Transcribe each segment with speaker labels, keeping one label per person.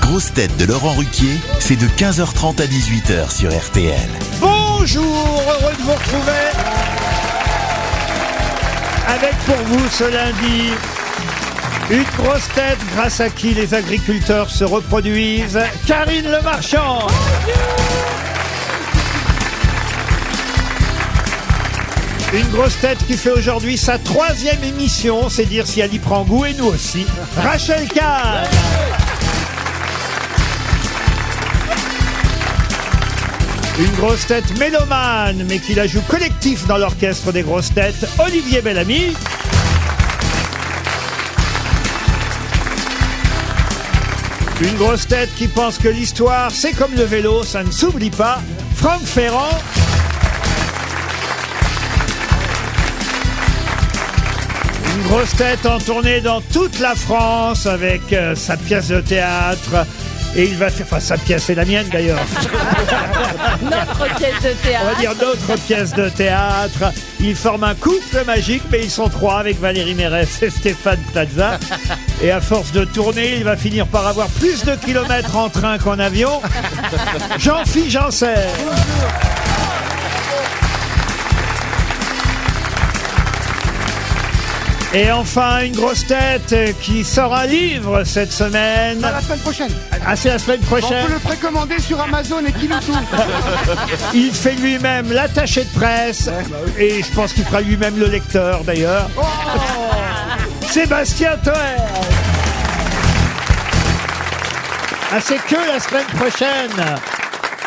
Speaker 1: grosses têtes de Laurent Ruquier, c'est de 15h30 à 18h sur RTL.
Speaker 2: Bonjour, heureux de vous retrouver avec pour vous ce lundi une grosse tête grâce à qui les agriculteurs se reproduisent, Karine Le Marchand. Une grosse tête qui fait aujourd'hui sa troisième émission, c'est dire si elle y prend goût et nous aussi. Rachel Kahn. Une grosse tête mélomane, mais qui la joue collectif dans l'orchestre des grosses têtes, Olivier Bellamy. Une grosse tête qui pense que l'histoire, c'est comme le vélo, ça ne s'oublie pas, Franck Ferrand. Une grosse tête en tournée dans toute la France avec euh, sa pièce de théâtre. Et il va faire, enfin sa pièce c'est la mienne d'ailleurs,
Speaker 3: Notre pièce de
Speaker 2: on va
Speaker 3: théâtre.
Speaker 2: dire d'autres pièces de théâtre. Il forme un couple magique, mais ils sont trois avec Valérie Mérès et Stéphane Plaza. Et à force de tourner, il va finir par avoir plus de kilomètres en train qu'en avion. Jean-Philippe Janssen. Et enfin, une grosse tête qui sort un livre cette semaine.
Speaker 4: À la semaine prochaine.
Speaker 2: Ah, c'est la semaine
Speaker 4: On
Speaker 2: prochaine.
Speaker 4: peut le précommander sur Amazon et Kiloutou.
Speaker 2: Il fait lui-même l'attaché de presse.
Speaker 4: bah
Speaker 2: Et je pense qu'il fera lui-même le lecteur, d'ailleurs. Sébastien Toer Ah, c'est que la semaine prochaine
Speaker 4: Ça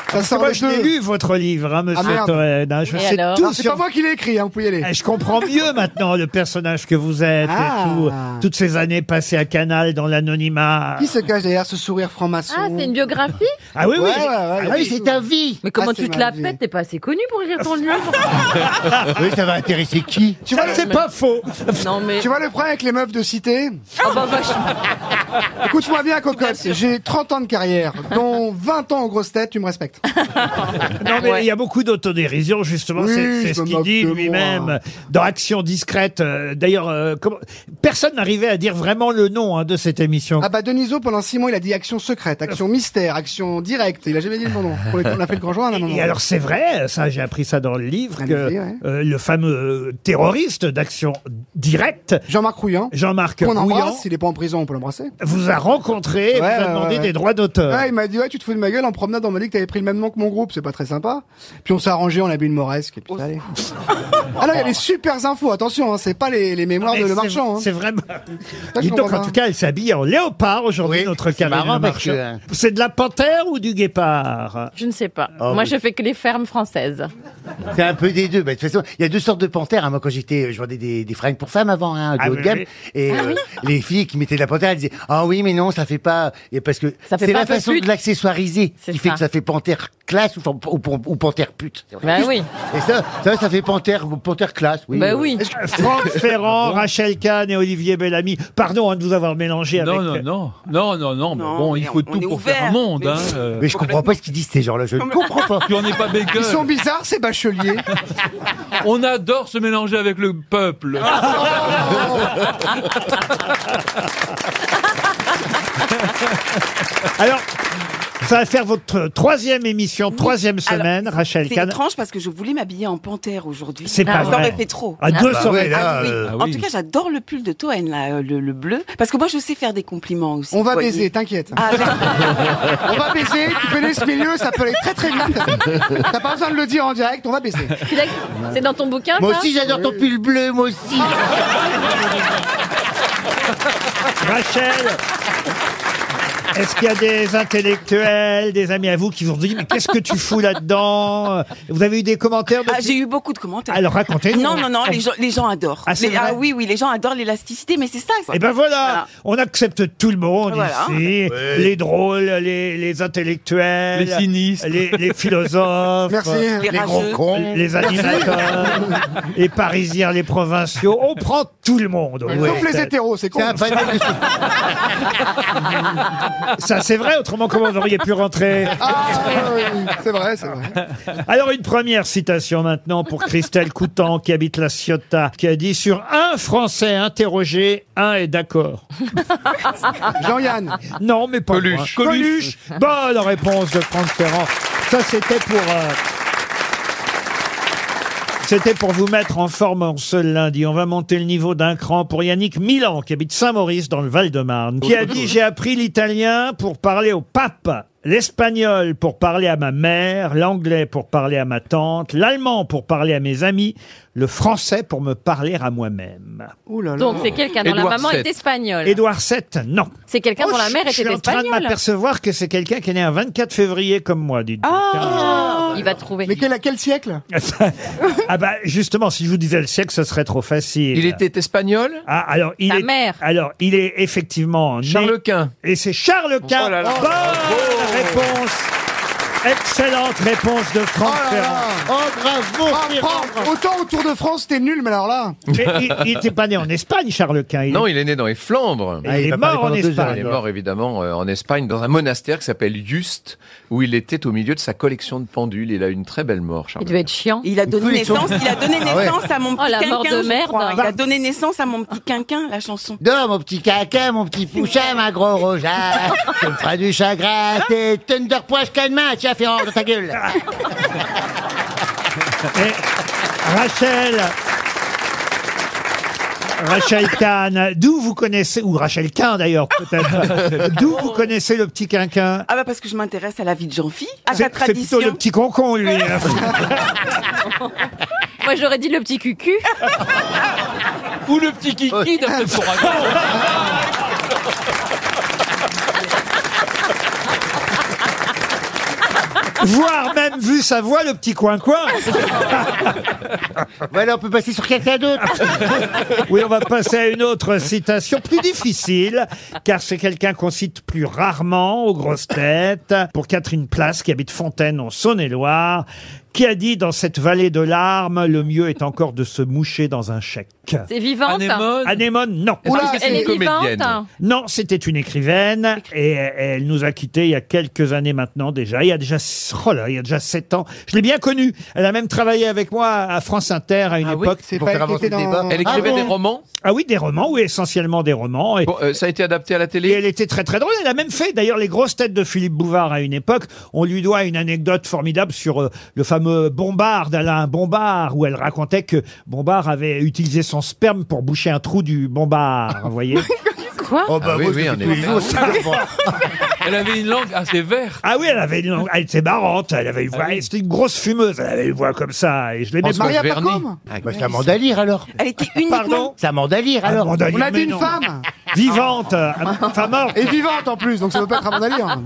Speaker 2: Parce que
Speaker 4: sort
Speaker 2: moi,
Speaker 4: les
Speaker 2: je l'ai
Speaker 4: deux.
Speaker 2: lu, votre livre, hein,
Speaker 4: Ah,
Speaker 2: monsieur
Speaker 4: merde.
Speaker 2: Toen, hein. Je
Speaker 3: Et
Speaker 2: sais
Speaker 3: alors
Speaker 2: tout
Speaker 4: C'est
Speaker 2: sur
Speaker 4: pas moi qui l'ai écrit, hein, vous pouvez y aller.
Speaker 2: eh, Je comprends mieux maintenant le personnage que vous êtes
Speaker 4: Ah.
Speaker 2: et tout, toutes ces années passées à Canal dans l'anonymat.
Speaker 4: Qui se cache derrière ce sourire franc-maçon
Speaker 3: Ah, c'est une biographie
Speaker 2: Ah oui, oui.
Speaker 4: Ouais, ouais, ouais.
Speaker 2: Ah oui, c'est
Speaker 4: ta vie.
Speaker 3: Mais comment
Speaker 4: Ah, c'est
Speaker 3: tu te
Speaker 4: ma
Speaker 3: la
Speaker 4: vie.
Speaker 3: pètes T'es pas assez connu pour écrire ton livre
Speaker 5: Oui, ça va intéresser qui
Speaker 2: Tu vois, c'est pas faux.
Speaker 3: Non mais...
Speaker 4: Tu vois le problème avec les meufs de cité
Speaker 3: Ah bah vachement.
Speaker 4: Écoute-moi bien, cocotte. J'ai 30 ans de carrière, dont 20 ans en grosse tête, tu me respectes.
Speaker 2: Non, mais
Speaker 3: Ouais.
Speaker 2: il y a beaucoup d'autodérision, justement.
Speaker 4: Oui,
Speaker 2: c'est c'est
Speaker 4: je
Speaker 2: ce
Speaker 4: me
Speaker 2: qu'il
Speaker 4: moque
Speaker 2: dit
Speaker 4: de moi.
Speaker 2: lui-même dans Action discrète. Euh, D'ailleurs, euh, comment- personne n'arrivait à dire vraiment le nom hein, de cette émission.
Speaker 4: Ah bah, Deniso, pendant 6 mois, il a dit action secrète, action mystère, action directe. Il a jamais dit le bon nom. On est- on a fait le grand joint à un moment.
Speaker 2: Et alors c'est vrai, ça j'ai appris ça dans le livre,
Speaker 4: En
Speaker 2: que
Speaker 4: effet, ouais.
Speaker 2: euh, le fameux terroriste d'action directe,
Speaker 4: Jean-Marc Rouillant.
Speaker 2: Jean-Marc
Speaker 4: Qu'on
Speaker 2: Rouillant,
Speaker 4: embrasse, il est pas en prison, on peut l'embrasser.
Speaker 2: vous a rencontré et
Speaker 4: Ouais,
Speaker 2: vous a
Speaker 4: ouais,
Speaker 2: demandé
Speaker 4: ouais,
Speaker 2: des
Speaker 4: ouais.
Speaker 2: droits d'auteur.
Speaker 4: Ouais, il m'a dit ouais tu te fous de ma gueule en promenade on m'a dit que t'avais pris le même nom que mon groupe c'est pas très sympa puis on s'est arrangé on a bu une moresque et puis allez ah non il y a des super infos attention hein, c'est pas les, les mémoires
Speaker 2: Mais
Speaker 4: de le
Speaker 2: c'est-
Speaker 4: marchand hein.
Speaker 2: C'est vraiment.
Speaker 4: je
Speaker 2: Dis donc,
Speaker 4: comprends
Speaker 2: en
Speaker 4: pas.
Speaker 2: tout cas, elle s'habille en léopard aujourd'hui,
Speaker 5: Oui,
Speaker 2: notre
Speaker 5: c'est
Speaker 2: Karine
Speaker 5: marrant
Speaker 2: Le
Speaker 5: parce que,
Speaker 2: Marchand.
Speaker 5: hein.
Speaker 2: C'est de la panthère ou du guépard
Speaker 3: Je ne sais pas.
Speaker 2: Ah,
Speaker 5: Oh,
Speaker 3: Moi,
Speaker 5: oui.
Speaker 3: je fais que les fermes françaises.
Speaker 5: C'est un peu des deux. Bah, De toute façon, il y a deux sortes de panthères. hein. Moi, quand j'étais, je vendais des, des fringues pour femmes avant, hein, de
Speaker 2: Ah
Speaker 5: haut
Speaker 2: oui,
Speaker 5: de gamme.
Speaker 2: oui.
Speaker 5: Et euh, les filles qui mettaient de la panthère, elles disaient Ah oui, mais non, ça fait pas. Et parce que
Speaker 3: Ça fait
Speaker 5: c'est
Speaker 3: pas
Speaker 5: la
Speaker 3: un peu
Speaker 5: façon
Speaker 3: pute.
Speaker 5: de l'accessoiriser
Speaker 3: C'est
Speaker 5: qui fait
Speaker 3: ça.
Speaker 5: que ça fait panthère classe ou, fan- ou, ou- ou panthère pute.
Speaker 3: Ben oui.
Speaker 5: Et ça, ça, ça fait panthère, panthère classe. Oui.
Speaker 3: Ben oui.
Speaker 2: Franck
Speaker 6: Ah
Speaker 2: Ferrand, Rachel Kahn et Olivier Bellamy. Pardon hein, de vous avoir mélangé
Speaker 6: Non,
Speaker 2: avec.
Speaker 6: non, non, non, non, non, mais
Speaker 7: Non,
Speaker 6: bon,
Speaker 7: mais
Speaker 6: il faut
Speaker 7: on-
Speaker 6: tout
Speaker 7: on est
Speaker 6: pour faire
Speaker 7: ouvert,
Speaker 6: un monde.
Speaker 7: mais-
Speaker 6: Hein, euh.
Speaker 5: Mais je comprends pas ce qu'ils disent ces gens-là. Je ne comprends pas.
Speaker 6: Puis on n'est pas bégueux.
Speaker 4: ils sont bizarres ces bacheliers
Speaker 6: On adore se mélanger avec le peuple.
Speaker 8: Ah,
Speaker 2: Alors, ça va faire votre troisième émission, troisième
Speaker 7: Alors,
Speaker 2: semaine, Rachel
Speaker 7: C'est
Speaker 2: Kahn.
Speaker 7: étrange parce que je voulais m'habiller en panthère aujourd'hui.
Speaker 2: C'est
Speaker 3: pas
Speaker 7: J'en
Speaker 2: vrai.
Speaker 7: aurais Ah, fait trop.
Speaker 2: À deux
Speaker 5: Bah
Speaker 2: soirées.
Speaker 5: ouais, là,
Speaker 7: Ah oui.
Speaker 5: euh,
Speaker 6: Ah
Speaker 7: En
Speaker 6: oui.
Speaker 7: tout cas, j'adore le pull de Toen, là, euh, le, le bleu. Parce que moi, je sais faire des compliments aussi.
Speaker 4: on va
Speaker 7: vous voyez.
Speaker 4: baiser t'inquiète
Speaker 7: Ah, j'ai-
Speaker 4: on va baiser tu connais ce milieu ça peut aller très très vite t'as pas besoin de le dire en direct on va baiser
Speaker 3: Tu l'as- C'est dans ton bouquin,
Speaker 5: moi
Speaker 3: ça
Speaker 5: aussi, j'adore ton pull bleu, moi aussi.
Speaker 4: Ah,
Speaker 2: Rachel est-ce qu'il y a des intellectuels, des amis à vous qui vous disent mais qu'est-ce que tu fous là-dedans Vous avez eu des commentaires de...
Speaker 7: ah, j'ai eu beaucoup de commentaires.
Speaker 2: Alors racontez-nous.
Speaker 7: non, non, non, les gens, les gens adorent.
Speaker 2: Ah, c'est
Speaker 7: Les-
Speaker 2: vrai
Speaker 7: oui, oui, les gens adorent l'élasticité, mais c'est ça. ça.
Speaker 2: Et ben voilà,
Speaker 7: Voilà.
Speaker 2: on accepte tout le monde
Speaker 7: Voilà.
Speaker 2: ici, les drôles, les, les intellectuels,
Speaker 6: Les sinistres.
Speaker 2: les, les philosophes,
Speaker 4: merci
Speaker 7: les
Speaker 5: Gros
Speaker 7: rageux.
Speaker 5: con.
Speaker 2: les animateurs, les parisiens, les provinciaux, on prend tout le monde.
Speaker 4: Ah, sauf les hétéros c'est con
Speaker 5: C'est un panel de-
Speaker 2: Ça, c'est vrai, autrement, comment vous auriez pu rentrer
Speaker 4: Ah, oui, c'est vrai, c'est vrai.
Speaker 2: Alors, une première citation maintenant pour Christelle Coutan, qui habite la Ciotat, qui a dit Sur un Français interrogé, un est d'accord.
Speaker 4: Ah. Jean-Yann.
Speaker 2: Non, mais pas
Speaker 6: Coluche.
Speaker 2: loin. Coluche.
Speaker 6: Coluche.
Speaker 2: Bonne réponse de Franck Ferrand. Ça, c'était pour. euh, C'était pour vous mettre en forme en ce lundi. On va monter le niveau d'un cran pour Yannick Milan, qui habite Saint-Maurice dans le Val-de-Marne, qui a dit J'ai appris l'italien pour parler au pape, l'espagnol pour parler à ma mère, l'anglais pour parler à ma tante, l'allemand pour parler à mes amis, le français pour me parler à moi-même.
Speaker 4: Ouh là là.
Speaker 3: Donc c'est quelqu'un dont la
Speaker 6: Édouard
Speaker 3: maman est
Speaker 6: VII.
Speaker 3: espagnole.
Speaker 2: Édouard VII, non.
Speaker 3: C'est quelqu'un dont
Speaker 2: Oh,
Speaker 3: la mère
Speaker 2: je suis
Speaker 3: était
Speaker 2: en train de
Speaker 3: espagnole.
Speaker 2: m'apercevoir que c'est quelqu'un qui est né un 24 février comme moi, dites
Speaker 3: Il va trouver.
Speaker 4: Mais quel, à quel siècle
Speaker 2: ah bah justement, si je vous disais le siècle, ce serait trop facile.
Speaker 9: Il était espagnol
Speaker 2: Ah, alors, il
Speaker 3: Ta
Speaker 2: est...
Speaker 3: mère.
Speaker 2: Alors, il est effectivement né-
Speaker 9: Charles Quint.
Speaker 2: Et c'est Charles Quint.
Speaker 9: Oh là là.
Speaker 2: Bonne réponse Excellente réponse de Franck Ferrand.
Speaker 5: Oh, bravo
Speaker 4: Ah, bravo. Autant au Tour de France, t'es nul, mais alors là.
Speaker 2: Mais il- il n'était pas né en Espagne, Charles Quint. Il
Speaker 9: Non,
Speaker 2: est,
Speaker 9: il est né dans les Flandres.
Speaker 2: il est
Speaker 5: il va parler
Speaker 2: mort en
Speaker 5: pendant deux heures,
Speaker 9: Il est
Speaker 2: Espagne.
Speaker 9: mort évidemment euh, en Espagne dans un monastère qui s'appelle Juste, où il était au milieu de sa collection de pendules. Il a eu une très belle mort, Charles.
Speaker 3: Il devait être chiant.
Speaker 7: Il a donné naissance, il a donné
Speaker 4: Ah
Speaker 7: naissance à mon
Speaker 3: Oh, la
Speaker 7: petit
Speaker 3: mort de
Speaker 7: quinquin. je
Speaker 3: merde.
Speaker 7: crois. Il a donné naissance à mon petit quinquin, la chanson.
Speaker 5: Non, mon petit caca, mon petit pouchin, ma gros roja, tu me feras du chagrin, t'es Thunder Poche Canma, tiens, fais rentrer dans ta gueule.
Speaker 2: Et Rachel. Rachel Kahn, d'où vous connaissez, ou Rachel Kahn d'ailleurs peut-être, d'où vous connaissez le petit quinquin
Speaker 7: Ah bah parce que je m'intéresse à la vie de Jean-Phi, à sa
Speaker 2: C'est c'est
Speaker 7: tradition.
Speaker 2: plutôt le petit concon lui.
Speaker 3: Moi j'aurais dit le petit cucu.
Speaker 6: Ou le petit kiki d'après Fouragard.
Speaker 2: Voire même vu sa voix, le petit coin-coin.
Speaker 5: Voilà, on peut passer sur quelqu'un d'autre.
Speaker 2: Ah, Oui, on va passer à une autre citation plus difficile, car c'est quelqu'un qu'on cite plus rarement aux grosses têtes, pour Catherine Place, qui habite Fontaine en Saône-et-Loire, qui a dit dans cette vallée de larmes, le mieux est encore de se moucher dans un chèque.
Speaker 3: C'est vivante.
Speaker 6: Anémone.
Speaker 2: Anémone, non.
Speaker 9: Est-ce
Speaker 4: Oula,
Speaker 9: que c'est
Speaker 3: Elle
Speaker 9: une
Speaker 3: est vivante.
Speaker 9: comédienne
Speaker 2: Non, c'était une écrivaine et elle nous a quittés il y a quelques années maintenant déjà. Il y a déjà oh là, il y a déjà sept ans. Je l'ai bien connue. Elle a même travaillé avec moi à France Inter à une
Speaker 9: Ah oui,
Speaker 2: époque.
Speaker 4: C'est
Speaker 5: Pour
Speaker 4: pas
Speaker 5: faire
Speaker 4: qui
Speaker 5: avancer
Speaker 4: était
Speaker 5: le
Speaker 4: dans.
Speaker 9: Elle écrivait
Speaker 5: bon
Speaker 9: des romans.
Speaker 2: Ah oui, des romans, oui, essentiellement des romans. Et,
Speaker 9: Bon, euh, ça a été adapté à la
Speaker 2: et
Speaker 9: télé.
Speaker 2: elle était très très drôle. Elle a même fait d'ailleurs les grosses têtes de Philippe Bouvard à une époque. On lui doit une anecdote formidable sur euh, le fameux Bombard d'Alain Bombard où elle racontait que Bombard avait utilisé son sperme pour boucher un trou du Bombard. Vous voyez
Speaker 3: Quoi
Speaker 5: Oh,
Speaker 9: Ah
Speaker 5: bah,
Speaker 9: oui,
Speaker 5: moi, je
Speaker 9: oui,
Speaker 5: fais
Speaker 9: on
Speaker 5: tous
Speaker 9: est
Speaker 5: les jours, c'est bon.
Speaker 6: Elle avait une langue assez verte.
Speaker 2: Ah oui, elle avait une langue- elle était marrante, elle avait une voix, c'était une grosse fumeuse, elle avait une voix comme ça, et je l'aimais
Speaker 9: François
Speaker 2: bien.
Speaker 4: Maria
Speaker 9: Verny.
Speaker 4: Pacôme
Speaker 5: Bah, c'est un mandalire, alors.
Speaker 7: Elle était uniquement
Speaker 2: Pardon
Speaker 5: C'est un mandalire, alors.
Speaker 2: Mandalire,
Speaker 4: On a
Speaker 2: mais
Speaker 4: dit une
Speaker 2: non.
Speaker 4: femme
Speaker 2: Vivante, euh,
Speaker 7: Ah bah,
Speaker 2: enfin morte.
Speaker 4: Et vivante en plus, donc ça veut pas être hein. un délire.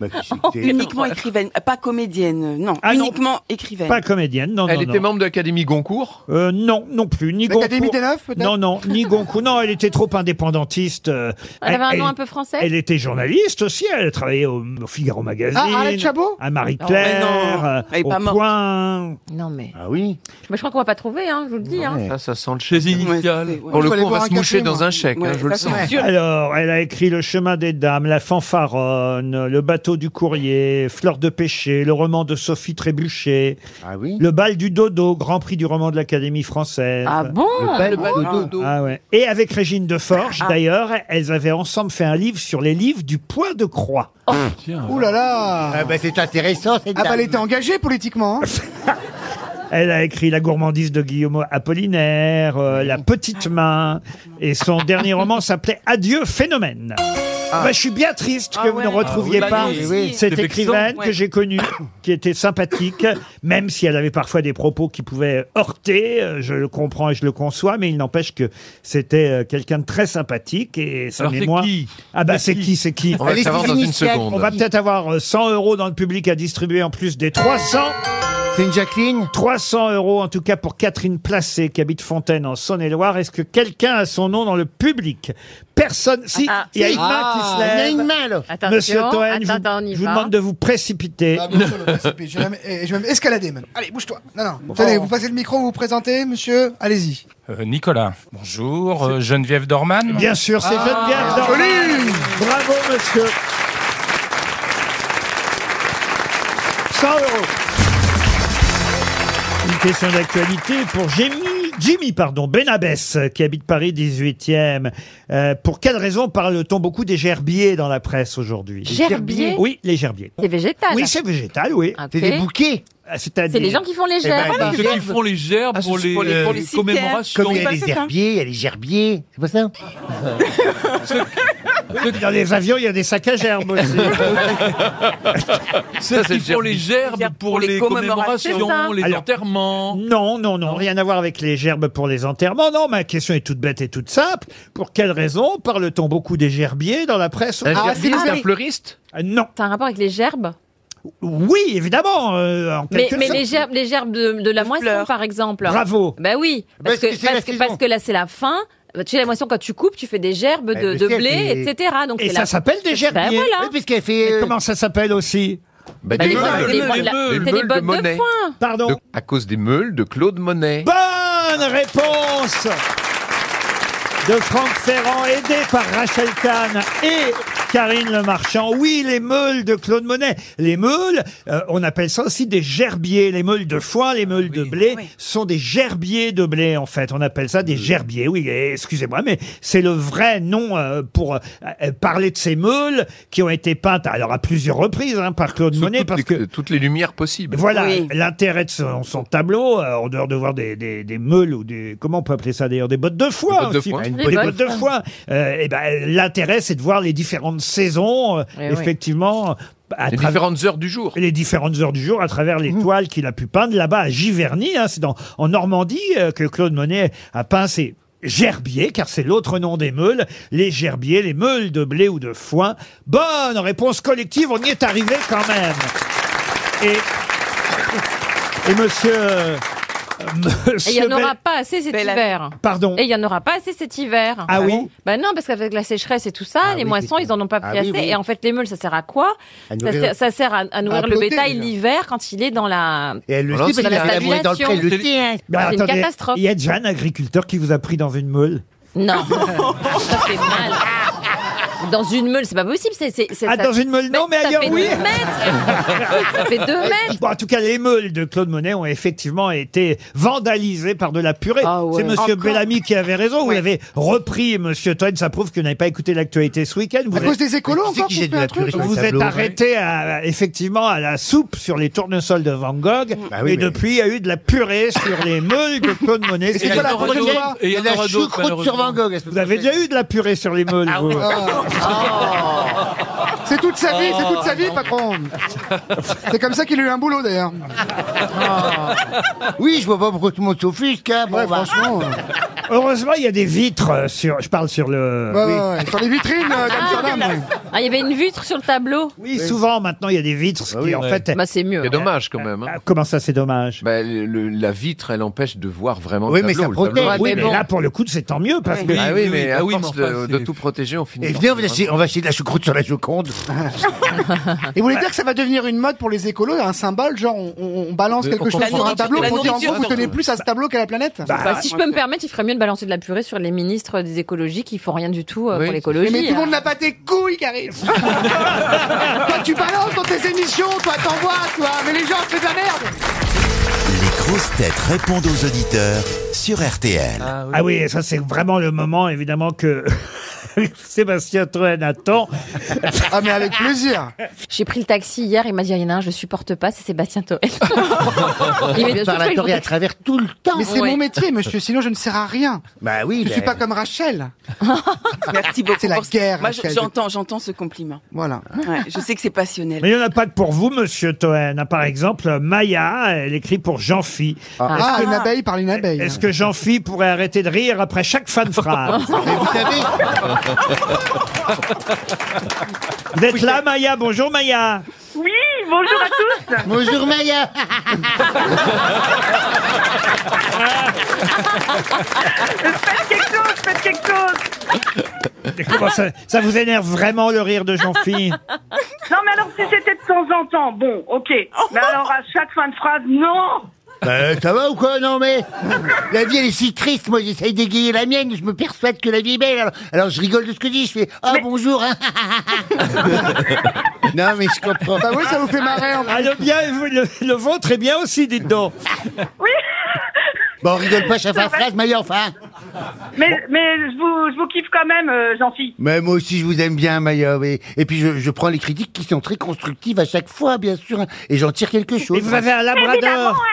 Speaker 5: Bah, qui c'est que t'es
Speaker 7: Oh, uniquement écrivaine, pas comédienne, non,
Speaker 2: Ah non.
Speaker 7: uniquement écrivaine.
Speaker 2: Pas comédienne, non,
Speaker 9: Elle
Speaker 2: non,
Speaker 9: était
Speaker 2: non.
Speaker 9: membre de l'Académie Goncourt.
Speaker 2: Euh, non, non plus. Ni
Speaker 4: L'Académie
Speaker 2: Goncourt.
Speaker 4: des Neufs, peut-être
Speaker 2: Non, non, ni Goncourt. Non, elle était trop indépendantiste. euh,
Speaker 3: Elle avait un nom un peu français
Speaker 2: Elle était journaliste aussi, elle travaillait au, au Figaro Magazine.
Speaker 4: Ah, Arlette Chabot
Speaker 2: À
Speaker 7: Non,
Speaker 2: Marie-Claire,
Speaker 7: mais non,
Speaker 2: euh,
Speaker 7: elle est
Speaker 2: au
Speaker 7: pas morte.
Speaker 2: Point.
Speaker 3: Non mais.
Speaker 5: Ah oui.
Speaker 3: Moi je crois qu'on va pas trouver, hein, je vous le dis. hein.
Speaker 9: Ça, ça sent le
Speaker 6: Chez
Speaker 9: chèque.
Speaker 6: Initial.
Speaker 7: Ouais, c'est- ouais.
Speaker 9: Pour le
Speaker 4: Je vais
Speaker 9: coup,
Speaker 4: aller
Speaker 9: on va
Speaker 4: boire
Speaker 9: se
Speaker 4: un
Speaker 9: moucher
Speaker 4: café,
Speaker 9: dans
Speaker 4: moi.
Speaker 9: un chèque, hein,
Speaker 7: Ouais,
Speaker 9: je le
Speaker 7: ça, c'est
Speaker 9: sens.
Speaker 7: sûr.
Speaker 2: Alors, elle a écrit Le chemin des dames, La fanfaronne, Le bateau du courrier, Fleur de pêcher, le roman de Sophie Trébuchet,
Speaker 5: Ah oui.
Speaker 2: Le bal du dodo, Grand Prix du roman de l'Académie française.
Speaker 3: Ah bon
Speaker 5: Le bal de
Speaker 7: Ah.
Speaker 5: dodo.
Speaker 2: Ah ouais. Et avec Régine Deforge, d'ailleurs, elles avaient ensemble fait un livre sur les livres du point de croix.
Speaker 7: Oh.
Speaker 6: Tiens.
Speaker 4: Ouh là là
Speaker 5: Ah bah c'est intéressant cette
Speaker 4: Ah bah
Speaker 5: dame.
Speaker 4: elle était engagée politiquement. hein.
Speaker 2: Elle a écrit La gourmandise de Guillaume Apollinaire, euh, La petite main, et son dernier roman s'appelait Adieu phénomène. Bah, je suis bien triste que
Speaker 7: Ah
Speaker 2: vous
Speaker 7: ouais.
Speaker 2: ne retrouviez
Speaker 6: Ah oui,
Speaker 2: pas
Speaker 6: bah
Speaker 7: oui, oui.
Speaker 2: cette
Speaker 6: C'est
Speaker 2: écrivaine
Speaker 7: vexant,
Speaker 2: que
Speaker 7: ouais.
Speaker 2: j'ai connue, qui était sympathique, même si elle avait parfois des propos qui pouvaient heurter. euh, Je le comprends et je le conçois, mais il n'empêche que c'était euh, quelqu'un de très sympathique et sa
Speaker 6: Alors c'est
Speaker 2: mémoire.
Speaker 6: qui
Speaker 2: ah bah c'est qui, c'est qui
Speaker 9: On va
Speaker 5: Elle
Speaker 9: le
Speaker 5: est
Speaker 9: savoir dans une
Speaker 5: initiale.
Speaker 9: seconde.
Speaker 2: on va peut-être avoir euh, 100 euros dans le public à distribuer en plus des 300
Speaker 5: C'est une Jacqueline
Speaker 2: 300 euros en tout cas pour Catherine Placé qui habite Fontaine en Saône-et-Loire. Est-ce que quelqu'un a son nom dans le public Personne. Si,
Speaker 3: Ah, ah.
Speaker 2: il y a une main qui se
Speaker 5: Il y a
Speaker 2: lève.
Speaker 5: une main là
Speaker 3: Attention,
Speaker 2: Monsieur Toen, je vous-
Speaker 3: attends, attends, on y
Speaker 2: je vous
Speaker 3: va.
Speaker 2: demande de vous précipiter.
Speaker 4: Ah, bien sûr, le précipite. je, vais même, eh, je vais même escalader même. Allez, bouge-toi. Non, non. Tenez, vous passez le micro, vous vous présentez, monsieur. Allez-y.
Speaker 10: Euh, Nicolas. Bonjour. euh, Geneviève Dorman.
Speaker 2: Bien sûr, c'est
Speaker 3: Ah.
Speaker 2: Geneviève Dorman. Bravo, monsieur. 100 euros. Une question d'actualité pour Jimmy, Jimmy pardon, Benabès, qui habite Paris 18e. Euh, pour quelle raison parle-t-on beaucoup des gerbiers dans la presse aujourd'hui
Speaker 3: Gerbier
Speaker 2: Oui, les gerbiers.
Speaker 3: C'est végétal.
Speaker 2: Oui, c'est végétal, oui. Ah,
Speaker 3: Ok.
Speaker 5: C'est des bouquets
Speaker 2: C'est-à-dire-
Speaker 3: Ah,
Speaker 2: Eh
Speaker 3: C'est les gens qui font les gerbes.
Speaker 5: ben,
Speaker 6: Ah, Ceux qui font les gerbes
Speaker 5: Ah,
Speaker 6: pour
Speaker 5: ce
Speaker 6: les,
Speaker 5: sont les-
Speaker 6: pour
Speaker 7: les
Speaker 6: les
Speaker 7: cimetières.
Speaker 6: commémorations.
Speaker 5: Comme il y a
Speaker 7: Bah,
Speaker 5: les
Speaker 7: c'est ça.
Speaker 5: herbiers, il y a les gerbiers. C'est pas ça
Speaker 2: Dans les avions, il y a des sacs à gerbes aussi.
Speaker 6: Ceux
Speaker 9: c'est
Speaker 6: qui
Speaker 9: le
Speaker 6: font les gerbes pour les
Speaker 3: C'est ça.
Speaker 6: commémorations, les
Speaker 2: Alors-
Speaker 6: enterrements.
Speaker 2: Non, non, non, rien à voir avec les gerbes pour les enterrements. Non, ma question est toute bête et toute simple. Pour quelle raison parle-t-on beaucoup des gerbiers dans la presse
Speaker 9: Un
Speaker 4: Ah,
Speaker 9: gerbier,
Speaker 4: c'est
Speaker 9: c'est un
Speaker 4: lui.
Speaker 9: fleuriste
Speaker 2: Ah, Non.
Speaker 3: T'as un rapport avec les gerbes
Speaker 2: Oui, évidemment. euh, en
Speaker 3: Mais,
Speaker 2: quelque
Speaker 3: mais
Speaker 2: sorte.
Speaker 3: les gerbes, les gerbes de, de la moisson,
Speaker 7: fleurs.
Speaker 3: par exemple.
Speaker 2: Bravo.
Speaker 3: Ben oui, parce,
Speaker 5: Parce que
Speaker 3: que,
Speaker 5: c'est la
Speaker 3: parce, que,
Speaker 5: saison.
Speaker 3: parce que là c'est la fin. Bah, Tu sais, la moisson, quand tu coupes, tu fais des gerbes de,
Speaker 5: le
Speaker 3: de
Speaker 5: ciel,
Speaker 3: blé,
Speaker 5: Eh, c'est-
Speaker 3: etc. Donc
Speaker 2: Et
Speaker 3: c'est
Speaker 2: ça
Speaker 3: la-
Speaker 2: s'appelle des gerbiers.
Speaker 3: Ben
Speaker 5: Oui,
Speaker 3: voilà.
Speaker 5: puisqu'elle
Speaker 2: Et
Speaker 5: fait. euh,
Speaker 2: comment ça s'appelle aussi
Speaker 3: Ben,
Speaker 9: Bah, des
Speaker 3: les
Speaker 9: meules.
Speaker 3: bonnes- les
Speaker 6: meules,
Speaker 3: bonnes-
Speaker 6: des
Speaker 3: la-
Speaker 6: meules.
Speaker 3: c'est
Speaker 9: Des
Speaker 3: des
Speaker 9: meules de
Speaker 3: bonnes de
Speaker 9: monnaie.
Speaker 3: foin.
Speaker 2: Pardon.
Speaker 9: De- à cause des meules de Claude Monet.
Speaker 2: Bonne réponse de Franck Ferrand, aidé par Rachel Kahn et Karine Le Marchand. Oui, les meules de Claude Monet. Les meules, euh, on appelle ça aussi des gerbiers. Les meules de foin, les meules de blé
Speaker 7: Oui.
Speaker 2: sont des gerbiers de blé, en fait. On appelle ça
Speaker 9: Mmh.
Speaker 2: des gerbiers. Oui, et excusez-moi, mais c'est le vrai nom euh, pour euh, euh, parler de ces meules qui ont été peintes, alors à plusieurs reprises, hein, par Claude
Speaker 9: Sous
Speaker 2: Monet,
Speaker 9: toutes,
Speaker 2: parce
Speaker 9: les,
Speaker 2: que
Speaker 9: toutes les lumières possibles.
Speaker 2: voilà
Speaker 7: Oui.
Speaker 2: l'intérêt de son, son tableau, euh, en dehors de voir des, des, des meules ou des. Comment on peut appeler ça d'ailleurs Des bottes de
Speaker 9: Des
Speaker 2: foin
Speaker 9: bottes de
Speaker 2: aussi.
Speaker 9: foin.
Speaker 2: Des
Speaker 3: Des
Speaker 2: bottes,
Speaker 3: bottes
Speaker 2: de foin. Euh, eh ben, l'intérêt, c'est de voir les différentes saisons, euh,
Speaker 3: Eh oui.
Speaker 2: effectivement, à
Speaker 9: Les
Speaker 2: travers.
Speaker 9: différentes heures du jour.
Speaker 2: Les différentes heures du jour à travers
Speaker 3: Mmh.
Speaker 2: les toiles qu'il a pu peindre là-bas à Giverny, hein, c'est dans, en Normandie euh, que Claude Monet a peint ses gerbiers, car c'est l'autre nom des meules, les gerbiers, les meules de blé ou de foin. Bonne réponse collective, on y est arrivé quand même. Et, et monsieur... euh,
Speaker 3: Et il n'y
Speaker 2: monsieur
Speaker 3: en aura
Speaker 2: Bel-
Speaker 3: pas assez cet
Speaker 7: Bel-
Speaker 3: hiver.
Speaker 2: Pardon.
Speaker 3: Et il n'y en aura pas assez cet hiver.
Speaker 2: Ah oui
Speaker 3: Bah non, parce qu'avec la sécheresse et tout ça,
Speaker 5: Ah
Speaker 3: les
Speaker 5: oui,
Speaker 3: moissons,
Speaker 5: c'est
Speaker 3: ils en ont pas pris
Speaker 5: Ah
Speaker 3: assez.
Speaker 5: oui, oui.
Speaker 3: Et en fait, les meules, ça sert à quoi
Speaker 5: à
Speaker 3: ça
Speaker 5: nourrir-
Speaker 3: sert, ça sert à, à nourrir le
Speaker 4: plotter,
Speaker 3: bétail
Speaker 4: déjà.
Speaker 3: l'hiver quand il est dans la.
Speaker 5: Et elle le
Speaker 9: Voilà,
Speaker 5: sait parce
Speaker 9: c'est
Speaker 5: qu'elle
Speaker 3: la
Speaker 5: a brûlé dans le pré, elle le
Speaker 6: station.
Speaker 5: sait, hein.
Speaker 2: Bah,
Speaker 3: C'est une
Speaker 2: attendez,
Speaker 3: catastrophe.
Speaker 2: Il y a déjà un agriculteur qui vous a pris dans une meule.
Speaker 3: Non, ça fait mal. Dans une meule, c'est pas possible. C'est, c'est, c'est-
Speaker 2: Ah,
Speaker 3: ça-
Speaker 2: dans une meule, non, mais
Speaker 3: ça
Speaker 2: ailleurs,
Speaker 3: fait
Speaker 2: oui.
Speaker 3: deux mètres. ça fait deux mètres.
Speaker 2: Euh, Bon, en tout cas, les meules de Claude Monet ont effectivement été vandalisées par de la purée.
Speaker 3: Ah ouais.
Speaker 2: C'est Monsieur
Speaker 7: Encore.
Speaker 2: Bellamy qui avait raison. Vous l'avez repris, Monsieur Toen. Ça prouve que vous n'avez pas écouté l'actualité ce week-end. Vous
Speaker 4: À cause
Speaker 2: êtes,
Speaker 4: des écolos
Speaker 5: Tu sais
Speaker 4: encore
Speaker 5: qui
Speaker 4: pour
Speaker 5: jette de
Speaker 4: faire un
Speaker 5: la purée
Speaker 4: truc
Speaker 5: sur les
Speaker 2: vous êtes
Speaker 5: tableaux
Speaker 2: arrêté à- effectivement à la soupe sur les tournesols de Van Gogh.
Speaker 5: Bah oui,
Speaker 2: et
Speaker 5: mais-
Speaker 2: depuis, il y a eu de la purée sur les meules de Claude Monet.
Speaker 5: Et
Speaker 6: Et il y
Speaker 5: quoi
Speaker 6: en
Speaker 5: la
Speaker 6: aura
Speaker 5: prochaine
Speaker 6: d'autres,
Speaker 5: fois
Speaker 6: et il y
Speaker 5: Il y
Speaker 6: en
Speaker 5: a de la
Speaker 6: aura d'autres,
Speaker 5: choucroute sur Van Gogh.
Speaker 2: Vous avez déjà eu de la purée sur les meules,
Speaker 5: Ah
Speaker 2: vous
Speaker 4: C'est toute sa vie, c'est toute sa vie, patron. C'est comme ça qu'il a eu un boulot d'ailleurs.
Speaker 5: Oui, je vois pas pourquoi tout le monde s'offusque. hein. Bon,
Speaker 4: Ouais,
Speaker 5: bah,
Speaker 4: franchement. euh,
Speaker 2: Heureusement, il y a des vitres euh, sur. Je parle sur le.
Speaker 4: ouais, ouais, ouais. Sur les vitrines euh, d'Amsterdam. ouais.
Speaker 3: Ah, il y avait une vitre sur le tableau.
Speaker 2: Oui, souvent maintenant, il y a des vitres, ce qui en
Speaker 6: ouais.
Speaker 2: fait. est-
Speaker 3: Bah c'est mieux.
Speaker 9: C'est dommage quand même. hein.
Speaker 2: Ah, Comment ça, c'est dommage
Speaker 9: Bah, le- la vitre, elle empêche de voir vraiment
Speaker 5: Oui,
Speaker 9: le
Speaker 5: mais ça
Speaker 9: tableau. Le tableau,
Speaker 5: protège.
Speaker 9: elle
Speaker 2: Oui,
Speaker 9: est-
Speaker 2: mais là, pour le coup, c'est tant mieux parce que.
Speaker 6: Oui,
Speaker 9: Ah oui, mais à
Speaker 6: ah oui,
Speaker 9: force
Speaker 6: mais enfin,
Speaker 9: de,
Speaker 6: c'est-
Speaker 9: de tout protéger, on finit.
Speaker 5: Et
Speaker 9: par-
Speaker 5: venez, on va, acheter, on va acheter de la choucroute sur la Joconde.
Speaker 4: Et vous voulez dire que ça va devenir une mode pour les écolos, un symbole, genre on, on- on balance
Speaker 2: Euh,
Speaker 6: De-
Speaker 4: quelque
Speaker 6: on
Speaker 4: chose sur
Speaker 7: comprend-
Speaker 4: un tableau
Speaker 7: la
Speaker 4: pour dire en gros
Speaker 7: nourriture,
Speaker 4: vous tenez
Speaker 7: surtout.
Speaker 4: plus à ce tableau qu'à la planète
Speaker 3: Bah, si je peux me permettre, il ferait mieux de balancer de la purée sur les ministres des écologies qui font rien du tout euh,
Speaker 9: Oui.
Speaker 3: pour
Speaker 4: Mais,
Speaker 3: l'écologie.
Speaker 4: mais tout le monde
Speaker 3: hein.
Speaker 4: n'a pas tes couilles, Karine Toi, tu balances dans tes émissions, toi, t'envoies, toi Mais les gens, fais de la merde
Speaker 1: Les grosses têtes répondent aux auditeurs sur RTL.
Speaker 2: Ah oui, et ça c'est vraiment le moment évidemment que Sébastien Toen attend.
Speaker 4: Ah, mais avec plaisir
Speaker 3: J'ai pris le taxi hier, il m'a dit, il y en a un, je supporte pas, c'est Sébastien Toen. il m'a dit,
Speaker 5: Par la
Speaker 3: je
Speaker 5: torée à travers tout le temps.
Speaker 4: Mais c'est
Speaker 3: Ouais.
Speaker 4: mon métier, monsieur, sinon je ne sers à rien.
Speaker 5: Bah oui,
Speaker 4: Je
Speaker 5: bah,
Speaker 4: suis pas comme Rachel.
Speaker 7: Merci beaucoup.
Speaker 4: C'est la
Speaker 7: pour ce-
Speaker 4: guerre,
Speaker 7: Moi, je-
Speaker 4: Rachel.
Speaker 7: j'entends, j'entends ce compliment.
Speaker 4: Voilà.
Speaker 7: Ouais, je sais que c'est passionnel.
Speaker 2: Mais il n'y en a pas que pour vous, monsieur Toen. Ah, Par exemple, Maya, elle écrit pour Jean-Phi.
Speaker 4: Ah, une abeille par une abeille. hein.
Speaker 2: Est-ce Ah. que Jean-Phi pourrait arrêter de rire après chaque fin de phrase
Speaker 5: mais vous savez,
Speaker 2: Vous êtes là, Maya Bonjour, Maya.
Speaker 11: Oui, bonjour à tous.
Speaker 5: Bonjour Maya.
Speaker 11: faites quelque chose, faites quelque chose.
Speaker 2: Mais comment ça, ça vous énerve vraiment le rire de Jean-Philippe
Speaker 11: Non, mais alors si c'était de temps en temps, bon, ok. Mais alors à chaque fin de phrase, non.
Speaker 5: Ben, ça va ou quoi Non mais la vie elle est si triste. Moi j'essaye d'égayer la mienne. Je me persuade que la vie est belle. Alors, alors, je rigole de ce que je dis. Je fais ah bonjour. hein. non mais je comprends.
Speaker 4: Bah oui, ça vous fait marrer. en
Speaker 2: Ah, le, bien, le, le vôtre est bien aussi, dites donc.
Speaker 11: Oui.
Speaker 5: Bon on rigole pas chaque phrase hein. Maya enfin.
Speaker 11: Mais, mais je, vous, je vous kiffe quand même, euh, Jean-Philippe.
Speaker 5: Mais moi aussi, je vous aime bien, Maya. oui. Et puis, je, je prends les critiques qui sont très constructives à chaque fois, bien sûr. hein, Et j'en tire quelque chose.
Speaker 2: Et vous avez un
Speaker 11: Évidemment, hein.
Speaker 2: labrador.
Speaker 4: hein.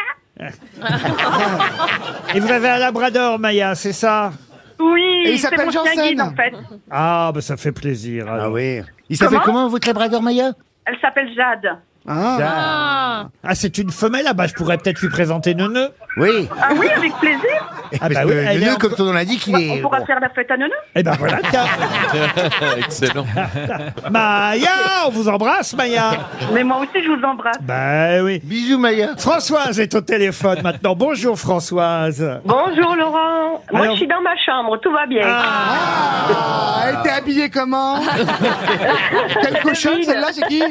Speaker 2: Et vous avez un labrador, Maya, c'est ça
Speaker 11: Oui,
Speaker 4: Et il
Speaker 11: c'est
Speaker 4: s'appelle
Speaker 11: mon chien
Speaker 4: Janssen.
Speaker 11: guide en fait.
Speaker 2: Ah, bah ça fait plaisir. alors.
Speaker 5: Ah oui. Il s'appelle
Speaker 11: Comment
Speaker 5: comment, votre labrador, Maya
Speaker 11: Elle s'appelle Jade.
Speaker 4: Ah.
Speaker 2: Ah, c'est une femelle Ah, bah je pourrais peut-être lui présenter Neuneu.
Speaker 5: Oui.
Speaker 11: Ah oui, avec plaisir.
Speaker 2: Ah, bah
Speaker 5: Parce
Speaker 2: oui,
Speaker 5: que
Speaker 2: elle
Speaker 5: le
Speaker 2: est
Speaker 5: nœud,
Speaker 2: en-
Speaker 5: comme son nom l'indique, il
Speaker 11: On
Speaker 5: est...
Speaker 11: pourra
Speaker 5: bon.
Speaker 11: faire la fête à Neuneu.
Speaker 2: Eh ben voilà, tiens.
Speaker 9: Excellent.
Speaker 2: Maya, on vous embrasse, Maya.
Speaker 11: Mais moi aussi, je vous embrasse.
Speaker 2: Bah oui.
Speaker 5: Bisous, Maya.
Speaker 2: Françoise est au téléphone maintenant. Bonjour, Françoise.
Speaker 11: Bonjour Laurent. Moi,
Speaker 2: Alors-
Speaker 11: je suis dans ma chambre, tout va bien.
Speaker 4: Ah, Elle était habillée comment Quelle cochonne celle-là, c'est qui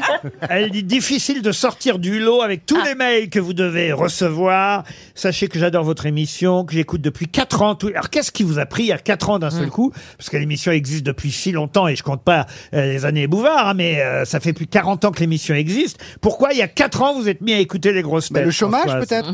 Speaker 4: Ah.
Speaker 2: Elle dit difficile de sortir du lot avec tous les mails que vous devez recevoir. Sachez que j'adore votre émission, que j'écoute depuis 4 ans. Tout... Alors qu'est-ce qui vous a pris il y a 4 ans d'un
Speaker 4: Hum.
Speaker 2: seul coup Parce que l'émission existe depuis si longtemps et je compte pas euh, les années Bouvard, hein, mais euh, ça fait plus de 40 ans que l'émission existe. Pourquoi il y a 4 ans vous êtes mis à écouter les grosses
Speaker 4: Bah,
Speaker 2: têtes
Speaker 4: Le chômage,
Speaker 2: Françoise
Speaker 4: peut-être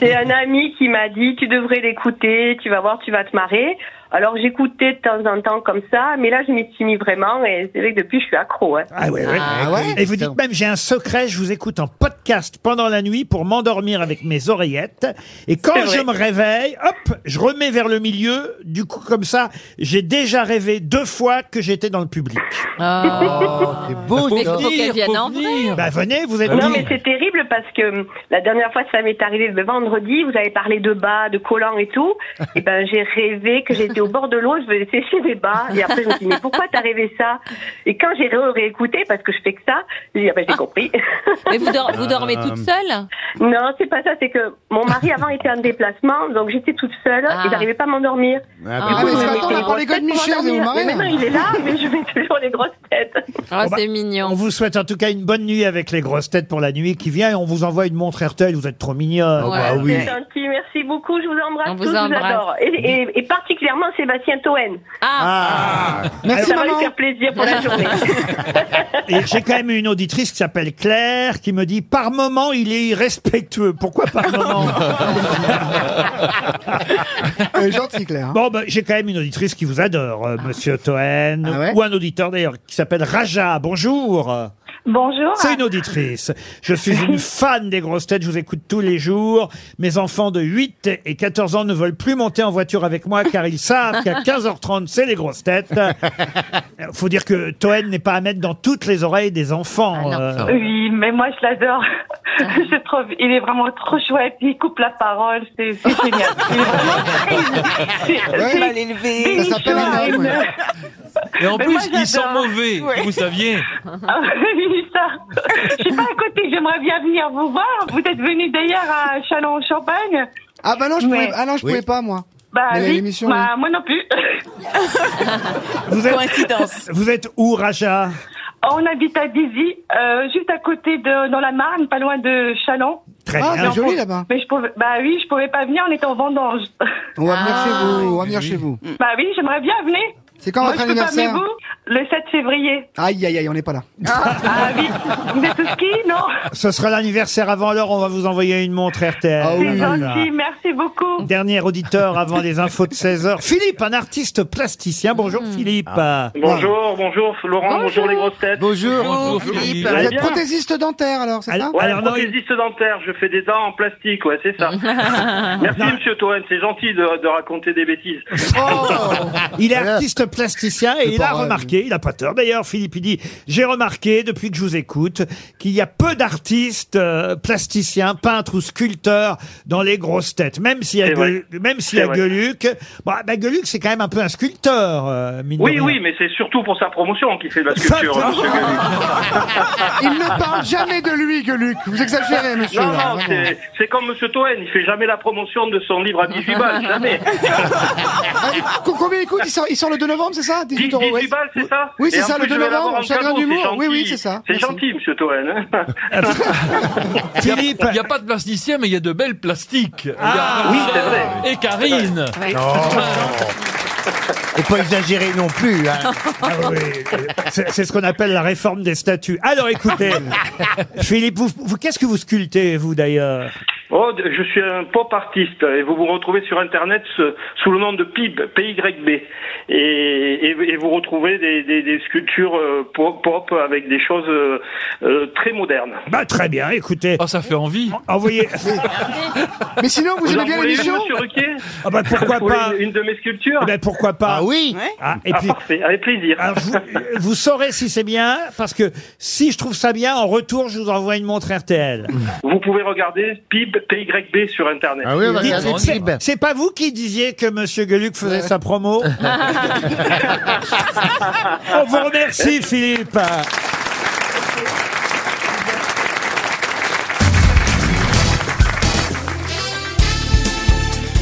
Speaker 11: C'est un ami qui m'a dit tu devrais l'écouter, tu vas voir, tu vas te marrer. Alors j'écoutais de temps en temps comme ça, mais là je m'y suis mis vraiment et c'est vrai que depuis je suis accro. Hein.
Speaker 2: Ah ouais, ouais.
Speaker 5: Ah ouais
Speaker 2: Et vous dites même, j'ai un secret, je vous écoute en podcast pendant la nuit pour m'endormir avec mes oreillettes. Et quand je me réveille, hop, je remets vers le milieu. Du coup, comme ça, j'ai déjà rêvé deux fois que j'étais dans le public.
Speaker 11: Oh.
Speaker 2: Oh,
Speaker 5: Oh, C'est beau,
Speaker 3: Ah. Mais
Speaker 5: ça.
Speaker 3: faut qu'elle vienne en vrai.
Speaker 2: Bah venez, vous êtes
Speaker 11: Non
Speaker 2: libre.
Speaker 11: mais c'est terrible parce que hum, la dernière fois ça m'est arrivé le vendredi, vous avez parlé de bas, de collants et tout, et ben j'ai rêvé que j'étais au bord de l'eau, je vais sécher mes bas, et après je me suis dit mais pourquoi t'as rêvé ça Et quand j'ai ré- réécouté, parce que je fais que ça, j'ai dit ah ben j'ai compris.
Speaker 3: Mais vous, dor- vous dormez toute seule
Speaker 11: Non, c'est pas ça, c'est que mon mari avant était en déplacement, donc j'étais toute seule
Speaker 3: Ah.
Speaker 11: et j'arrivais pas à m'endormir.
Speaker 5: Ah,
Speaker 4: Ah, mais
Speaker 11: Je
Speaker 4: ce
Speaker 11: me mettais
Speaker 4: matin, on a
Speaker 11: les grosses
Speaker 4: parlé que de
Speaker 11: têtes pour
Speaker 4: Michel, vous
Speaker 11: m'endormir. Mais
Speaker 4: marrez.
Speaker 11: maintenant il est là, mais je mets toujours les grosses têtes.
Speaker 3: Ah,
Speaker 2: Oh bah,
Speaker 3: c'est
Speaker 2: On
Speaker 3: mignon.
Speaker 2: vous souhaite en tout cas une bonne nuit avec les grosses têtes pour la nuit qui vient et on vous envoie une montre RTL, vous êtes trop mignonne.
Speaker 3: Ouais. Ah.
Speaker 5: bah oui.
Speaker 11: C'est gentil, merci beaucoup, je vous embrasse
Speaker 3: On vous
Speaker 11: tous,
Speaker 3: embrasse.
Speaker 11: je vous adore. Et, et- et particulièrement Sébastien Toen.
Speaker 3: Ah,
Speaker 4: Merci,
Speaker 11: Ah, ça va
Speaker 4: maman.
Speaker 11: lui faire plaisir pour la journée.
Speaker 2: Et j'ai quand même une auditrice qui s'appelle Claire qui me dit par moment il est irrespectueux. Pourquoi par moment
Speaker 4: Elle est gentille, Claire. hein.
Speaker 2: Bon, ben, j'ai quand même une auditrice qui vous adore, euh, monsieur Toen,
Speaker 4: Ah ouais
Speaker 2: ou un auditeur d'ailleurs qui s'appelle Raja. Bonjour.
Speaker 11: Bonjour.
Speaker 2: C'est une auditrice. Je suis une fan des grosses têtes, je vous écoute tous les jours. Mes enfants de 8 et 14 ans ne veulent plus monter en voiture avec moi car ils savent qu'à 15h30, c'est les grosses têtes. Euh, Faut dire que Toen n'est pas à mettre dans toutes les oreilles des enfants.
Speaker 3: Ah non.
Speaker 2: euh.
Speaker 11: Oui, mais moi je l'adore. Je trouve, il est vraiment trop chouette. Il coupe la parole, c'est c'est génial. Il est
Speaker 8: bah,
Speaker 11: vraiment
Speaker 4: Ouais.
Speaker 7: mal élevé.
Speaker 4: Ça s'appelle un homme. ouais.
Speaker 6: Et en
Speaker 11: Mais moi,
Speaker 6: plus,
Speaker 11: j'adore.
Speaker 6: il sent mauvais,
Speaker 7: Ouais.
Speaker 6: vous saviez.
Speaker 11: Ah oui, ça. Je suis pas à côté, j'aimerais bien venir vous voir. Vous êtes venu d'ailleurs à Chalon-en-Champagne.
Speaker 4: Ah bah non, je
Speaker 11: Ouais.
Speaker 4: pouvais, ah non, je
Speaker 5: Oui.
Speaker 4: pouvais pas, moi.
Speaker 11: Bah,
Speaker 4: Mais
Speaker 11: oui.
Speaker 4: l'émission,
Speaker 11: Bah, moi non plus.
Speaker 2: Vous, êtes,
Speaker 7: Coïncidence.
Speaker 2: vous êtes où, Raja
Speaker 11: On habite à Dizy, euh, juste à côté de, dans la Marne, pas loin de Chalon.
Speaker 2: Très
Speaker 4: Ah,
Speaker 2: bien.
Speaker 4: c'est joli là-bas.
Speaker 11: Mais je pouvais, bah oui, je pouvais pas venir, on était en vendange.
Speaker 4: On va venir chez vous. On va venir
Speaker 6: oui.
Speaker 4: chez vous.
Speaker 11: bah oui, j'aimerais bien venir.
Speaker 4: C'est quand
Speaker 11: moi,
Speaker 4: votre
Speaker 11: je peux pas, mais
Speaker 4: anniversaire
Speaker 11: vous, le 7 février.
Speaker 4: Aïe, aïe, aïe, on n'est pas là.
Speaker 11: Ah oui, vous êtes au ski, non?
Speaker 2: Ce sera l'anniversaire avant l'heure, on va vous envoyer une montre RTL.
Speaker 4: Ah
Speaker 11: C'est
Speaker 4: oui.
Speaker 11: gentil, merci beaucoup.
Speaker 2: Dernier auditeur avant les infos de 16h. Philippe, un artiste plasticien. Bonjour Philippe.
Speaker 12: Ah. Bonjour, bonjour Laurent, bonjour, les grosses têtes.
Speaker 5: Bonjour.
Speaker 6: Bonjour,
Speaker 7: Philippe.
Speaker 4: Vous
Speaker 2: Allez,
Speaker 4: êtes prothésiste dentaire, alors, c'est ça
Speaker 2: Alors-
Speaker 12: Ouais,
Speaker 2: non,
Speaker 12: prothésiste dentaire, je fais des dents en plastique, ouais, c'est ça. Merci monsieur Toen, c'est gentil de, de raconter des bêtises.
Speaker 4: Oh
Speaker 2: il est artiste plasticien et
Speaker 5: C'est
Speaker 2: il a
Speaker 5: pas vrai.
Speaker 2: remarqué remarqué, il n'a pas tort d'ailleurs, Philippe, il dit J'ai remarqué depuis que je vous écoute qu'il y a peu d'artistes, euh, plasticiens, peintres ou sculpteurs dans les grosses têtes. Même s'il y a,
Speaker 12: C'est vrai.
Speaker 2: Gueul- même s'il y a
Speaker 12: C'est vrai.
Speaker 2: Gueuluc. Bon, ah, bah, Gueuluc, c'est quand même un peu un sculpteur, euh, mine de
Speaker 12: Oui,
Speaker 2: rien.
Speaker 12: oui, mais c'est surtout pour sa promotion qu'il fait de la sculpture, hein,
Speaker 2: Ça-
Speaker 12: monsieur Gueluc.
Speaker 4: Il ne parle jamais de lui, que Luc. Vous exagérez, monsieur.
Speaker 12: Non,
Speaker 4: là,
Speaker 12: non,
Speaker 4: vraiment.
Speaker 12: c'est- c'est comme monsieur Toen, il fait jamais la promotion de son livre à 18 balles, jamais.
Speaker 4: Ah, il- co- combien il coûte il sort, il sort le 2 novembre, c'est ça
Speaker 12: 10,
Speaker 4: 18 euros.
Speaker 12: 18 balles, c'est ça
Speaker 4: Oui, c'est
Speaker 12: Et en
Speaker 4: ça, le
Speaker 12: plus,
Speaker 4: 2
Speaker 12: je vais l'avoir
Speaker 4: novembre,
Speaker 12: en
Speaker 4: chagrin
Speaker 12: cadeau,
Speaker 4: d'humour.
Speaker 12: c'est
Speaker 4: Oui, oui,
Speaker 12: gentil.
Speaker 4: c'est ça.
Speaker 12: C'est
Speaker 4: Merci.
Speaker 12: gentil, monsieur Toen. hein.
Speaker 2: Philippe
Speaker 6: Il n'y a pas de plasticien, mais il y a de belles plastiques.
Speaker 12: Ah, oui, c'est vrai.
Speaker 6: Et Karine. Ah.
Speaker 5: Faut pas exagérer non plus. Hein.
Speaker 2: Ah oui, euh, c'est c'est ce qu'on appelle la réforme des statuts. Alors écoutez, Philippe, vous, vous- qu'est-ce que vous sculptez, vous d'ailleurs
Speaker 12: Oh, d- je suis un pop artiste et vous vous retrouvez sur internet ce- sous le nom de PIB, PYB. Et, et, et vous retrouvez des, des, des sculptures euh, pop, pop avec des choses euh, euh, très modernes.
Speaker 2: Bah très bien, écoutez,
Speaker 6: Oh, ça fait envie.
Speaker 2: envoyez.
Speaker 4: Mais sinon, vous,
Speaker 12: Vous en
Speaker 4: aimez bien
Speaker 12: voulez une,
Speaker 4: l'émission
Speaker 12: monsieur Ruquier
Speaker 2: Ah bah pourquoi
Speaker 12: Vous voulez
Speaker 2: pas
Speaker 12: une, une de mes sculptures
Speaker 2: Eh ben, pourquoi pas
Speaker 5: Ah oui
Speaker 2: Ah, et
Speaker 12: Ah,
Speaker 2: puis,
Speaker 12: parfait, avec plaisir.
Speaker 2: alors, vous, vous saurez si c'est bien, parce que si je trouve ça bien, en retour, je vous envoie une montre RTL.
Speaker 12: Vous pouvez regarder PIB, PYB sur internet.
Speaker 5: Ah oui, on va
Speaker 2: Dites,
Speaker 5: regarder
Speaker 2: c'est-
Speaker 5: Pib.
Speaker 2: C'est pas vous qui disiez que Monsieur Gueluc faisait sa promo On vous remercie, Philippe.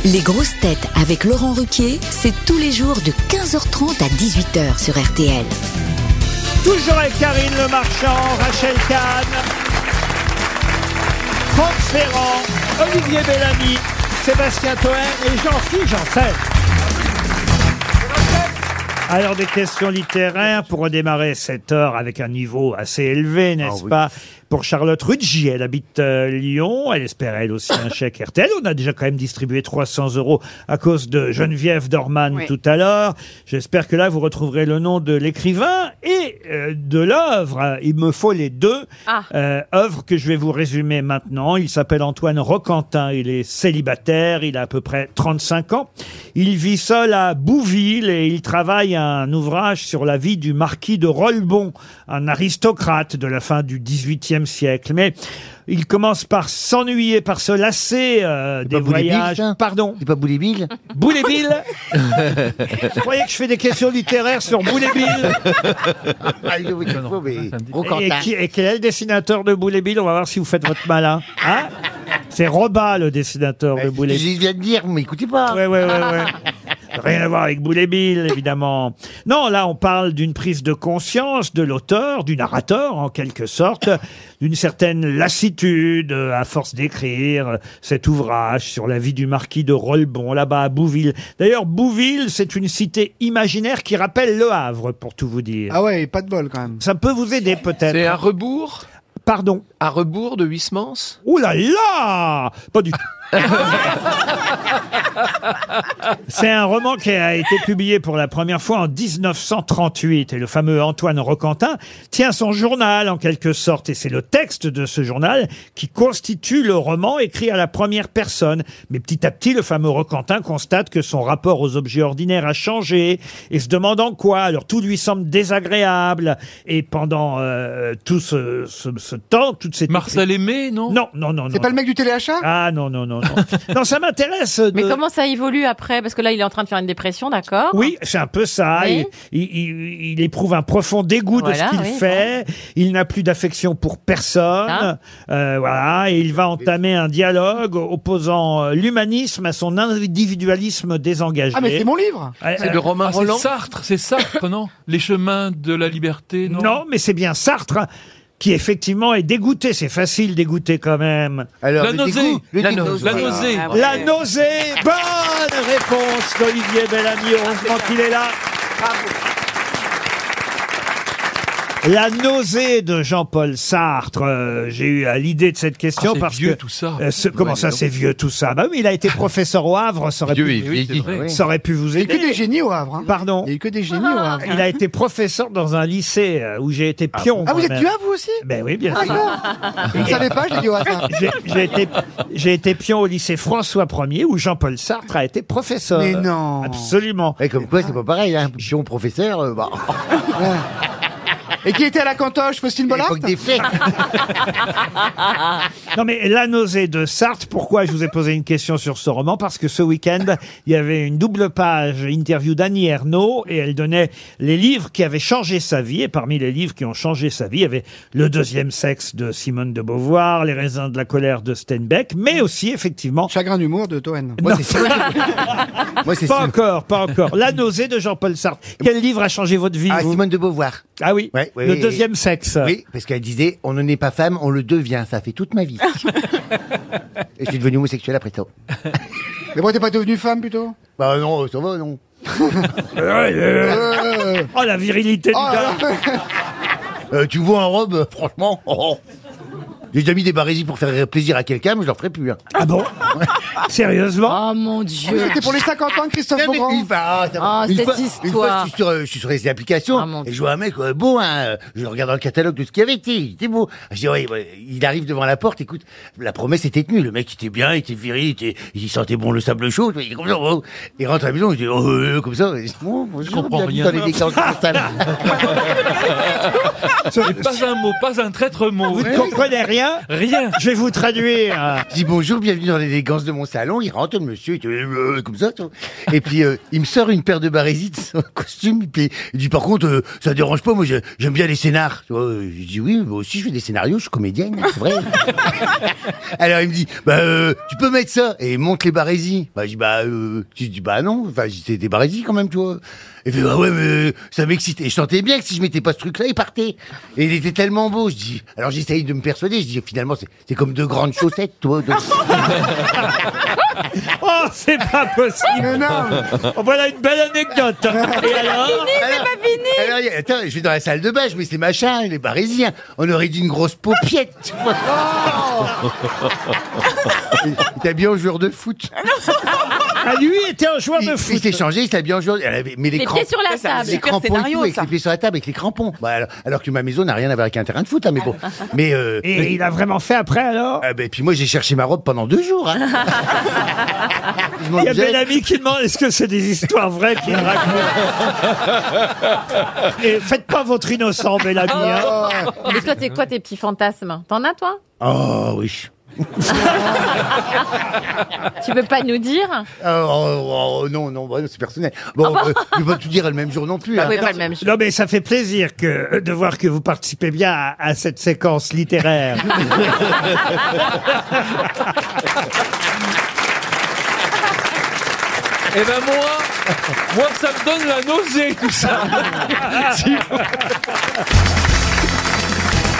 Speaker 13: Les grosses têtes avec Laurent Ruquier, c'est tous les jours de 15h30 à 18h sur RTL.
Speaker 2: Toujours avec Karine Le Marchand, Rachel Kahn, Franck Ferrand, Olivier Bellamy, Sébastien Toen et Jean-Philippe Janssen. Alors des questions littéraires pour redémarrer cette heure avec un niveau assez élevé, n'est-ce pas Pour Charlotte Ruggi, elle habite euh, Lyon, elle espère elle aussi un chèque RTL. On a déjà quand même distribué 300 euros à cause de Geneviève Dorman
Speaker 7: Oui.
Speaker 2: tout à l'heure. J'espère que là vous retrouverez le nom de l'écrivain et euh, de l'œuvre. Il me faut les deux
Speaker 3: Ah.
Speaker 2: euh, œuvre que je vais vous résumer maintenant. Il s'appelle Antoine Roquentin. Il est célibataire. Il a à peu près 35 ans. Il vit seul à Bouville et il travaille un ouvrage sur la vie du marquis de Rolbon, un aristocrate de la fin du XVIIIe siècle. Mais il commence par s'ennuyer, par se lasser euh, des
Speaker 5: pas Boulébile,
Speaker 2: voyages.
Speaker 5: ça
Speaker 2: Pardon.
Speaker 5: C'est pas Bouli Bill
Speaker 2: Bouléville Vous croyez que je fais des questions littéraires sur Bouléville
Speaker 5: Ah oui, oui, oui, mais...
Speaker 2: Et,
Speaker 5: Roquentin.
Speaker 2: qui- et quel est le dessinateur de Boule et Bill On va voir si vous faites votre malin. Hein c'est Roba, le dessinateur de Boule et Bill.
Speaker 5: Je viens de dire, mais écoutez pas.
Speaker 2: Ouais, ouais, ouais, ouais. Rien à voir avec Boule et Bill, évidemment. Non, là, on parle d'une prise de conscience de l'auteur, du narrateur, en quelque sorte, d'une certaine lassitude euh, à force d'écrire euh, cet ouvrage sur la vie du marquis de Rolbon, là-bas à Bouville. D'ailleurs, Bouville, c'est une cité imaginaire qui rappelle Le Havre, pour tout vous dire.
Speaker 4: Ah ouais, pas de bol quand même.
Speaker 2: Ça peut vous aider,
Speaker 9: C'est
Speaker 2: peut-être.
Speaker 9: à rebours
Speaker 2: Pardon.
Speaker 9: À rebours de Huysmans
Speaker 2: Ouh là là Pas du tout. C'est un roman qui a été publié pour la première fois en 1938 et le fameux Antoine Roquentin tient son journal en quelque sorte et c'est le texte de ce journal qui constitue le roman écrit à la première personne. Mais petit à petit, le fameux Roquentin constate que son rapport aux objets ordinaires a changé et se demande en quoi. Alors tout lui semble désagréable et pendant euh, tout ce, ce- ce temps, toute cette
Speaker 6: Marcel Aimé, non
Speaker 2: non, non, non.
Speaker 4: C'est
Speaker 2: non.
Speaker 4: pas le mec du téléachat
Speaker 2: Ah non, non, non, non. non, ça m'intéresse. De...
Speaker 3: Mais comment ça évolue après Parce que là, il est en train de faire une dépression, d'accord
Speaker 2: Oui, c'est un peu ça.
Speaker 3: Oui.
Speaker 2: Il, il- il- il éprouve un profond dégoût de
Speaker 3: Voilà,
Speaker 2: ce qu'il
Speaker 3: oui,
Speaker 2: fait. Il n'a plus d'affection pour personne.
Speaker 3: Ah.
Speaker 2: Euh, voilà, et il va entamer un dialogue opposant euh, l'humanisme à son individualisme désengagé.
Speaker 4: Ah, mais c'est mon livre
Speaker 2: Euh,
Speaker 9: C'est
Speaker 2: euh,
Speaker 9: de Romain
Speaker 6: Ah, c'est
Speaker 9: Roland
Speaker 6: Sartre, c'est Sartre, non Les chemins de la liberté, non
Speaker 2: non, mais c'est bien Sartre qui effectivement est dégoûté. C'est facile dégoûter quand même.
Speaker 5: Alors,
Speaker 6: La
Speaker 5: le
Speaker 6: nausée.
Speaker 5: dégoût, le
Speaker 9: La
Speaker 5: dégoût.
Speaker 9: nausée.
Speaker 6: La
Speaker 5: Voilà.
Speaker 6: nausée.
Speaker 7: Ah,
Speaker 2: La
Speaker 7: ouais.
Speaker 2: nausée. Bonne réponse d'Olivier Bellamy. Heureusement qu'il est là. La nausée de Jean-Paul Sartre. euh, J'ai eu euh, l'idée de cette question
Speaker 6: c'est
Speaker 2: parce
Speaker 6: vieux,
Speaker 2: que
Speaker 6: tout ça.
Speaker 2: euh, ce- comment
Speaker 6: Ouais,
Speaker 2: ça,
Speaker 6: dis
Speaker 2: c'est
Speaker 6: donc.
Speaker 2: vieux tout ça Bah oui, il a été professeur au Havre. Ça aurait,
Speaker 9: Vieux,
Speaker 2: pu,
Speaker 9: il Oui, vieillit. c'est vrai.
Speaker 2: ça aurait pu vous
Speaker 4: Il n'y a
Speaker 2: aider.
Speaker 4: que des génies au Havre. hein.
Speaker 2: Pardon.
Speaker 4: Il n'y a eu que des génies au Havre.
Speaker 2: Il a été professeur dans un lycée euh, où j'ai été pion.
Speaker 4: Ah, vous êtes
Speaker 2: moi-même.
Speaker 4: du Havre, vous aussi
Speaker 2: Ben oui, bien
Speaker 4: Ah,
Speaker 2: sûr.
Speaker 4: d'accord. Vous ne savez pas, je l'ai dit au hasard.
Speaker 2: J'ai- J'ai été, j'ai été pion au lycée François Ier où Jean-Paul Sartre a été professeur.
Speaker 4: Mais non.
Speaker 2: Absolument.
Speaker 5: Et comme quoi, c'est pas pareil, hein. Pion professeur, euh, bah.
Speaker 4: Et qui était à la cantoche, Faustine Bollard
Speaker 5: l'époque des faits.
Speaker 2: Non mais la nausée de Sartre, pourquoi je vous ai posé une question sur ce roman Parce que ce week-end, il y avait une double page interview d'Annie Ernaux et elle donnait les livres qui avaient changé sa vie. Et parmi les livres qui ont changé sa vie, il y avait Le deuxième sexe de Simone de Beauvoir, Les raisins de la colère de Steinbeck, mais aussi effectivement...
Speaker 4: Chagrin d'humour de Toen.
Speaker 2: Non,
Speaker 5: Moi, c'est
Speaker 2: pas
Speaker 5: Simone.
Speaker 2: encore, pas encore. La nausée de Jean-Paul Sartre. Quel livre a changé votre vie
Speaker 5: Ah,
Speaker 2: vous
Speaker 5: Simone de Beauvoir.
Speaker 2: Ah oui,
Speaker 5: Ouais, ouais,
Speaker 2: le
Speaker 5: ouais.
Speaker 2: deuxième sexe.
Speaker 5: Oui, parce qu'elle disait, on ne n'est pas femme, on le devient. Ça fait toute ma vie. Et je suis devenu homosexuel après ça.
Speaker 4: Mais moi, t'es pas devenue femme plutôt
Speaker 5: Bah non, ça va, non.
Speaker 4: Euh,
Speaker 2: Oh la virilité du
Speaker 4: oh,
Speaker 2: gars.
Speaker 5: Ah, Euh, tu vois en robe, euh, franchement. oh, oh. J'ai déjà mis des barésies pour faire plaisir à quelqu'un, mais je leur ferai plus. hein.
Speaker 2: Ah bon Sérieusement
Speaker 3: Oh mon
Speaker 4: oui,
Speaker 3: Dieu.
Speaker 4: Ah, C'était pour les 50 ans de Christophe
Speaker 5: Non, mais
Speaker 4: Beaugrand.
Speaker 5: une fois, ah, ça va.
Speaker 3: Ah,
Speaker 5: Une
Speaker 3: cette
Speaker 5: fois- Une
Speaker 3: histoire.
Speaker 5: fois, je suis sur, euh, je suis sur les applications
Speaker 3: Ah, mon
Speaker 5: et je vois un mec euh, beau. Hein, euh, je regarde dans le catalogue de ce qu'il y avait. tu sais, Il était beau. Je dis, ouais, ouais, il arrive devant la porte. Écoute, la promesse était tenue. Le mec il était bien, il était viril, il, était- il sentait bon le sable chaud. tu vois, Il était comme ça. oh. Il rentre à la maison. Il dit, oh, euh, comme ça. Je, dis, oh, bonjour,
Speaker 6: comprends
Speaker 5: bienvenue
Speaker 6: rien.
Speaker 5: Dans les décors de cristal.
Speaker 6: Pas un mot, pas un traître mot.
Speaker 2: Vous ne comprenez rien
Speaker 6: Rien.
Speaker 2: Je vais vous traduire.
Speaker 5: Je dis bonjour, bienvenue dans l'élégance de mon salon. Il rentre, le monsieur, il est euh, comme ça. tu vois. Et puis, euh, il me sort une paire de barésies de son costume. Et puis, il dit, par contre, euh, ça dérange pas, moi, je- j'aime bien les scénars. Tu vois, euh, je dis, oui, moi aussi, je fais des scénarios, je suis comédienne, c'est vrai. Alors, il me dit, bah, euh, tu peux mettre ça. Et il monte les barésies. Bah, je dis, bah, euh, tu dis, bah, non. Enfin, je dis, c'est des barésies quand même, tu vois. Il fait, bah ouais, mais ça m'excite. Et je sentais bien que si je mettais pas ce truc-là, il partait. Et il était tellement beau, je dis. Alors j'essaye de me persuader, je dis, finalement, c'est- c'est comme deux grandes chaussettes, toi. deux-
Speaker 2: Oh, c'est pas possible.
Speaker 4: Mais non
Speaker 2: Oh, voilà une belle anecdote. Et alors
Speaker 5: alors, alors, il y a- attends, je vais dans la salle de bain, je mets ces machins, les parisiens. On aurait dit une grosse paupiette. tu vois. Il il t'habille en joueur de foot.
Speaker 2: Ah, lui était un joueur
Speaker 5: Il,
Speaker 2: de
Speaker 5: il
Speaker 2: foot.
Speaker 5: s'est changé, il s'habille en joueur. elle avait- Mais les,
Speaker 3: Les
Speaker 5: crampons-
Speaker 3: pieds sur la
Speaker 7: ça,
Speaker 3: table.
Speaker 5: les
Speaker 7: Super
Speaker 5: crampons et
Speaker 7: scénario,
Speaker 5: tout, avec
Speaker 7: ça.
Speaker 5: les pieds sur la table, avec les crampons. Bah, alors, alors que ma maison n'a rien à voir avec un terrain de foot, hein, mais bon. Mais euh,
Speaker 2: Et il a vraiment fait après alors
Speaker 5: Ah ben, puis moi j'ai cherché ma robe pendant deux jours. Hein. Je m'en
Speaker 2: Il y a
Speaker 5: disais,
Speaker 2: Bellamy qui demande est-ce que c'est des histoires vraies qu'il raconte Et faites pas votre innocent, Bellamy.
Speaker 3: Oh.
Speaker 2: hein.
Speaker 3: Mais toi, c'est quoi tes petits fantasmes T'en as, toi
Speaker 5: Oh oui.
Speaker 3: Tu peux pas nous dire
Speaker 5: Oh, oh, oh, non non, bah, non, c'est personnel. Bon, euh, je peux pas tout dire le même jour non plus. hein.
Speaker 3: Ah Oui, pas le même.
Speaker 2: Non mais ça fait plaisir que, euh, de voir que vous participez bien à, à cette séquence littéraire.
Speaker 6: Eh ben moi, moi ça me donne la nausée tout ça.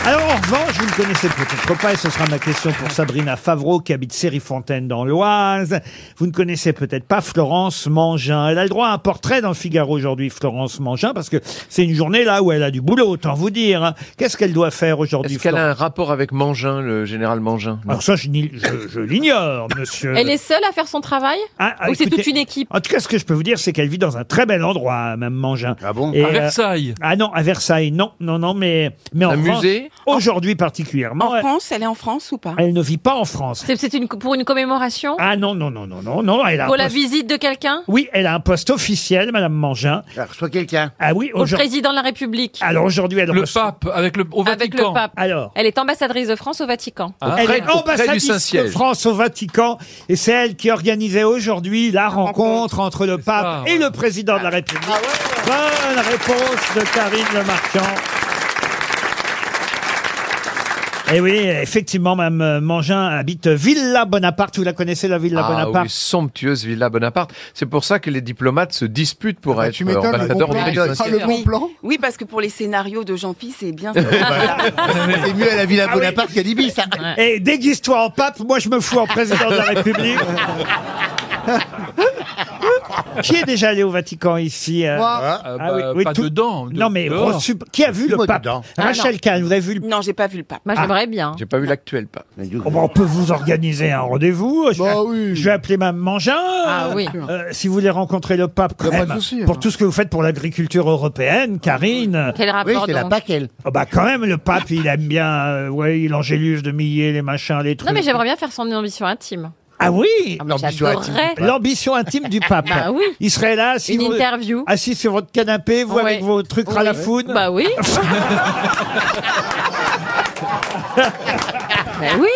Speaker 2: Alors en revanche, vous ne connaissez peut-être pas, et ce sera ma question pour Sabrina Favreau qui habite Série-Fontaine dans l'Oise, vous ne connaissez peut-être pas Florence Mangin. Elle a le droit à un portrait dans le Figaro aujourd'hui, Florence Mangin, parce que c'est une journée là où elle a du boulot, autant vous dire. hein. Qu'est-ce qu'elle doit faire aujourd'hui
Speaker 9: Est-ce qu'elle a
Speaker 2: Florence
Speaker 9: un rapport avec Mangin, le général Mangin Non.
Speaker 2: Alors ça, je, n'y- je- je l'ignore, monsieur.
Speaker 3: Elle est seule à faire son travail
Speaker 2: Ah, ah,
Speaker 3: Ou c'est
Speaker 2: écoutez,
Speaker 3: toute une équipe
Speaker 2: En tout cas, ce que je peux vous dire, c'est qu'elle vit dans un très bel endroit, hein, Mme Mangin.
Speaker 5: Ah bon
Speaker 2: Et,
Speaker 6: À
Speaker 2: euh,
Speaker 6: Versailles.
Speaker 2: ah non, à Versailles, non, non, non, mais, mais en
Speaker 9: Un
Speaker 2: revanche,
Speaker 9: musée
Speaker 2: Aujourd'hui particulièrement,
Speaker 7: En
Speaker 2: elle-
Speaker 7: France, elle est en France ou
Speaker 5: Ah.
Speaker 7: pas
Speaker 2: elle ne vit pas en France.
Speaker 3: C'est- C'est une, pour une commémoration
Speaker 2: Ah non, non, non, non, non, non. Elle a
Speaker 3: Pour
Speaker 2: un
Speaker 3: la
Speaker 2: poste-
Speaker 3: visite de quelqu'un
Speaker 2: Oui, elle a un poste officiel, Madame Mangin.
Speaker 5: Alors, soit quelqu'un.
Speaker 2: Ah oui,
Speaker 3: Au
Speaker 2: aujourd'hui.
Speaker 3: président de la République
Speaker 2: Alors aujourd'hui, elle
Speaker 6: Le
Speaker 2: reçoit-
Speaker 6: pape avec le au
Speaker 3: Avec le
Speaker 6: Vatican.
Speaker 3: pape
Speaker 2: Alors. Ah.
Speaker 3: Elle est ambassadrice de France au Vatican.
Speaker 6: Ah.
Speaker 9: Hein
Speaker 2: Elle
Speaker 9: Près-
Speaker 2: est
Speaker 9: auprès du
Speaker 2: ambassadrice de
Speaker 9: Saint-Siège.
Speaker 2: France au Vatican et c'est elle qui organisait aujourd'hui la rencontre entre le pape
Speaker 6: ça,
Speaker 2: et
Speaker 6: ouais. Ah
Speaker 2: le président de la République. Bonne réponse de Karine Le Marchand. Et Eh oui, effectivement, Mme Mangin habite Villa Bonaparte. Vous la connaissez, la Villa
Speaker 9: ah,
Speaker 2: Bonaparte
Speaker 9: oui, somptueuse villa Bonaparte. C'est pour ça que les diplomates se disputent pour
Speaker 4: Bah,
Speaker 9: être
Speaker 4: Tu
Speaker 9: euh,
Speaker 4: m'étonnes, le bon
Speaker 9: ambassadeurs au
Speaker 4: plan.
Speaker 9: pays de
Speaker 7: Oh,
Speaker 4: Ah, le bon plan
Speaker 7: Oui, parce que pour les scénarios de jean philippe c'est bien.
Speaker 5: C'est mieux à la Villa
Speaker 2: oui.
Speaker 5: Bonaparte qu'à Libye, ça.
Speaker 2: Eh, Et déguise-toi en pape, moi je me fous en président de la République. Qui est déjà allé au Vatican ici euh
Speaker 6: Moi. Ah, bah, pas dedans, de-
Speaker 2: non mais
Speaker 6: dehors.
Speaker 2: reçu- qui a vu le
Speaker 6: Dis-moi
Speaker 2: pape
Speaker 6: dedans. Ah,
Speaker 2: Rachel
Speaker 6: non.
Speaker 2: Kahn, vous avez vu le
Speaker 7: Non, j'ai pas vu le pape.
Speaker 3: Moi, j'aimerais
Speaker 2: Ah.
Speaker 3: bien.
Speaker 9: Ah, J'ai pas vu l'actuel pape.
Speaker 2: Oh, bah, on peut vous organiser un rendez-vous. Je,
Speaker 3: Bah
Speaker 2: vais, je vais appeler Mme Mangin.
Speaker 3: Ah, oui.
Speaker 2: Euh, si vous voulez rencontrer le pape, quand
Speaker 3: Y a pas
Speaker 2: même,
Speaker 3: de souci,
Speaker 2: pour
Speaker 3: hein.
Speaker 2: tout ce que vous faites pour l'agriculture européenne, Karine.
Speaker 3: Quel rapport Oui, c'est la donc
Speaker 2: paquelle. bah, quand même, le pape, il aime bien euh, ouais, l'angélus de Millet, les machins, les trucs.
Speaker 3: Non, mais j'aimerais bien faire son ambition intime.
Speaker 2: Ah oui
Speaker 3: L'ambition intime du pape.
Speaker 2: L'ambition intime du pape.
Speaker 3: Bah oui.
Speaker 2: Il serait là, si
Speaker 3: Une
Speaker 2: vous-
Speaker 3: interview.
Speaker 2: assis sur votre canapé, vous
Speaker 3: Ouais.
Speaker 2: avec vos trucs
Speaker 3: Oui.
Speaker 2: à la foudre.
Speaker 3: Bah oui. Ben oui.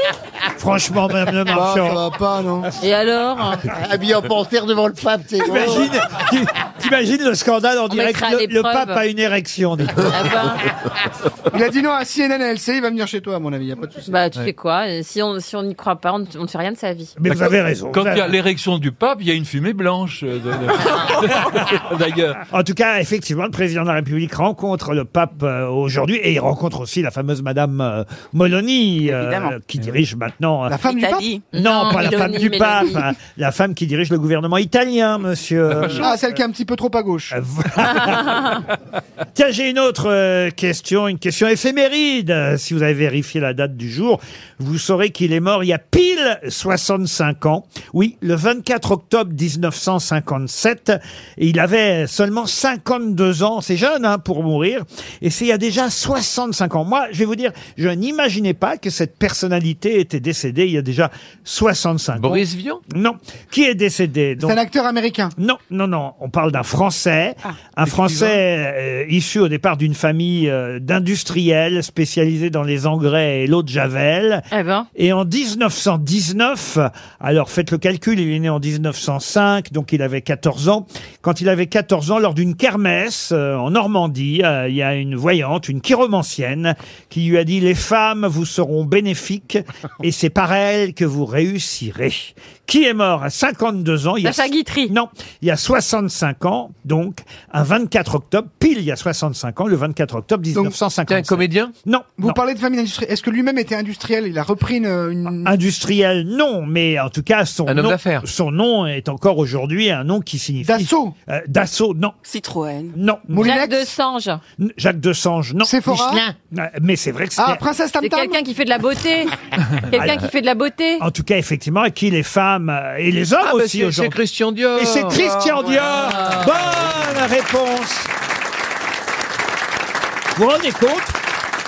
Speaker 2: Franchement, Madame Le Marchand.
Speaker 5: va pas, non
Speaker 3: Et alors
Speaker 5: Habillé en panthère devant le pape, c'est
Speaker 2: T'imagines, ti- t'imagines le scandale en direct
Speaker 5: mettra à
Speaker 2: le, le
Speaker 5: l'épreuve.
Speaker 2: pape a une érection. dis donc.
Speaker 4: Il a dit non à CNN et LCI, il va venir chez toi, à mon avis, y a pas de souci.
Speaker 3: Bah, tu
Speaker 6: Ouais.
Speaker 3: fais quoi Et Si on si on n'y croit pas, on ne on ne fait rien de sa vie.
Speaker 6: Quand il y a l'érection du pape, il y a une fumée blanche. euh, de- de- D'ailleurs.
Speaker 2: En tout cas, effectivement, le président de la République rencontre le pape euh, aujourd'hui et il rencontre aussi la fameuse Madame euh, Moloni, euh,
Speaker 4: Évidemment.
Speaker 2: qui dirige maintenant. euh,
Speaker 4: La femme du pape L'Italie.
Speaker 2: Non,
Speaker 4: Non,
Speaker 2: pas la femme du
Speaker 4: Meloni,
Speaker 2: pape,
Speaker 4: Meloni.
Speaker 2: hein, la femme qui dirige le gouvernement italien, monsieur.
Speaker 4: Ah, celle qui est un petit peu trop à gauche.
Speaker 2: Euh, Tiens, j'ai une autre euh, question, une question éphéméride. Euh, Si vous avez vérifié la date du jour, vous saurez qu'il est mort il y a pile 65 ans. Oui, le 24 octobre 1957. Et il avait seulement 52 ans. C'est jeune hein, pour mourir. Et c'est il y a déjà 65 ans. Moi, je vais vous dire, je n'imaginais pas que cette personnalité était décédée il y a déjà 65 ans.
Speaker 9: Boris Vian
Speaker 2: Non. Qui est décédé donc-
Speaker 4: C'est un acteur américain.
Speaker 2: Non, non, non. On parle d'un Français,
Speaker 3: Ah.
Speaker 2: un Français euh, issu au départ d'une famille euh, d'industriels spécialisés dans les engrais et l'eau de javel.
Speaker 3: Eh ben.
Speaker 2: Et en 1919, alors faites le calcul, il est né en 1905, donc il avait 14 ans. Quand il avait 14 ans, lors d'une kermesse euh, en Normandie, euh, il y a une voyante, une chiromancienne, qui lui a dit « Les femmes vous seront bénéfiques et c'est par elles que vous réussirez. » Qui est mort à 52 ans il y a-
Speaker 3: Sacha Guitry.
Speaker 2: Non, il y a 65 ans, donc un 24 octobre, pile il y a 65 ans, le 24 octobre 1950. un
Speaker 9: comédien
Speaker 2: Non.
Speaker 4: Vous parlez de famille industrielle. Est-ce que lui-même était industriel Il a repris une. une-
Speaker 2: Ah, Industriel, non, mais en tout cas, son
Speaker 4: Un homme
Speaker 2: nom,
Speaker 4: d'affaires.
Speaker 2: son nom est encore aujourd'hui un nom qui signifie. Dassault Dassault, non.
Speaker 7: Citroën.
Speaker 2: Non.
Speaker 3: Jacques de Sange.
Speaker 2: N- Jacques de Sange, non.
Speaker 3: Sephora Michelin.
Speaker 2: Euh, Mais c'est vrai que
Speaker 3: Ah,
Speaker 9: Ah,
Speaker 2: c'est.
Speaker 3: C'est quelqu'un qui fait de la beauté. quelqu'un qui fait de la beauté.
Speaker 2: En tout cas, effectivement, à qui les femmes euh, et les hommes
Speaker 9: Ah, bah,
Speaker 2: aussi
Speaker 9: c'est-
Speaker 2: aujourd'hui.
Speaker 9: c'est Christian Dior.
Speaker 2: Et c'est Christian
Speaker 9: Ah, voilà.
Speaker 2: Dior. Bonne réponse. Vous vous rendez compte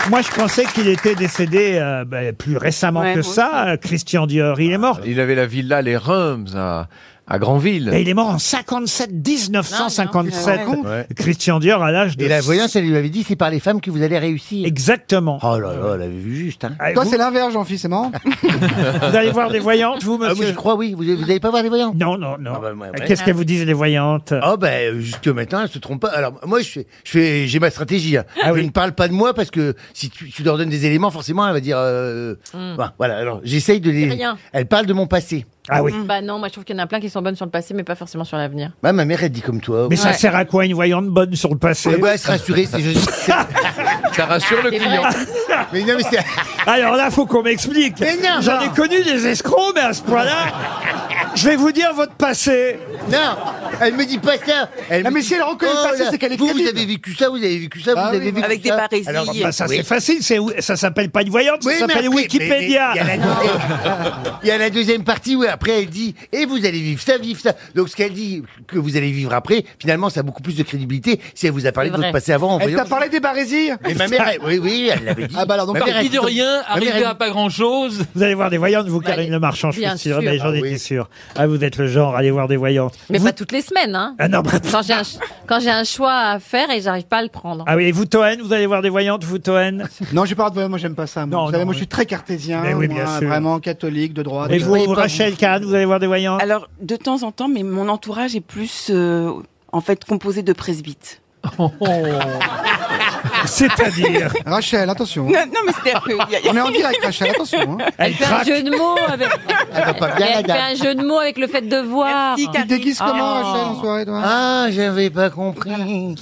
Speaker 2: moi, je pensais qu'il était décédé euh, ben, plus récemment
Speaker 9: Ouais,
Speaker 2: que
Speaker 9: moi
Speaker 2: ça, euh, Christian Dior. Il est mort.
Speaker 9: Ah, Il avait la villa Les Reims à, à Grandville.
Speaker 2: Et il est mort en 57, 1957.
Speaker 9: Non, non, ouais.
Speaker 2: Christian Dior à l'âge de.
Speaker 5: Et la voyante, elle lui avait dit c'est par les femmes que vous allez réussir.
Speaker 2: Exactement. Ah,
Speaker 5: Oh là là, elle avait vu juste. Hein.
Speaker 4: Toi, c'est l'inverse, Jean-Philippe, c'est marrant.
Speaker 2: Vous allez voir des voyantes, vous, monsieur
Speaker 5: ah, Moi, je crois, oui. Vous n'allez pas voir des voyantes bah,
Speaker 2: Non, non, non. Qu'est-ce qu'elles vous disent, les voyantes
Speaker 5: Ah, ben, jusque maintenant, elles se trompent pas. Alors, moi, je fais, je fais, j'ai ma stratégie. hein.
Speaker 2: Ah
Speaker 5: je ne parle pas de moi parce que si tu, tu leur donnes des éléments, forcément, elle va dire. euh,
Speaker 3: Mm.
Speaker 5: bah, voilà, alors, j'essaye de les.
Speaker 3: Rien.
Speaker 5: Elle parle de mon passé.
Speaker 2: Ah
Speaker 3: Bah non, moi je trouve qu'il y en a plein qui sont bonnes sur le passé, mais pas forcément sur l'avenir.
Speaker 5: Bah, ma mère, elle dit comme toi.
Speaker 2: Mais ça
Speaker 3: Ouais.
Speaker 2: sert à quoi une voyante bonne sur le passé
Speaker 5: Eh
Speaker 9: bah,
Speaker 5: ben, elle se rassurer, c'est juste.
Speaker 9: Ça rassure le client.
Speaker 5: Mais non, mais c'est.
Speaker 2: Ah, Alors là, faut qu'on m'explique.
Speaker 5: Mais non,
Speaker 2: J'en ai
Speaker 5: non.
Speaker 2: connu des escrocs, mais à ce point-là, je vais vous dire votre passé.
Speaker 5: Non, elle me dit pas ça. Elle
Speaker 4: Ah,
Speaker 5: me
Speaker 4: mais
Speaker 5: dit,
Speaker 4: si elle reconnaît
Speaker 5: oh
Speaker 4: pas ça,
Speaker 5: là,
Speaker 4: c'est qu'elle est
Speaker 5: Vous, vous
Speaker 4: crédible.
Speaker 5: avez vécu ça, vous avez vécu ça,
Speaker 4: Ah
Speaker 5: vous
Speaker 4: oui,
Speaker 5: avez vécu
Speaker 4: avec
Speaker 5: ça.
Speaker 4: des barésilles.
Speaker 5: Alors,
Speaker 2: Bah, ça,
Speaker 5: oui.
Speaker 2: c'est facile. C'est, ça s'appelle pas une voyante,
Speaker 5: Oui,
Speaker 2: ça
Speaker 5: mais
Speaker 2: s'appelle
Speaker 5: après-
Speaker 2: Wikipédia.
Speaker 5: mais- mais Il y, a la- il y a la deuxième partie où après elle dit et vous allez vivre ça, vivre ça. Donc ce qu'elle dit que vous allez vivre après, finalement, ça a beaucoup plus de crédibilité si elle vous a parlé de
Speaker 4: C'est
Speaker 5: votre
Speaker 4: vrai.
Speaker 5: passé avant. en
Speaker 4: Elle
Speaker 5: voyant-
Speaker 4: t'a parlé des barésilles
Speaker 5: Et ma mère, elle- oui, oui, elle l'avait dit.
Speaker 4: Ah bah alors, donc,
Speaker 5: Ma mère,
Speaker 4: parti
Speaker 5: elle-
Speaker 6: Qui de rien,
Speaker 5: ma mère, elle-
Speaker 6: arrivé à pas grand-chose. Bah,
Speaker 2: Vous allez voir des voyantes, vous, Karine Le Marchand, je
Speaker 3: bien
Speaker 2: suis sûr,
Speaker 3: sûr.
Speaker 2: mais j'en étais sûr. Ah, vous êtes le genre, allez voir des voyantes.
Speaker 3: Mais pas toutes les semaines, hein.
Speaker 2: Ah non, bah-
Speaker 3: Quand j'ai un, ch- quand j'ai un choix à faire et j'arrive pas à le prendre.
Speaker 2: Ah oui, et vous, Toen, vous allez voir des voyantes, vous, Toen
Speaker 4: Non, j'ai pas de moi j'aime pas ça. Moi, Ah, Vous savez, moi je suis très cartésien,
Speaker 2: Mais Eh oui, bien
Speaker 4: moi,
Speaker 2: sûr.
Speaker 4: vraiment catholique, de droite.
Speaker 2: Et vous, Rachel Kahn, vous allez voir des voyantes
Speaker 7: Alors, de temps en temps, mais mon entourage est plus, euh, en fait, composé de presbytes.
Speaker 2: Oh. C'est-à-dire
Speaker 4: Rachel, attention.
Speaker 7: Non, non, mais c'est-à-dire que... y a-
Speaker 4: On est en direct, Rachel, attention. hein.
Speaker 3: Elle, fait un jeu de mots avec.
Speaker 5: Elle va pas bien, la
Speaker 3: Elle fait
Speaker 5: dame.
Speaker 3: un jeu de mots avec le fait de voir. Oh.
Speaker 4: Tu te déguises comment, Rachel, en soirée, toi
Speaker 5: Ah, j'avais pas compris.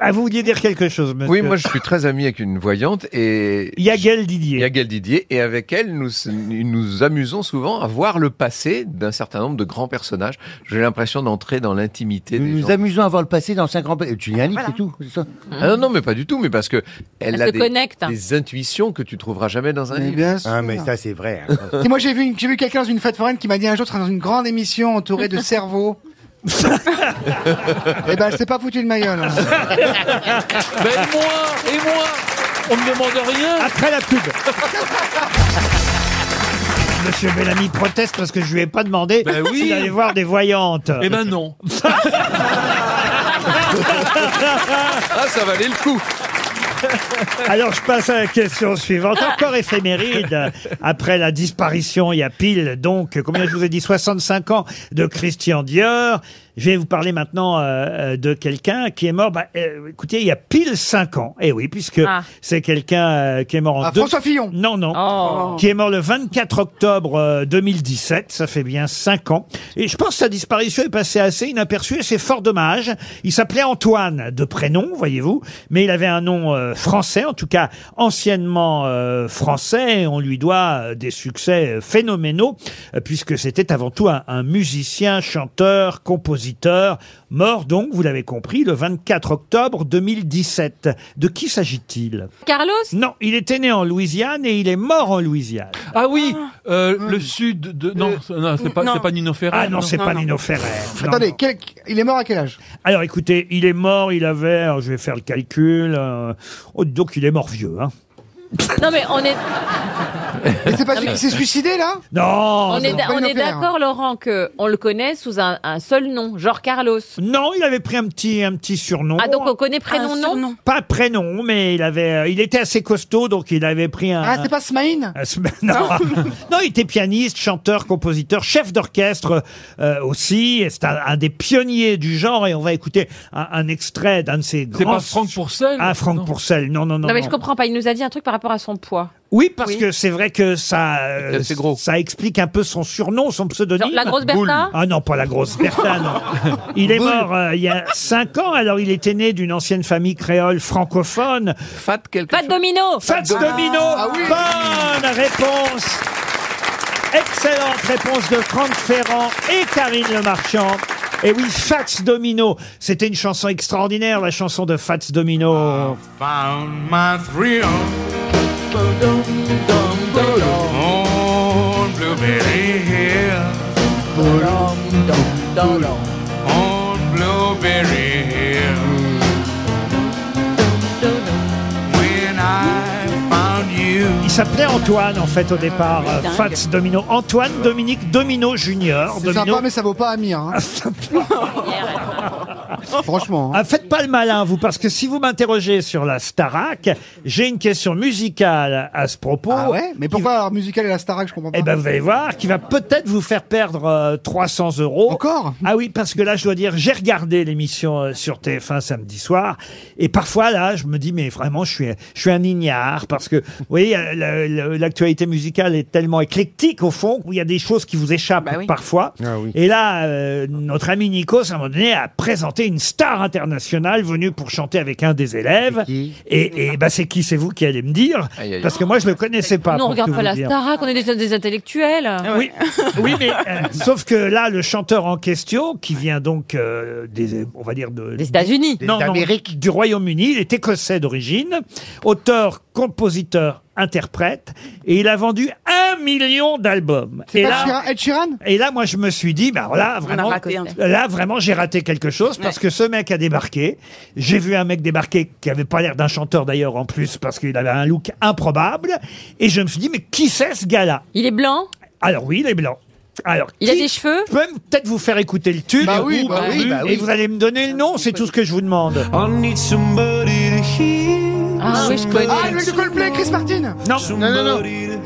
Speaker 2: Ah, vous vouliez dire quelque chose, monsieur
Speaker 9: Oui, moi je suis très ami avec une voyante et...
Speaker 2: Yagel Didier.
Speaker 9: Yagel Didier. Et avec elle, nous nous amusons souvent à voir le passé d'un certain nombre de grands personnages. J'ai l'impression d'entrer dans l'intimité des
Speaker 5: Nous nous
Speaker 9: gens.
Speaker 5: amusons à voir le passé dans 5 grands pays. Tu lis un livre, c'est tout. c'est ça
Speaker 9: Ah non, non, mais pas du tout, mais parce que elle,
Speaker 5: Elle
Speaker 9: a
Speaker 5: se
Speaker 9: des,
Speaker 5: connecte, hein.
Speaker 9: des intuitions que tu trouveras jamais dans un livre.
Speaker 5: Ah, mais ça, c'est vrai.
Speaker 4: Et moi, j'ai vu, une- j'ai vu quelqu'un dans une fête foraine qui m'a dit un jour, tu seras dans une grande émission entourée de cerveaux. Eh ben, c'est pas foutu de ma gueule. hein.
Speaker 6: Ben moi, et moi, on me demande rien.
Speaker 2: Après la pub. Monsieur Bellamy proteste parce que je lui ai pas demandé
Speaker 9: Bah
Speaker 6: Ben oui.
Speaker 2: s'il allait voir des voyantes.
Speaker 6: Eh ben non.
Speaker 9: Ah, ça valait le coup.
Speaker 2: Alors, je passe à la question suivante. Encore éphéméride. Après la disparition, il y a pile, donc, combien je vous ai dit, 65 ans de Christian Dior. Je vais vous parler maintenant euh, euh, de quelqu'un qui est mort, bah, euh, écoutez, il y a pile 5 ans. Eh oui, puisque
Speaker 14: Ah.
Speaker 2: c'est quelqu'un euh, qui est mort en...
Speaker 4: Ah, François Fillon
Speaker 2: Non, non.
Speaker 14: Oh.
Speaker 2: Qui est mort le 24 octobre euh, 2017. Ça fait bien 5 ans. Et je pense que sa disparition est passée assez inaperçue et c'est fort dommage. Il s'appelait Antoine de prénom, voyez-vous, mais il avait un nom euh, français, en tout cas anciennement euh, français. On lui doit euh, des succès euh, phénoménaux euh, puisque c'était avant tout un, un musicien, chanteur, compositeur, mort donc, vous l'avez compris, le 24 octobre 2017. De qui s'agit-il
Speaker 14: Carlos
Speaker 2: non, il était né en Louisiane et il est mort en Louisiane.
Speaker 6: Ah oui, euh, le sud de... Non, non c'est pas,
Speaker 2: non.
Speaker 6: c'est pas Nino Ferrer.
Speaker 2: Ah non, c'est pas
Speaker 6: non.
Speaker 2: Nino Ferrer. Non,
Speaker 4: Attendez,
Speaker 2: non.
Speaker 4: quel- il est mort à quel âge
Speaker 2: Alors écoutez, il est mort, il avait, alors, je vais faire le calcul, euh, oh, donc il est mort vieux. Hein.
Speaker 3: Non, mais on est,
Speaker 4: Mais c'est pas celui qui s'est suicidé, là
Speaker 2: Non
Speaker 3: on est,
Speaker 4: pas
Speaker 3: on est
Speaker 4: Nino Ferrer.
Speaker 3: d'accord, Laurent, que on le connaît sous un, un seul nom, genre Carlos.
Speaker 2: Non, il avait pris un petit, un petit surnom.
Speaker 3: Ah, donc on connaît prénom, nom
Speaker 2: Pas prénom, mais il avait, euh, il était assez costaud, donc il avait pris un.
Speaker 4: Ah, c'est pas Smaïn
Speaker 2: un sm- non. Non, il était pianiste, chanteur, compositeur, chef d'orchestre euh, aussi. Et C'est un, un des pionniers du genre et on va écouter un, un extrait d'un de ses grands.
Speaker 6: C'est pas Franck Pourcel
Speaker 2: Ah, Franck Pourcel. Non, non, non.
Speaker 3: Non, mais
Speaker 2: non.
Speaker 3: je comprends pas. Il nous a dit un truc par rapport à son poids.
Speaker 2: Oui, parce que c'est vrai que ça, euh, ça explique un peu son surnom, son pseudonyme.
Speaker 3: Genre la grosse Bertha Boule.
Speaker 2: Ah non, pas la grosse Bertha, non. Il est
Speaker 3: Boule.
Speaker 2: mort euh, il y a cinq ans, alors il était né d'une ancienne famille créole francophone.
Speaker 9: Fat quelque
Speaker 3: Fat Domino.
Speaker 2: Fats Domino. Bonne réponse. Excellente réponse de Franck Ferrand et Karine Le Marchand. Et oui, Fats Domino. C'était une chanson extraordinaire, la chanson de Fats Domino.
Speaker 15: Found my thrill on Blueberry Hill. On Blueberry Hill. When I found you.
Speaker 2: Il s'appelait Antoine en fait au départ, euh,
Speaker 15: Dingue.
Speaker 2: Fats Domino. Antoine Dominique Domino Junior.
Speaker 4: C'est sympa, mais ça vaut pas Amir. hein.
Speaker 2: Franchement. Ah, faites pas le malin, vous, parce que si vous m'interrogez sur la Starac, j'ai une question musicale à ce propos.
Speaker 4: Ah ouais Mais pourquoi alors musical et la Starac, je comprends pas.
Speaker 2: Eh ben, vous allez voir, qui va peut-être vous faire perdre euh, 300 euros. Encore Ah oui, parce que là, je dois dire, j'ai regardé l'émission euh, sur TF1 samedi soir, et parfois là, je me dis, mais vraiment, je suis, je suis un ignare, parce que, vous voyez, euh, la- la- l'actualité musicale est tellement éclectique au fond, où il y a des choses qui vous échappent parfois. Et là, euh, notre ami Nikos, à un moment donné, a présenté une star internationale venue pour chanter avec un des élèves. Et, et bah, c'est qui C'est vous qui allez me dire,
Speaker 9: Aïe, aïe.
Speaker 2: parce que moi, je le connaissais pas.
Speaker 3: Nous, on
Speaker 2: pour
Speaker 3: regarde
Speaker 2: tout
Speaker 3: pas
Speaker 2: vous
Speaker 3: la
Speaker 2: dire.
Speaker 3: Starac, on est des, des intellectuels.
Speaker 4: Ah
Speaker 2: Oui, oui, mais euh, sauf que là, le chanteur en question, qui vient donc euh, des, on va dire de, des
Speaker 3: États-Unis,
Speaker 2: non, non, du Royaume-Uni, il est écossais d'origine, auteur, compositeur, interprète, et il a vendu un million d'albums.
Speaker 4: C'est
Speaker 2: Et
Speaker 4: pas
Speaker 2: là-
Speaker 4: Sheeran- Ed Sheeran
Speaker 2: et là, moi, je me suis dit, bah, alors là,
Speaker 4: On a
Speaker 2: vraiment,
Speaker 4: raté un truc.
Speaker 2: là, vraiment, j'ai raté quelque chose parce que ce mec a débarqué. J'ai vu un mec débarquer qui avait pas l'air d'un chanteur d'ailleurs en plus parce qu'il avait un look improbable. Et je me suis dit, mais qui c'est ce gars-là
Speaker 3: Il est blanc
Speaker 2: Alors oui, il est blanc. Alors,
Speaker 3: Il a
Speaker 2: qui-
Speaker 3: des cheveux
Speaker 2: Je peux même peut-être vous faire écouter le tube.
Speaker 15: Bah oui, bah oui, bah oui.
Speaker 2: Et vous allez me donner le nom, c'est tout ce que je vous demande.
Speaker 4: Ah
Speaker 2: oui, je connais.
Speaker 4: Ah, le mec de Coldplay, Chris Martin
Speaker 2: Non,
Speaker 4: non, non, non.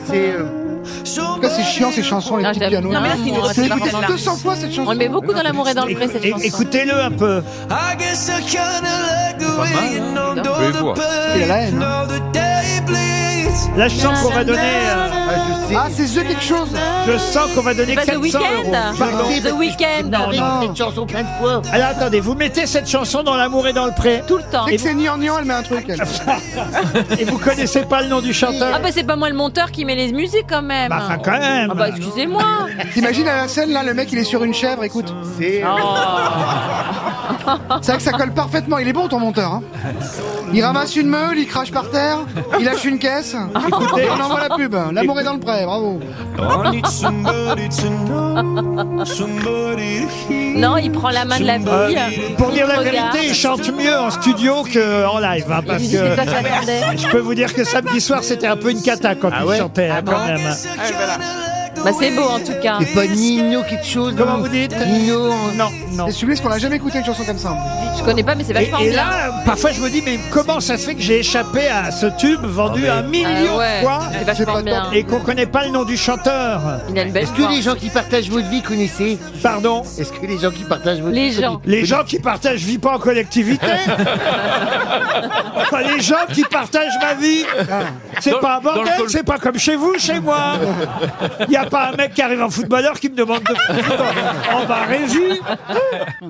Speaker 4: C'est. euh, en tout cas, c'est chiant ces chansons, les coups de piano.
Speaker 3: Ah, Non, mais là, c'est une
Speaker 4: Je l'ai écouté
Speaker 3: retraite.
Speaker 4: 200 fois cette chanson.
Speaker 3: On le met beaucoup dans l'amour et dans le vrai, cette chanson. Ah,
Speaker 2: Écoutez-le un peu.
Speaker 15: I guess I kinda like the way you know
Speaker 2: Vous hein. pouvez voir.
Speaker 15: the pain, know the day bleeds
Speaker 2: Là, je sens qu'on va donner. euh,
Speaker 4: Ah, c'est The quelque chose
Speaker 2: Je sens qu'on va donner
Speaker 3: Bah,
Speaker 4: C'est pas The
Speaker 2: 400
Speaker 4: Weeknd
Speaker 2: euros.
Speaker 4: Pardon. The
Speaker 3: Weeknd.
Speaker 4: Cette
Speaker 5: chanson plein de fois.
Speaker 2: Alors attendez, vous mettez cette chanson dans l'amour et dans le pré
Speaker 3: Tout le temps.
Speaker 4: Dès que c'est gnangnan, elle met un truc. Elle.
Speaker 2: Et vous connaissez pas le nom du chanteur
Speaker 3: Ah bah c'est pas moi le monteur qui met les musiques quand même.
Speaker 4: Bah, enfin, quand même.
Speaker 3: Ah bah excusez-moi.
Speaker 4: T'imagines à la scène, là, le mec, il est sur une chèvre, écoute. C'est euh,
Speaker 3: Oh.
Speaker 4: vrai que ça colle parfaitement. Il est bon, ton monteur. hein. Il ramasse une meule, il crache par terre, il lâche une caisse.
Speaker 15: Écoutez-
Speaker 4: et on envoie la pub. L'amour est dans le prêt, bravo.
Speaker 3: Non, il prend Ah, bah, la main de la fille.
Speaker 2: Euh, Ah Pour dire
Speaker 3: il
Speaker 2: la
Speaker 3: regarde.
Speaker 2: vérité, il chante mieux en studio qu'en live. hein, parce
Speaker 3: C'est
Speaker 2: que
Speaker 3: toi qui l'attendais.
Speaker 2: je peux vous dire que samedi soir, c'était un peu une cata quand il chantait,
Speaker 4: Ah
Speaker 2: hein, quand même.
Speaker 3: Ah, Bah c'est beau en tout cas.
Speaker 5: C'est pas Nino quelque chose
Speaker 2: Comment vous dites
Speaker 5: Nino.
Speaker 2: Non, non.
Speaker 4: hein. C'est sublime parce qu'on n'a jamais écouté une chanson comme ça.
Speaker 3: Je connais pas mais c'est
Speaker 2: Et,
Speaker 3: vachement
Speaker 2: et
Speaker 3: bien.
Speaker 2: là, parfois, je me dis, mais comment ça se fait que j'ai échappé à ce tube vendu
Speaker 5: Ah,
Speaker 2: un
Speaker 5: mais-
Speaker 2: million
Speaker 3: Ah ouais,
Speaker 2: de fois
Speaker 3: c'est vachement C'est pas bien. top.
Speaker 2: et qu'on connaît pas le nom du chanteur
Speaker 3: Il a une belle
Speaker 5: Est-ce que
Speaker 3: voix.
Speaker 5: les gens qui partagent votre vie connaissaient
Speaker 2: Pardon
Speaker 5: Est-ce que les gens qui partagent votre
Speaker 3: Les
Speaker 5: vie
Speaker 3: gens.
Speaker 2: Les gens qui partagent vie pas en collectivité Enfin, les gens qui partagent ma vie C'est
Speaker 15: Dans-
Speaker 2: pas un
Speaker 15: dans le
Speaker 2: bordel,
Speaker 15: col-
Speaker 2: c'est pas comme chez vous, chez moi Il n'y a pas un mec qui arrive en footballeur qui me demande de en bas régie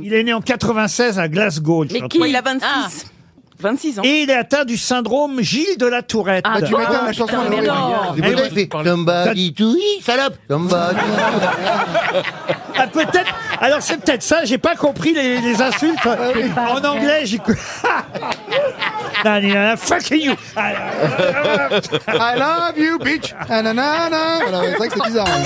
Speaker 2: Il est né en 96 à Glasgow. le
Speaker 7: Mais
Speaker 2: chanteur.
Speaker 7: qui Il a 26. 26
Speaker 3: Ah.
Speaker 7: ans.
Speaker 2: Ah. Et il est atteint du syndrome Gilles de la Tourette.
Speaker 7: Ah, Bah,
Speaker 3: oh,
Speaker 7: tu bon m'étonnes, la chanson, putain, elle est mais horrible. non.
Speaker 5: C'est pour
Speaker 2: Eh
Speaker 5: ça
Speaker 2: oui.
Speaker 5: qu'il fait Somebody to eat, salope Somebody
Speaker 2: Ah, peut-être. Alors c'est peut-être ça. J'ai pas compris les, les insultes en anglais. J'ai. Non, non, non, fucking you.
Speaker 4: I love you, bitch. Ah, nanana. Voilà, c'est vrai que c'est bizarre. hein.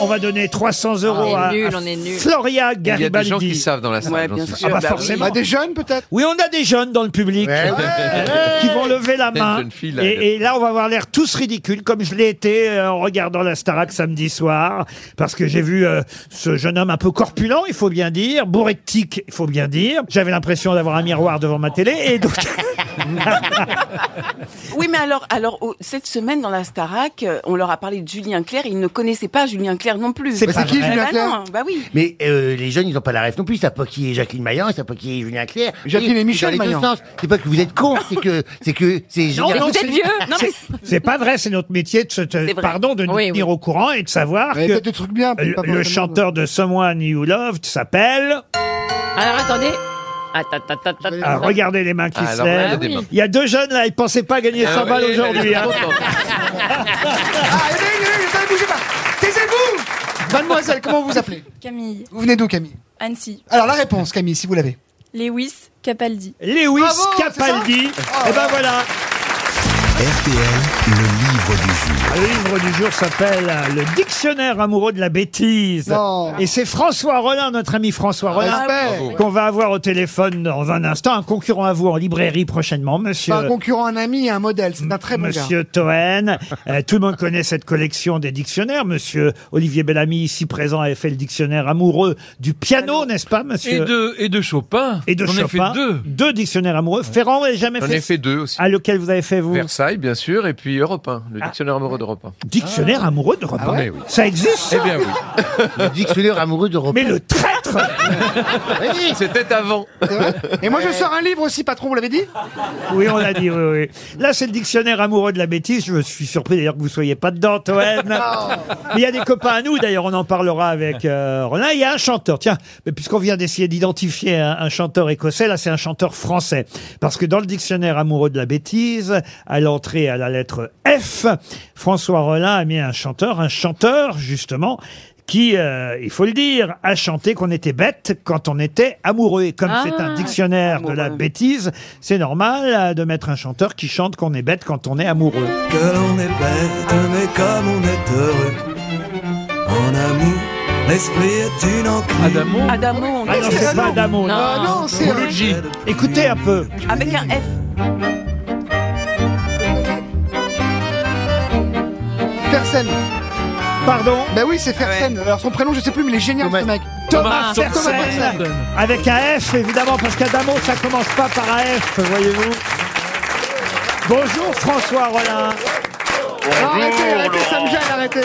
Speaker 2: On va donner 300 euros
Speaker 3: Ah, On est
Speaker 2: à,
Speaker 3: nul,
Speaker 2: à
Speaker 3: on est nul.
Speaker 2: Floria
Speaker 9: Il y
Speaker 2: Garibaldi.
Speaker 9: a des gens qui savent dans la salle. j'en suis sûr.
Speaker 2: Ah bah,
Speaker 9: Bah oui.
Speaker 2: forcément.
Speaker 4: Bah, des jeunes, peut-être Eh
Speaker 2: Oui, on a des jeunes dans le public euh, qui vont lever la
Speaker 9: Plein de
Speaker 2: main.
Speaker 9: jeunes filles, là.
Speaker 2: Et, et là, on va avoir l'air tous ridicules, comme je l'ai été euh, en regardant la Starac samedi soir, parce que j'ai vu euh, ce jeune homme un peu corpulent, il faut bien dire, bourré de tics, il faut bien dire. J'avais l'impression d'avoir un miroir devant ma télé, et donc...
Speaker 7: Oui, mais alors, alors oh, cette semaine dans la Starac, euh, on leur a parlé de Julien Clerc. Ils ne connaissaient pas Julien Clerc non plus.
Speaker 5: C'est Bah, pas c'est qui, vrai. Julien
Speaker 7: Bah
Speaker 5: Clerc
Speaker 7: non, Bah oui.
Speaker 5: Mais euh, les jeunes, ils n'ont pas la ref non plus. Ils savent pas qui est Jacqueline Maillan, ils savent pas qui est Julien Clerc.
Speaker 4: Jacqueline et
Speaker 5: Ils- ils
Speaker 4: Michel
Speaker 5: dans les deux
Speaker 4: Maillan.
Speaker 5: sens. C'est pas que vous êtes cons, c'est que c'est que c'est
Speaker 2: Non,
Speaker 5: général-
Speaker 2: non,
Speaker 3: Vous êtes vieux Non mais
Speaker 2: C'est pas vrai, Ah, c'est notre métier de se, te-
Speaker 3: C'est vrai.
Speaker 2: pardon, de nous
Speaker 3: Oui,
Speaker 2: tenir
Speaker 3: oui.
Speaker 2: au courant et de savoir
Speaker 4: Mais
Speaker 2: que
Speaker 4: peut-être des trucs bien.
Speaker 2: le,
Speaker 4: pas
Speaker 2: le
Speaker 4: forcément- Ah,
Speaker 2: chanteur de Someone You Loved s'appelle...
Speaker 3: Alors attendez. Attends, attends, attends, attends.
Speaker 2: Ah, regardez les mains qui
Speaker 9: Ah,
Speaker 2: se
Speaker 9: alors là, il y a
Speaker 2: lèvent.
Speaker 9: des mains.
Speaker 2: Il y a deux jeunes là, ils pensaient pas gagner 100
Speaker 9: Ah,
Speaker 2: balles
Speaker 9: oui,
Speaker 2: aujourd'hui. hein.
Speaker 4: Ah, allez, allez, allez, bougez pas. Taisez-vous Mademoiselle, comment vous vous appelez
Speaker 14: Camille,
Speaker 4: Vous venez d'où, Camille
Speaker 14: Annecy,
Speaker 4: Alors, la réponse, Camille, si vous l'avez.
Speaker 14: Lewis, Capaldi.
Speaker 2: Lewis
Speaker 4: Bravo, c'est ça
Speaker 2: Capaldi. Et ben voilà.
Speaker 1: RTL, le livre du jour.
Speaker 2: Le livre du jour s'appelle euh, Le dictionnaire amoureux de la bêtise.
Speaker 4: Non. Ah,
Speaker 2: Et c'est François Rollin, notre ami François Rollin,
Speaker 9: Ah,
Speaker 4: Respect.
Speaker 2: qu'on va avoir au téléphone dans un instant, un concurrent à vous en librairie prochainement,
Speaker 4: C'est
Speaker 2: monsieur.
Speaker 4: un concurrent, un ami et un modèle. C'est un très bon gars.
Speaker 2: Monsieur Toen, Euh, tout le monde connaît cette collection des dictionnaires. Monsieur Olivier Bellamy, ici présent, a fait le dictionnaire amoureux du piano, n'est-ce pas,
Speaker 6: Et
Speaker 2: monsieur
Speaker 6: de, et de Chopin.
Speaker 2: Et de
Speaker 6: J'en ai fait
Speaker 2: Chopin.
Speaker 6: deux.
Speaker 2: dictionnaires amoureux. Ferrand n'avait jamais
Speaker 9: J'en
Speaker 2: fait.
Speaker 9: ai fait deux aussi.
Speaker 2: À Ah, lequel vous avez fait vous Ah.
Speaker 9: Versailles, bien sûr, et puis Europe 1, le dictionnaire amoureux d'Europe 1.
Speaker 2: Dictionnaire amoureux de repas.
Speaker 9: ouais Oui.
Speaker 2: Ça existe ça
Speaker 9: Eh bien oui.
Speaker 5: Le dictionnaire amoureux d'Europe.
Speaker 2: Mais le traître
Speaker 5: Oui.
Speaker 9: C'était avant.
Speaker 4: C'est vrai Et moi, je sors un livre aussi, patron, vous l'avez dit
Speaker 2: Oui, on l'a dit, oui, oui. Là, c'est le dictionnaire amoureux de la bêtise. Je suis surpris d'ailleurs que vous soyez pas dedans, Toen. Mais il y a des copains à nous, d'ailleurs, on en parlera avec euh, Roland. Il y a un chanteur, tiens, mais puisqu'on vient d'essayer d'identifier un, un chanteur écossais, là, c'est un chanteur français. Parce que dans le dictionnaire amoureux de la bêtise, à l'entrée à la lettre F, François Rollin a mis un chanteur, un chanteur, justement, qui, euh, il faut le dire, a chanté qu'on était bête quand on était amoureux. Et comme
Speaker 3: Ah,
Speaker 2: c'est un dictionnaire de la
Speaker 7: amoureux.
Speaker 2: bêtise, c'est normal euh, de mettre un chanteur qui chante qu'on est bête quand on est amoureux.
Speaker 15: Que l'on est bête, mais comme on est heureux. En amour, l'esprit est une enclume.
Speaker 6: Adamo.
Speaker 7: Adamo, on
Speaker 2: Ah non, c'est pas Adamo. non.
Speaker 4: Ah non, c'est.
Speaker 6: Prodigy.
Speaker 2: Écoutez un peu.
Speaker 7: Avec un F.
Speaker 4: Fersen.
Speaker 2: Pardon
Speaker 4: Bah oui, c'est Fersen. Alors, son prénom, je sais plus, mais il est génial, ce
Speaker 5: Thomas.
Speaker 4: mec.
Speaker 2: Thomas
Speaker 4: Ah.
Speaker 6: Thomas
Speaker 2: Fersen
Speaker 6: Fersen.
Speaker 2: avec un F évidemment parce qu'Adamo ça commence pas par un F voyez-vous. Bonjour François Rollin.
Speaker 4: Non, arrêtez, arrêtez, Ah, ça me gêne, arrêtez.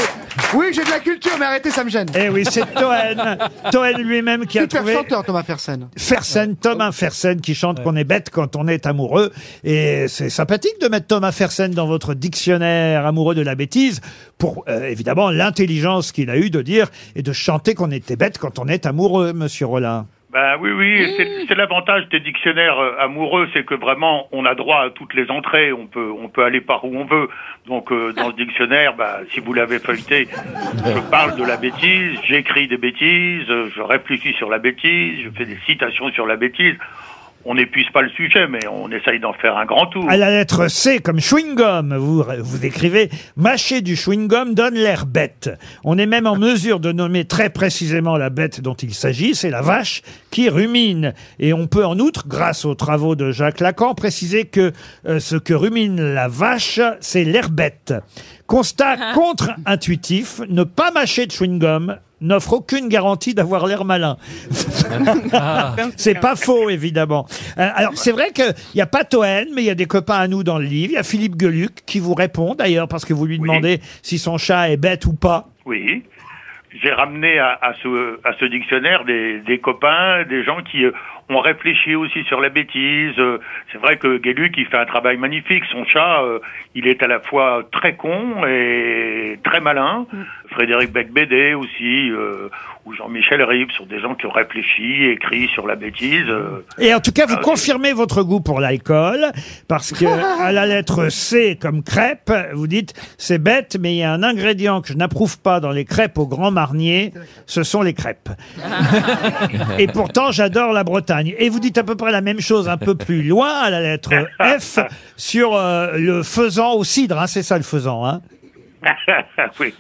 Speaker 4: Oui, j'ai de la culture, mais arrêtez, ça me gêne.
Speaker 2: Eh oui, c'est Toen. Toen lui-même qui a
Speaker 4: Super
Speaker 2: trouvé-
Speaker 4: chanteur, Thomas Fersen.
Speaker 2: Fersen, Thomas Fersen qui chante qu'on est bête quand on est amoureux. Et c'est sympathique de mettre Thomas Fersen dans votre dictionnaire amoureux de la bêtise pour euh, évidemment l'intelligence qu'il a eue de dire et de chanter qu'on était bête quand on est amoureux, monsieur Rollin.
Speaker 16: Bah oui, oui, c'est- c'est l'avantage des dictionnaires euh, amoureux, c'est que vraiment, on a droit à toutes les entrées, on peut, on peut aller par où on veut. Donc, euh, dans ce dictionnaire, bah, si vous l'avez feuilleté, je parle de la bêtise, j'écris des bêtises, euh, je réfléchis sur la bêtise, je fais des citations sur la bêtise. On n'épuise pas le sujet, mais on essaye d'en faire un grand tour.
Speaker 2: À la lettre C, comme chewing-gum, vous, vous écrivez « Mâcher du chewing-gum donne l'air bête ». On est même en mesure de nommer très précisément la bête dont il s'agit, c'est la vache qui rumine. Et on peut en outre, grâce aux travaux de Jacques Lacan, préciser que euh, ce que rumine la vache, c'est l'air bête. Constat contre-intuitif, ne pas mâcher de chewing-gum n'offre aucune garantie d'avoir l'air malin. Ah. c'est pas faux, évidemment. Euh, alors, c'est vrai qu'il n'y a pas Toen, mais il y a des copains à nous dans le livre. Il y a Philippe Geluc qui vous répond, d'ailleurs, parce que vous lui demandez si son chat est bête ou pas.
Speaker 16: Oui. J'ai ramené à, à ce, à ce dictionnaire des, des copains, des gens qui euh, ont réfléchi aussi sur la bêtise. Euh, C'est vrai que Guéluc, il fait un travail magnifique. Son chat, euh, il est à la fois très con et très malin.
Speaker 2: Mm.
Speaker 16: Frédéric Becbédé aussi, euh, ou Jean-Michel Rive, sont des gens qui ont réfléchi, écrit sur la bêtise. euh.
Speaker 2: Et en tout cas, vous
Speaker 16: Ah,
Speaker 2: confirmez votre goût pour l'alcool, parce que à la lettre C, comme crêpe, vous dites c'est bête, mais il y a un ingrédient que je n'approuve pas dans les crêpes au Grand Marnier, ce sont les crêpes. Et pourtant, j'adore la Bretagne. Et vous dites à peu près la même chose un peu plus loin, à la lettre F, sur euh, le faisan au cidre. hein, c'est ça le faisan. Hein
Speaker 16: oui.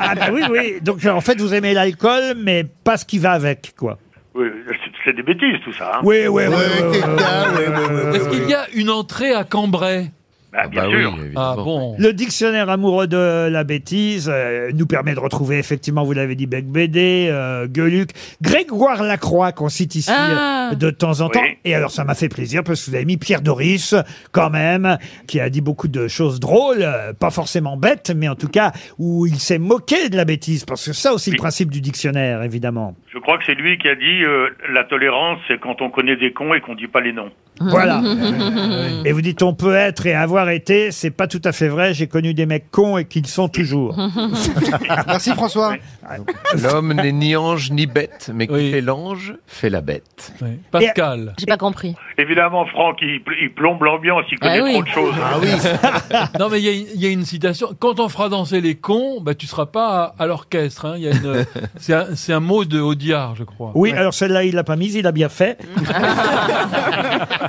Speaker 2: ah bah oui, oui. Donc en fait, vous aimez l'alcool, mais pas ce qui va avec, quoi.
Speaker 16: Oui, c'est- c'est des bêtises tout ça. hein.
Speaker 2: Oui, oui, oui, oui, oui, oui, oui,
Speaker 6: Est-ce qu'il y a une entrée à Cambrai
Speaker 16: Bah, bien
Speaker 6: bah oui,
Speaker 16: sûr.
Speaker 6: Ah bon
Speaker 2: Le dictionnaire amoureux de la bêtise euh, nous permet de retrouver effectivement, vous l'avez dit, Bec Bédé, euh, Gueuluc, Grégoire Lacroix qu'on cite ici
Speaker 17: Ah.
Speaker 2: euh, de temps en temps.
Speaker 17: Oui.
Speaker 2: Et alors ça m'a fait plaisir parce que vous avez mis Pierre Doris quand même, qui a dit beaucoup de choses drôles, euh, pas forcément bêtes, mais en tout cas où il s'est moqué de la bêtise, parce que ça aussi le principe du dictionnaire, évidemment.
Speaker 16: Je crois que c'est lui qui a dit euh, la tolérance, c'est quand on connaît des cons et qu'on dit pas les noms.
Speaker 8: Mhm.
Speaker 2: Voilà. Et vous dites on peut être et avoir été, c'est pas tout à fait vrai, j'ai connu des mecs cons et qu'ils sont toujours.
Speaker 4: Merci François.
Speaker 9: L'homme n'est ni ange ni bête, mais qui fait l'ange fait la bête.
Speaker 6: Pascal.
Speaker 3: J'ai pas compris.
Speaker 16: Évidemment, Franck, il, pl- il plombe l'ambiance, il connaît trop de choses.
Speaker 6: Ah
Speaker 2: Ah
Speaker 6: non, mais il y a une- il y, a une citation. Quand on fera danser les cons, bah, tu seras pas à, à l'orchestre. hein. Il y a une- C'est un, c'est un mot de Audiard, je crois.
Speaker 2: Oui, alors celle-là, il l'a pas mise, il a bien fait.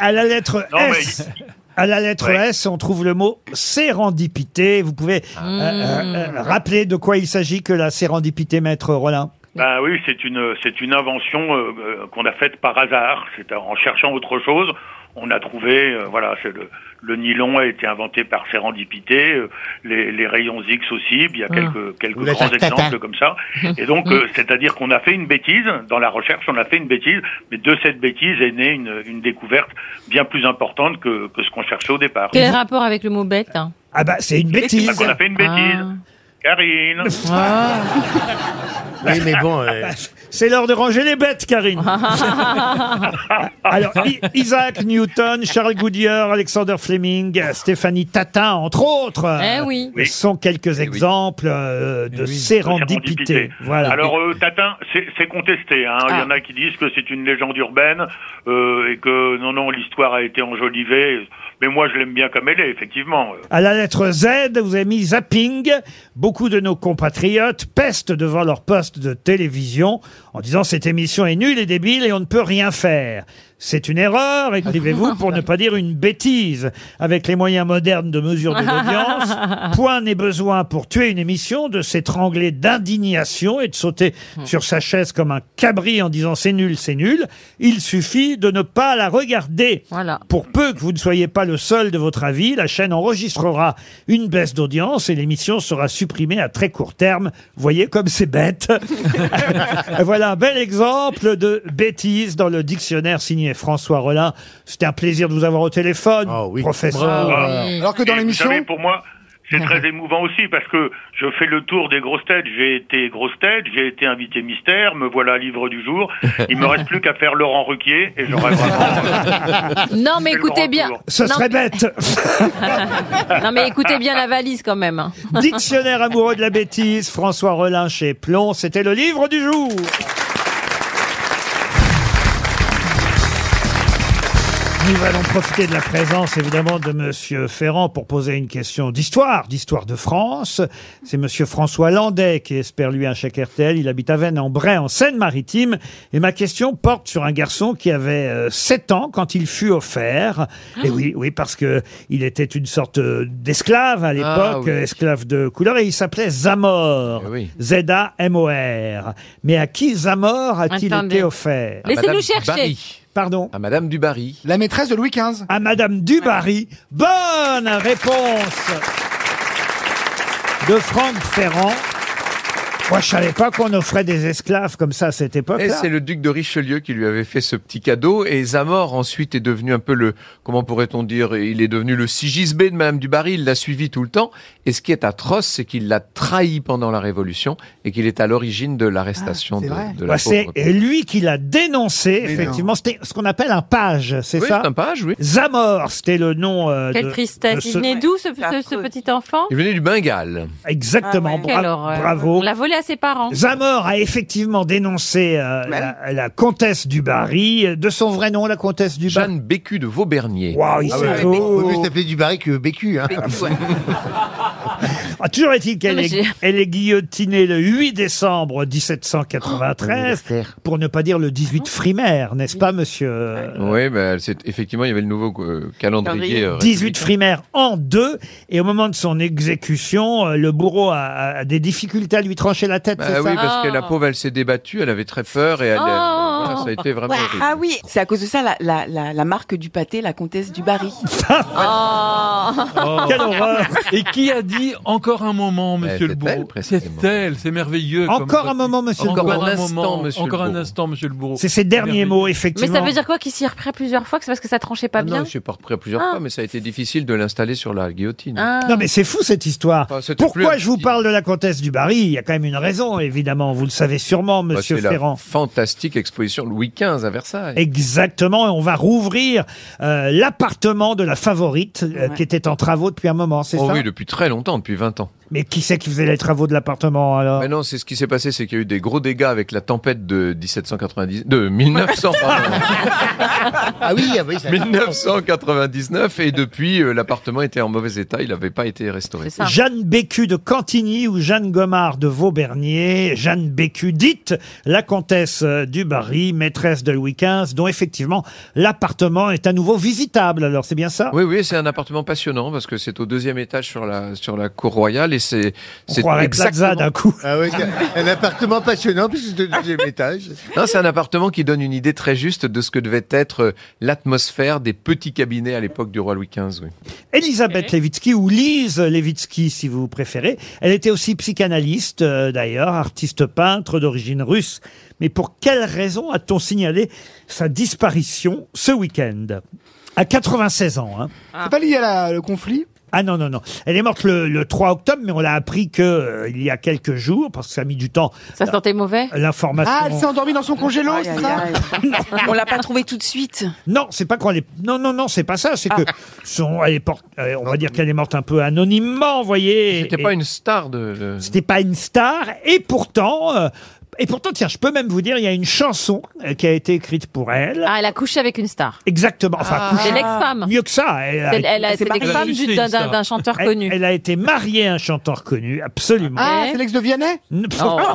Speaker 2: à la lettre S. À la lettre S, on trouve le mot sérendipité. Vous pouvez
Speaker 16: Ah.
Speaker 2: euh, euh, euh, rappeler de quoi il s'agit que la sérendipité, maître Rollin
Speaker 16: Ben oui, c'est une, c'est une invention euh, euh, qu'on a faite par hasard. C'est en cherchant autre chose, on a trouvé, euh, voilà, c'est le, le nylon a été inventé par sérendipité, euh, les, les rayons X aussi, puis il y a
Speaker 18: Ah.
Speaker 16: quelques, quelques
Speaker 18: Ou la
Speaker 16: grands
Speaker 18: tarte tatin.
Speaker 16: exemples comme ça.
Speaker 1: Hum.
Speaker 16: Et donc, euh, c'est-à-dire qu'on a fait une bêtise, dans la recherche, on a fait une bêtise, mais de cette bêtise est née une, une découverte bien plus importante que, que ce qu'on cherchait au départ.
Speaker 17: Quel est le rapport avec le mot bête hein
Speaker 2: Ah bah, c'est Ah. une bêtise.
Speaker 16: Parce qu'on a fait une bêtise. Karine.
Speaker 5: Oui, mais bon.
Speaker 2: euh. C'est l'heure de ranger les bêtes, Karine.
Speaker 16: Ah.
Speaker 2: Alors, I- Isaac Newton, Charles Goodyear, Alexander Fleming, Stéphanie Tatin, entre autres,
Speaker 17: Eh
Speaker 2: euh,
Speaker 17: oui. Eh
Speaker 2: sont quelques exemples euh, de sérendipité. Voilà.
Speaker 16: Alors, euh, Tatin, c'est c'est contesté. hein. Il y en a qui disent que c'est une légende urbaine euh, et que non, non, l'histoire a été enjolivée. Mais moi, je l'aime bien comme elle est, effectivement.
Speaker 2: À la lettre Z, vous avez mis zapping. Beaucoup de nos compatriotes pestent devant leur poste de télévision en disant cette émission est nulle et débile et on ne peut rien faire. C'est une erreur, écrivez-vous, pour ne pas dire une bêtise. Avec les moyens modernes de mesure de l'audience, point n'est besoin pour tuer une émission de s'étrangler d'indignation et de sauter sur sa chaise comme un cabri en disant c'est nul, c'est nul. Il suffit de ne pas la regarder. Pour peu que vous ne soyez pas le seul de votre avis, la chaîne enregistrera une baisse d'audience et l'émission sera supprimée à très court terme. Voyez comme c'est bête. voilà un bel exemple de bêtise dans le dictionnaire signé François Rollin. C'était un plaisir de vous avoir au téléphone, professeur. Ah.
Speaker 16: Bravo. Alors que dans Et vous l'émission- Ah. savez, pour moi, C'est très émouvant aussi parce que je fais le tour des grosses têtes. J'ai été grosse tête, j'ai été invité mystère, me voilà livre du jour. Il me reste plus qu'à faire Laurent Ruquier et j'aurai vraiment.
Speaker 3: Non, mais écoutez bien.
Speaker 2: Ce
Speaker 3: non,
Speaker 2: serait bête.
Speaker 3: non, mais écoutez bien la valise quand même. hein.
Speaker 2: Dictionnaire amoureux de la bêtise, François Relin chez Plon, c'était le livre du jour. Nous allons profiter de la présence, évidemment, de Monsieur Ferrand pour poser une question d'histoire, d'histoire de France. C'est Monsieur François Landais qui espère, lui, un chèque RTL. Il habite à Vennes, en Bray, en Seine-Maritime. Et ma question porte sur un garçon qui avait euh, 7 ans quand il fut offert.
Speaker 9: Ah.
Speaker 2: Et oui, oui, parce que il était une sorte euh, d'esclave à l'époque,
Speaker 9: Ah, oui. Eh
Speaker 2: euh, esclave de couleur, et il s'appelait Zamor. Z-A-M-O-R. Mais à qui Zamor a-t-il
Speaker 3: Attendez.
Speaker 2: été offert
Speaker 3: Laissez-nous Madame chercher. Dubarry.
Speaker 2: Pardon
Speaker 9: Euh, À Madame Dubarry.
Speaker 4: La maîtresse de Louis XV.
Speaker 2: À Madame Dubarry. Bonne réponse de Franck Ferrand. Moi, je savais pas qu'on offrait des esclaves comme ça à cette
Speaker 9: Et
Speaker 2: époque-là.
Speaker 9: c'est le duc de Richelieu qui lui avait fait ce petit cadeau. Et Zamor, ensuite, est devenu un peu le, comment pourrait-on dire, il est devenu le Sigisbé de Madame Dubarry. Il l'a suivi tout le temps. Et ce qui est atroce, c'est qu'il l'a trahi pendant la Révolution et qu'il est à l'origine de l'arrestation de, de la
Speaker 2: Bah, c'est
Speaker 9: pauvre.
Speaker 2: lui qui l'a dénoncé,
Speaker 9: Mais
Speaker 2: effectivement. C'était ce qu'on appelle un page, c'est
Speaker 9: Oui,
Speaker 2: ça
Speaker 9: c'est un page, oui.
Speaker 2: Zamor, c'était le nom. euh, de-
Speaker 17: Quelle
Speaker 2: de
Speaker 17: tristesse.
Speaker 2: ce-
Speaker 17: Il venait d'où ce, ce- ce petit enfant
Speaker 9: Il venait du Bengale.
Speaker 2: Exactement,
Speaker 17: Ah Quelle
Speaker 2: bra-
Speaker 17: horreur.
Speaker 2: bravo.
Speaker 17: On l'a volé à ses parents.
Speaker 2: Zamor a effectivement dénoncé euh,
Speaker 5: Ben.
Speaker 2: la, la comtesse du Barry, euh, de son vrai nom, la comtesse du Barry. Jeanne
Speaker 9: Bécu de Vaubernier.
Speaker 2: Waouh, il
Speaker 5: Ah
Speaker 2: se
Speaker 5: ouais.
Speaker 2: trouve.
Speaker 5: Vaut mieux s'appeler Dubarry que Bécu. Hein.
Speaker 2: Ah, toujours est-il qu'elle
Speaker 5: Non, mais
Speaker 2: est,
Speaker 5: j'ai-
Speaker 2: elle est guillotinée le 8 décembre 1793,
Speaker 5: Oh,
Speaker 2: pour ne pas dire le 18 frimaire, n'est-ce pas, monsieur euh,
Speaker 9: Oui, bah, c'est- effectivement, il y avait le nouveau euh, calendrier. euh,
Speaker 2: 18 frimaire en deux, et au moment de son exécution, euh, le bourreau a, a des difficultés à lui trancher la tête,
Speaker 9: Bah
Speaker 2: c'est
Speaker 9: oui,
Speaker 2: ça
Speaker 9: parce que la pauvre, elle s'est débattue, elle avait très peur et elle,
Speaker 7: Oh.
Speaker 9: voilà, ça a été vraiment. horrible.
Speaker 7: Ah oui, c'est à cause de ça la, la, la, la marque du pâté, la comtesse du Barry.
Speaker 2: Ah. euh,
Speaker 6: Oh.
Speaker 2: Quelle horreur
Speaker 6: Et qui a dit encore un moment, monsieur
Speaker 9: c'est
Speaker 6: le
Speaker 9: elle,
Speaker 6: bourreau C'est elle, c'est merveilleux. comme
Speaker 2: Encore
Speaker 6: repli-
Speaker 2: un moment, monsieur le
Speaker 6: Encore
Speaker 2: bourreau.
Speaker 6: un
Speaker 2: Encore un
Speaker 6: moment,
Speaker 2: instant, monsieur
Speaker 6: Encore
Speaker 2: le
Speaker 6: un
Speaker 2: bourreau.
Speaker 6: instant, monsieur le bourreau.
Speaker 2: C'est ses derniers mots,
Speaker 17: Mais
Speaker 2: effectivement.
Speaker 17: ça veut dire quoi qu'il s'y reprend plusieurs fois que c'est parce que ça tranchait
Speaker 2: Ah
Speaker 17: pas
Speaker 9: Non,
Speaker 17: bien
Speaker 9: je suis pas repris à plusieurs
Speaker 17: Ah.
Speaker 9: fois, mais ça a été difficile de l'installer sur la guillotine.
Speaker 17: Ah.
Speaker 2: Non mais c'est fou cette histoire.
Speaker 9: Enfin, c'était
Speaker 2: Pourquoi
Speaker 9: plus-
Speaker 2: je vous parle de la comtesse du Barry Il y a quand même une raison, évidemment. Vous le savez sûrement,
Speaker 9: Bah,
Speaker 2: Monsieur
Speaker 9: c'est la
Speaker 2: Ferrand.
Speaker 9: fantastique exposition Louis XV à Versailles.
Speaker 2: Exactement, et on va rouvrir euh, l'appartement de la favorite euh,
Speaker 9: Ouais.
Speaker 2: qui était en travaux depuis un moment, c'est
Speaker 9: Oh
Speaker 2: ça
Speaker 9: oui, depuis très longtemps, depuis 20 ans.
Speaker 2: Mais qui c'est qui faisait les travaux de l'appartement alors
Speaker 9: Mais non, c'est ce qui s'est passé, c'est qu'il y a eu des gros dégâts avec la tempête de 1790, de 1900, pardon.
Speaker 5: Ah oui, ah oui, ça-
Speaker 9: 1999, et depuis, euh, l'appartement était en mauvais état, il n'avait pas été restauré.
Speaker 2: Jeanne Bécu de Cantigny ou Jeanne Gomard de Vaubernier, Jeanne Bécu dite la comtesse euh, du Barry, maîtresse de Louis XV, dont effectivement l'appartement est à nouveau visitable. Alors c'est bien ça
Speaker 9: Oui, oui, c'est un appartement passionnant parce que c'est au deuxième étage sur la, sur la cour royale et c'est
Speaker 2: On
Speaker 9: c'est
Speaker 2: croirait Plaza d'un coup.
Speaker 5: Ah oui, c'est un appartement passionnant puisque c'est au deuxième étage.
Speaker 9: Non, c'est un appartement qui donne une idée très juste de ce que devait être euh, l'atmosphère des petits cabinets à l'époque du roi Louis XV. Oui.
Speaker 2: Elisabeth Levitsky, ou Lise Levitsky si vous préférez. Elle était aussi psychanalyste euh, d'ailleurs, artiste peintre d'origine russe. Mais pour quelle raison a-t-on signalé sa disparition ce week-end À 96 ans. Hein.
Speaker 4: C'est pas lié à la- le conflit
Speaker 2: Ah non, non, non. Elle est morte le, le 3 octobre, mais on l'a appris que euh, il y a quelques jours, parce que ça a mis du temps.
Speaker 17: Ça sentait mauvais
Speaker 2: L'information.
Speaker 4: Ah, elle s'est endormie dans son congélo, c'est ça
Speaker 7: On l'a pas trouvé tout de suite.
Speaker 2: Non, c'est pas qu'on est. Non, non, non, c'est pas ça. C'est que son, elle est por- euh, on va dire qu'elle est morte un peu anonymement, vous voyez.
Speaker 9: C'était
Speaker 2: Et-
Speaker 9: pas une star de. de-
Speaker 2: C'était pas une star. Et pourtant, euh, et pourtant, tiens, je peux même vous dire, il y a une chanson euh, qui a été écrite pour elle.
Speaker 17: Ah, elle a couché avec une star.
Speaker 2: Exactement. Enfin,
Speaker 17: Ah.
Speaker 2: couchée.
Speaker 17: C'est l'ex-femme.
Speaker 2: Mieux que ça. a-
Speaker 17: C'est- elle a- c'est
Speaker 2: Elle a
Speaker 17: l'ex-femme
Speaker 2: sucé
Speaker 17: du-
Speaker 2: une
Speaker 17: d'un-
Speaker 2: star.
Speaker 17: d'un chanteur
Speaker 2: Elle-
Speaker 17: connu.
Speaker 2: Elle a été mariée à un chanteur connu, absolument.
Speaker 4: Ah, c'est l'ex de Vianney
Speaker 17: Oh.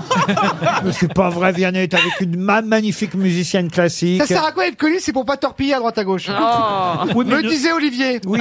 Speaker 2: Mais C'est pas vrai, Vianney est avec une ma- magnifique musicienne classique.
Speaker 4: Ça sert à quoi être connu C'est pour pas torpiller à droite à gauche.
Speaker 5: Oh.
Speaker 2: Oui, mais
Speaker 4: Me
Speaker 2: ne-
Speaker 4: disait Olivier.
Speaker 2: Oui,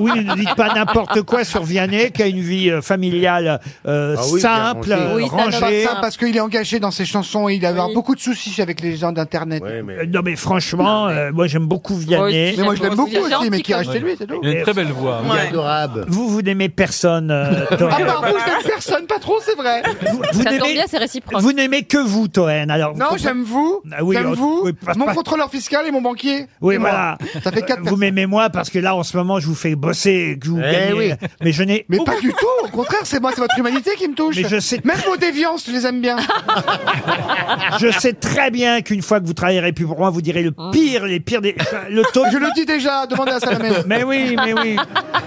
Speaker 2: Oui, mais ne dites pas n'importe quoi sur Vianney, qui a une vie euh, familiale euh,
Speaker 5: Ah oui, bien
Speaker 2: simple,
Speaker 5: rangée.
Speaker 2: euh,
Speaker 5: Oui, ça ne va
Speaker 2: rangée.
Speaker 5: pas, parce qu'il
Speaker 4: il est engagé dans ses chansons, il va avoir beaucoup de soucis avec les gens d'Internet.
Speaker 2: Euh, Non mais franchement, euh, moi j'aime beaucoup Vianney.
Speaker 4: Mais moi, je l'aime beaucoup aussi, mais qui reste lui, c'est tout.
Speaker 6: Il a une très belle voix.
Speaker 4: Il est
Speaker 2: adorable. Vous, vous n'aimez personne, euh,
Speaker 4: Ah,
Speaker 2: Toen.
Speaker 4: par contre, je n'aime personne, pas trop, c'est vrai.
Speaker 2: vous Ça tombe n'aimez- bien,
Speaker 4: c'est réciproque.
Speaker 2: Euh, Vous n'aimez que vous, Toen. Alors, vous
Speaker 4: Non,
Speaker 2: comprenez-
Speaker 4: j'aime vous,
Speaker 2: Ah oui,
Speaker 4: j'aime
Speaker 2: euh,
Speaker 4: vous,
Speaker 2: oui, pas-
Speaker 4: mon
Speaker 2: pas-
Speaker 4: contrôleur fiscal et mon banquier.
Speaker 2: Oui,
Speaker 4: Et moi.
Speaker 2: voilà.
Speaker 4: Ça fait quatre
Speaker 2: Vous m'aimez moi parce que là, en ce moment, je vous fais bosser. Que vous
Speaker 4: Eh
Speaker 2: gagnez.
Speaker 4: oui.
Speaker 2: Mais je n'ai.
Speaker 4: Mais pas du tout, au contraire, c'est moi, c'est votre humanité qui me touche.
Speaker 2: Mais je sais-
Speaker 4: Même vos déviances, je les aime bien.
Speaker 2: Je sais très bien qu'une fois que vous travaillerez plus pour moi, vous direz le
Speaker 9: Mmh.
Speaker 2: pire, les pires des. Le taux.
Speaker 4: Je le dis déjà, demandez à Salamé.
Speaker 2: Mais oui, mais oui.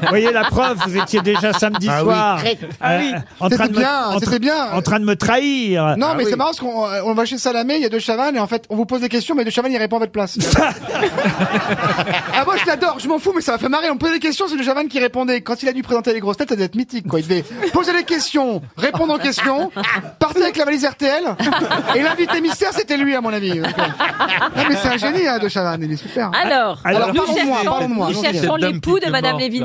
Speaker 2: Vous voyez la preuve, vous étiez déjà samedi
Speaker 4: Ah oui,
Speaker 2: soir.
Speaker 4: crête. Ah oui. C'était
Speaker 2: train de me-
Speaker 4: bien,
Speaker 2: en tra-
Speaker 4: c'était bien.
Speaker 2: En train de me trahir.
Speaker 4: Non, mais c'est marrant parce qu'on euh, on va chez Salamé, il y a De Chavannes, et en fait, on vous pose des questions, mais De Chavannes, il répond à votre place. ah, moi, je l'adore, je m'en fous, mais ça m'a fait marrer. On me posait des questions, c'est De Chavannes qui répondait. Quand il a dû présenter les grosses têtes, ça devait être mythique, quoi. Il devait poser des questions, répondre aux questions, partir avec la valise RTL, et l'invité mystère, c'était lui, à mon avis. Donc, euh, Non, mais c'est un génie, hein, De Chavannes, il est super.
Speaker 3: Alors,
Speaker 4: Alors,
Speaker 3: nous
Speaker 4: parlons de moi,
Speaker 3: cherchons-
Speaker 4: parlons de moi,
Speaker 3: nous
Speaker 4: allons-y.
Speaker 3: cherchons
Speaker 4: Cette dame
Speaker 3: l'époux
Speaker 4: qui
Speaker 3: de
Speaker 4: est
Speaker 3: Madame
Speaker 4: morte, là.
Speaker 3: Lévy.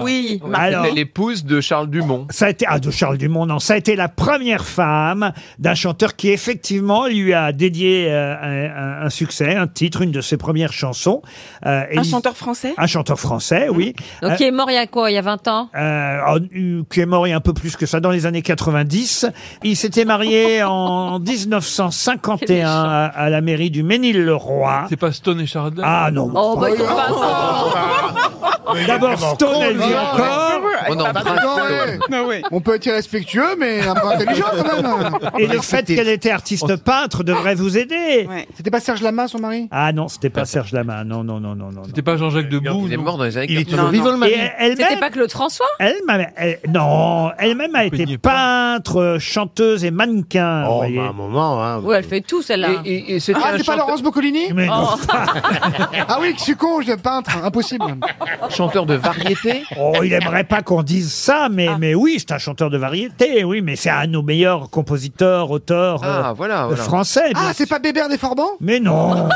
Speaker 2: Alors-
Speaker 9: C'était l'épouse de Charles Dumont.
Speaker 2: Ça a été, ah, de Charles Dumont, non, ça a été la première femme d'un chanteur qui effectivement lui a dédié euh, un, un- un succès, un titre, une de ses premières chansons. Euh, et
Speaker 7: Un
Speaker 2: il-
Speaker 7: chanteur français
Speaker 2: Un chanteur français, oui.
Speaker 17: Donc,
Speaker 4: Ah.
Speaker 2: Euh,
Speaker 17: il est mort il y a quoi Il y a 20 ans
Speaker 2: euh, en- euh, qui est mort il y a un peu plus que ça dans les années 90. Il s'était marié en 1951 à, à la mairie du Ménil-le-Roi. C'est
Speaker 6: pas Stone et Chardin
Speaker 2: Ah non.
Speaker 17: Oh, bah, il est pas
Speaker 4: Oh.
Speaker 2: D'abord Stone, elle vit encore.
Speaker 4: On On peut être irrespectueux, mais un peu intelligent quand même.
Speaker 2: Et le fait qu'elle était artiste peintre devrait vous aider.
Speaker 4: C'était pas Serge Lama, son mari
Speaker 2: Ah non, c'était pas Serge Lama. Non, non, non, non, non. C'était
Speaker 6: pas Jean-Jacques Debout.
Speaker 9: Il est mort dans les années
Speaker 2: Il est
Speaker 9: 80.
Speaker 2: toujours vivant, le mari. Et elle-même-
Speaker 17: C'était pas Claude François
Speaker 2: Elle-même, elle- non, elle-même a été peintre, euh, chanteuse et mannequin. Oh, un moment, hein.
Speaker 17: Oui, elle fait tout, celle-là.
Speaker 4: Ah, c'est pas Laurence Boccolini Oh.
Speaker 2: Mais non.
Speaker 4: Ah oui, je suis con, je vais peintre, impossible.
Speaker 9: Chanteur de variété. Ah.
Speaker 2: Oh, il aimerait pas qu'on dise ça, mais, mais oui, c'est un chanteur de variété, oui, mais c'est un de nos meilleurs compositeurs, auteurs
Speaker 9: Ah,
Speaker 2: euh,
Speaker 9: voilà, voilà.
Speaker 2: français. bien
Speaker 4: Ah, c'est pas Bébert Desforbans
Speaker 2: Mais non
Speaker 4: Bah,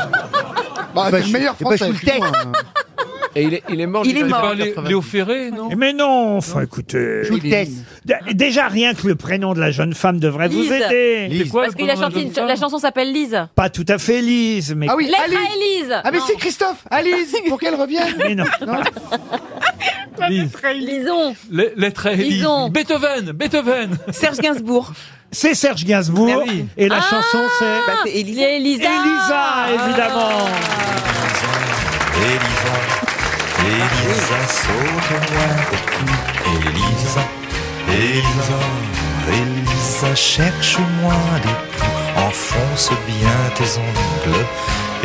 Speaker 9: Bah,
Speaker 4: c'est le
Speaker 9: je-
Speaker 4: meilleur
Speaker 9: c'est pas
Speaker 4: français.
Speaker 9: Schultes. Et il est, il est mort.
Speaker 4: Il est
Speaker 9: dans les
Speaker 4: mort.
Speaker 9: années
Speaker 6: Lé-
Speaker 9: 80.
Speaker 6: Léo Ferré, non
Speaker 2: Mais non, enfin écoutez.
Speaker 6: Schultes.
Speaker 2: Dé- Déjà, rien que le prénom de la jeune femme devrait vous aider.
Speaker 17: Parce qu'il a chanté une- la chanson s'appelle Lise.
Speaker 2: Pas tout à fait Lise, mais.
Speaker 4: Ah oui,
Speaker 17: Lettre
Speaker 4: Alice.
Speaker 17: à Élise.
Speaker 4: Ah, mais
Speaker 17: Non.
Speaker 4: si, Christophe, Alice, pour qu'elle revienne.
Speaker 2: Mais non.
Speaker 6: Lise.
Speaker 17: Lison.
Speaker 6: Lé- Lettre à Élise.
Speaker 17: Lison.
Speaker 6: Beethoven, Beethoven.
Speaker 7: Serge Gainsbourg.
Speaker 2: C'est Serge Gainsbourg.
Speaker 6: Ah oui.
Speaker 2: Et la chanson, c'est.
Speaker 7: Bah, c'est Élise.
Speaker 17: Ah, C'est Elisa.
Speaker 2: Elisa, évidemment.
Speaker 15: Elisa, Elisa, sauve-moi au cou. Elisa, Elisa, Elisa, cherche-moi des poux. Enfonce bien tes ongles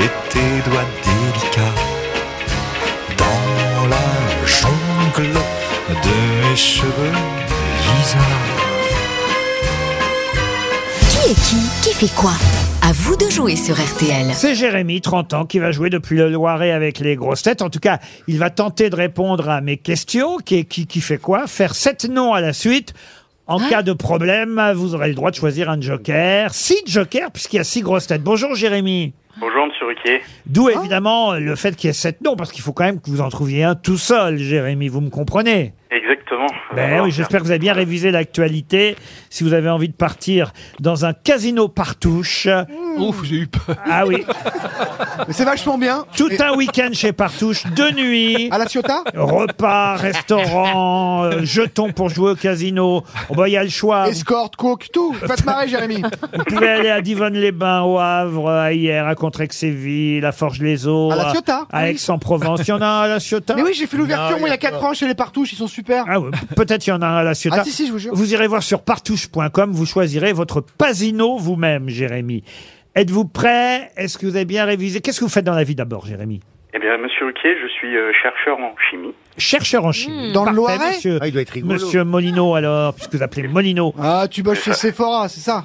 Speaker 15: et tes doigts délicats dans la jungle de mes cheveux. Elisa.
Speaker 13: Qui est qui Qui fait quoi À vous de jouer sur RTL.
Speaker 2: C'est Jérémy, 30 ans, qui va jouer depuis le Loiret avec les grosses têtes. En tout cas, il va tenter de répondre à mes questions. Qui, est- qui, qui fait quoi Faire sept noms à la suite. En
Speaker 17: Ah.
Speaker 2: cas de problème, vous aurez le droit de choisir un joker. Six jokers, puisqu'il y a six grosses têtes. Bonjour Jérémy.
Speaker 18: Bonjour, monsieur Ruquier.
Speaker 2: D'où
Speaker 17: Oh.
Speaker 2: évidemment le fait qu'il y ait sept noms, parce qu'il faut quand même que vous en trouviez un tout seul, Jérémy. Vous me comprenez
Speaker 18: Exactement.
Speaker 2: Ben oui, j'espère que vous avez bien révisé l'actualité. Si vous avez envie de partir dans un casino par touche.
Speaker 4: Mmh.
Speaker 6: Ouf, j'ai eu peur.
Speaker 2: Ah oui.
Speaker 4: C'est vachement bien.
Speaker 2: Tout un week-end chez Partouche, deux nuits.
Speaker 4: À la Ciotat
Speaker 2: Repas, restaurant, euh, jetons pour jouer au casino. Oh bah, il y a le choix.
Speaker 4: Escorte, coke, tout. Faites marrer, Jérémy.
Speaker 2: Vous pouvez aller à Divonne-les-Bains, au Havre, à hier, à Contrexéville, à Forge-les-Eaux.
Speaker 4: À La Ciotat,
Speaker 2: À
Speaker 4: oui.
Speaker 2: Aix-en-Provence. Il y en a un à La Ciotat
Speaker 4: Mais oui, j'ai fait l'ouverture, moi, il y a 4 ans chez les Partouches, ils sont super.
Speaker 2: Ah ouais, Peut-être il y en a un à la Ciotat.
Speaker 4: Ah, si, si, je vous jure.
Speaker 2: irez voir sur partouche.com, vous choisirez votre pasino vous-même, Jérémy. Êtes-vous prêt Est-ce que vous avez bien révisé Qu'est-ce que vous faites dans la vie d'abord, Jérémy
Speaker 18: Eh bien, monsieur Ruquier, je suis euh, chercheur en chimie.
Speaker 2: Chercheur en chimie.
Speaker 4: Dans le
Speaker 2: Parfait,
Speaker 4: Loiret
Speaker 2: monsieur,
Speaker 4: Ah, il doit être rigolo.
Speaker 2: Monsieur Molino, alors, puisque vous appelez Molino.
Speaker 4: Ah, tu bosses chez Sephora, Ah, c'est ça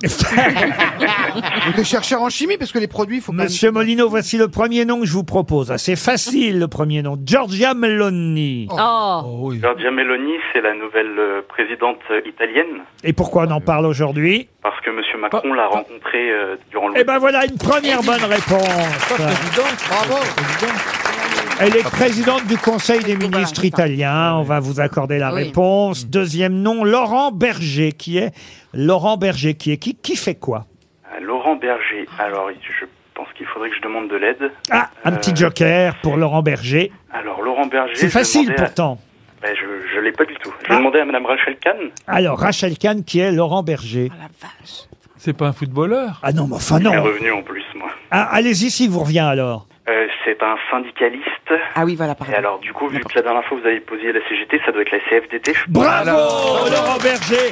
Speaker 4: Donc, t'es chercheur en chimie, parce que les produits, faut pas.
Speaker 2: Monsieur Molino, voici le premier nom que je vous propose. Ah, C'est facile, le premier nom. Giorgia Meloni.
Speaker 4: Oh.
Speaker 2: Oh
Speaker 18: Giorgia Meloni, c'est la nouvelle euh, présidente euh, italienne,
Speaker 2: Et pourquoi on en parle aujourd'hui
Speaker 18: parce que monsieur Macron l'a rencontrée euh, durant le...
Speaker 2: Eh ben voilà une première bonne réponse.
Speaker 4: Bravo.
Speaker 2: Elle est présidente du Conseil des ministres italiens. On va vous accorder la
Speaker 4: Oui.
Speaker 2: réponse. Deuxième nom, Laurent Berger, qui est Laurent Berger, qui est qui Qui fait quoi
Speaker 18: à Laurent Berger. Alors, je pense qu'il faudrait que je demande de l'aide.
Speaker 2: Un petit joker pour Laurent Berger.
Speaker 18: Alors, Laurent Euh, Berger.
Speaker 2: C'est
Speaker 18: je
Speaker 2: facile
Speaker 18: demandais à-
Speaker 2: pourtant. Ah.
Speaker 18: Ben, je ne l'ai pas du tout. Je vais demander à Madame Rachel Kahn.
Speaker 2: Alors, ah, Rachel Kahn, qui est Laurent Berger
Speaker 7: Oh,
Speaker 6: C'est pas un footballeur
Speaker 2: Ah non, mais enfin non.
Speaker 18: Je suis revenu en plus, moi.
Speaker 2: Ah, Allez-y si vous revient alors.
Speaker 18: Euh, c'est un syndicaliste.
Speaker 7: Ah oui, voilà,
Speaker 18: Et alors, du coup, vu que la dernière fois vous avez posé la CGT, ça doit être la CFDT.
Speaker 2: Bravo, Laurent Berger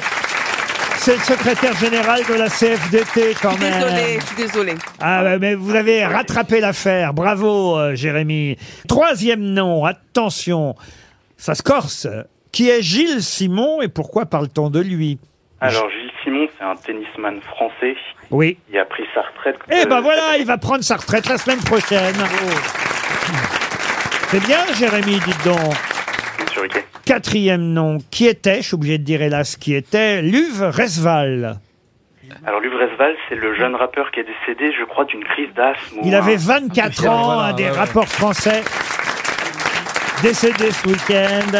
Speaker 2: C'est le secrétaire général de la CFDT quand même.
Speaker 7: Désolée, je suis désolée.
Speaker 2: Ah, bah, mais vous avez rattrapé l'affaire. Bravo, euh, Jérémy. Troisième nom, attention, ça se corse. Qui est Gilles Simon et pourquoi parle-t-on de lui
Speaker 18: Alors, Gilles Simon, c'est un tennisman français.
Speaker 2: Oui.
Speaker 18: Il a pris sa retraite.
Speaker 2: Eh ben
Speaker 18: Euh, Oh.
Speaker 2: voilà, il va prendre sa retraite la semaine prochaine. C'est bien, Jérémy, dites donc.
Speaker 18: Monsieur Riquet.
Speaker 2: Quatrième nom, qui était, je suis obligé de dire hélas qui était, Luve Resval.
Speaker 18: Alors, Luv Resval, c'est le jeune rappeur qui est décédé, je crois, d'une crise d'asthme. ou
Speaker 2: Il
Speaker 18: un-
Speaker 2: avait 24 ans,
Speaker 18: Ah, Voilà,
Speaker 2: un des
Speaker 18: ouais, ouais.
Speaker 2: rapports français, décédé ce week-end.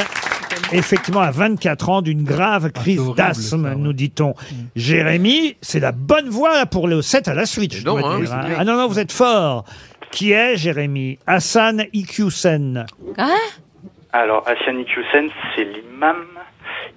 Speaker 2: Effectivement, à 24 ans d'une
Speaker 18: Ah,
Speaker 2: grave crise d'asthme, nous dit-on.
Speaker 18: Mm.
Speaker 2: Jérémy, c'est la bonne voie là, pour le 7 à la suite, je
Speaker 9: donc,
Speaker 2: dois
Speaker 9: hein,
Speaker 2: dire,
Speaker 9: oui,
Speaker 2: hein.
Speaker 9: c'est bien.
Speaker 2: Ah non, non, vous êtes fort. Qui est Jérémy Hassan Iqiyoussen.
Speaker 17: Hein
Speaker 18: Alors, Asian Iqiyoussen, c'est l'imam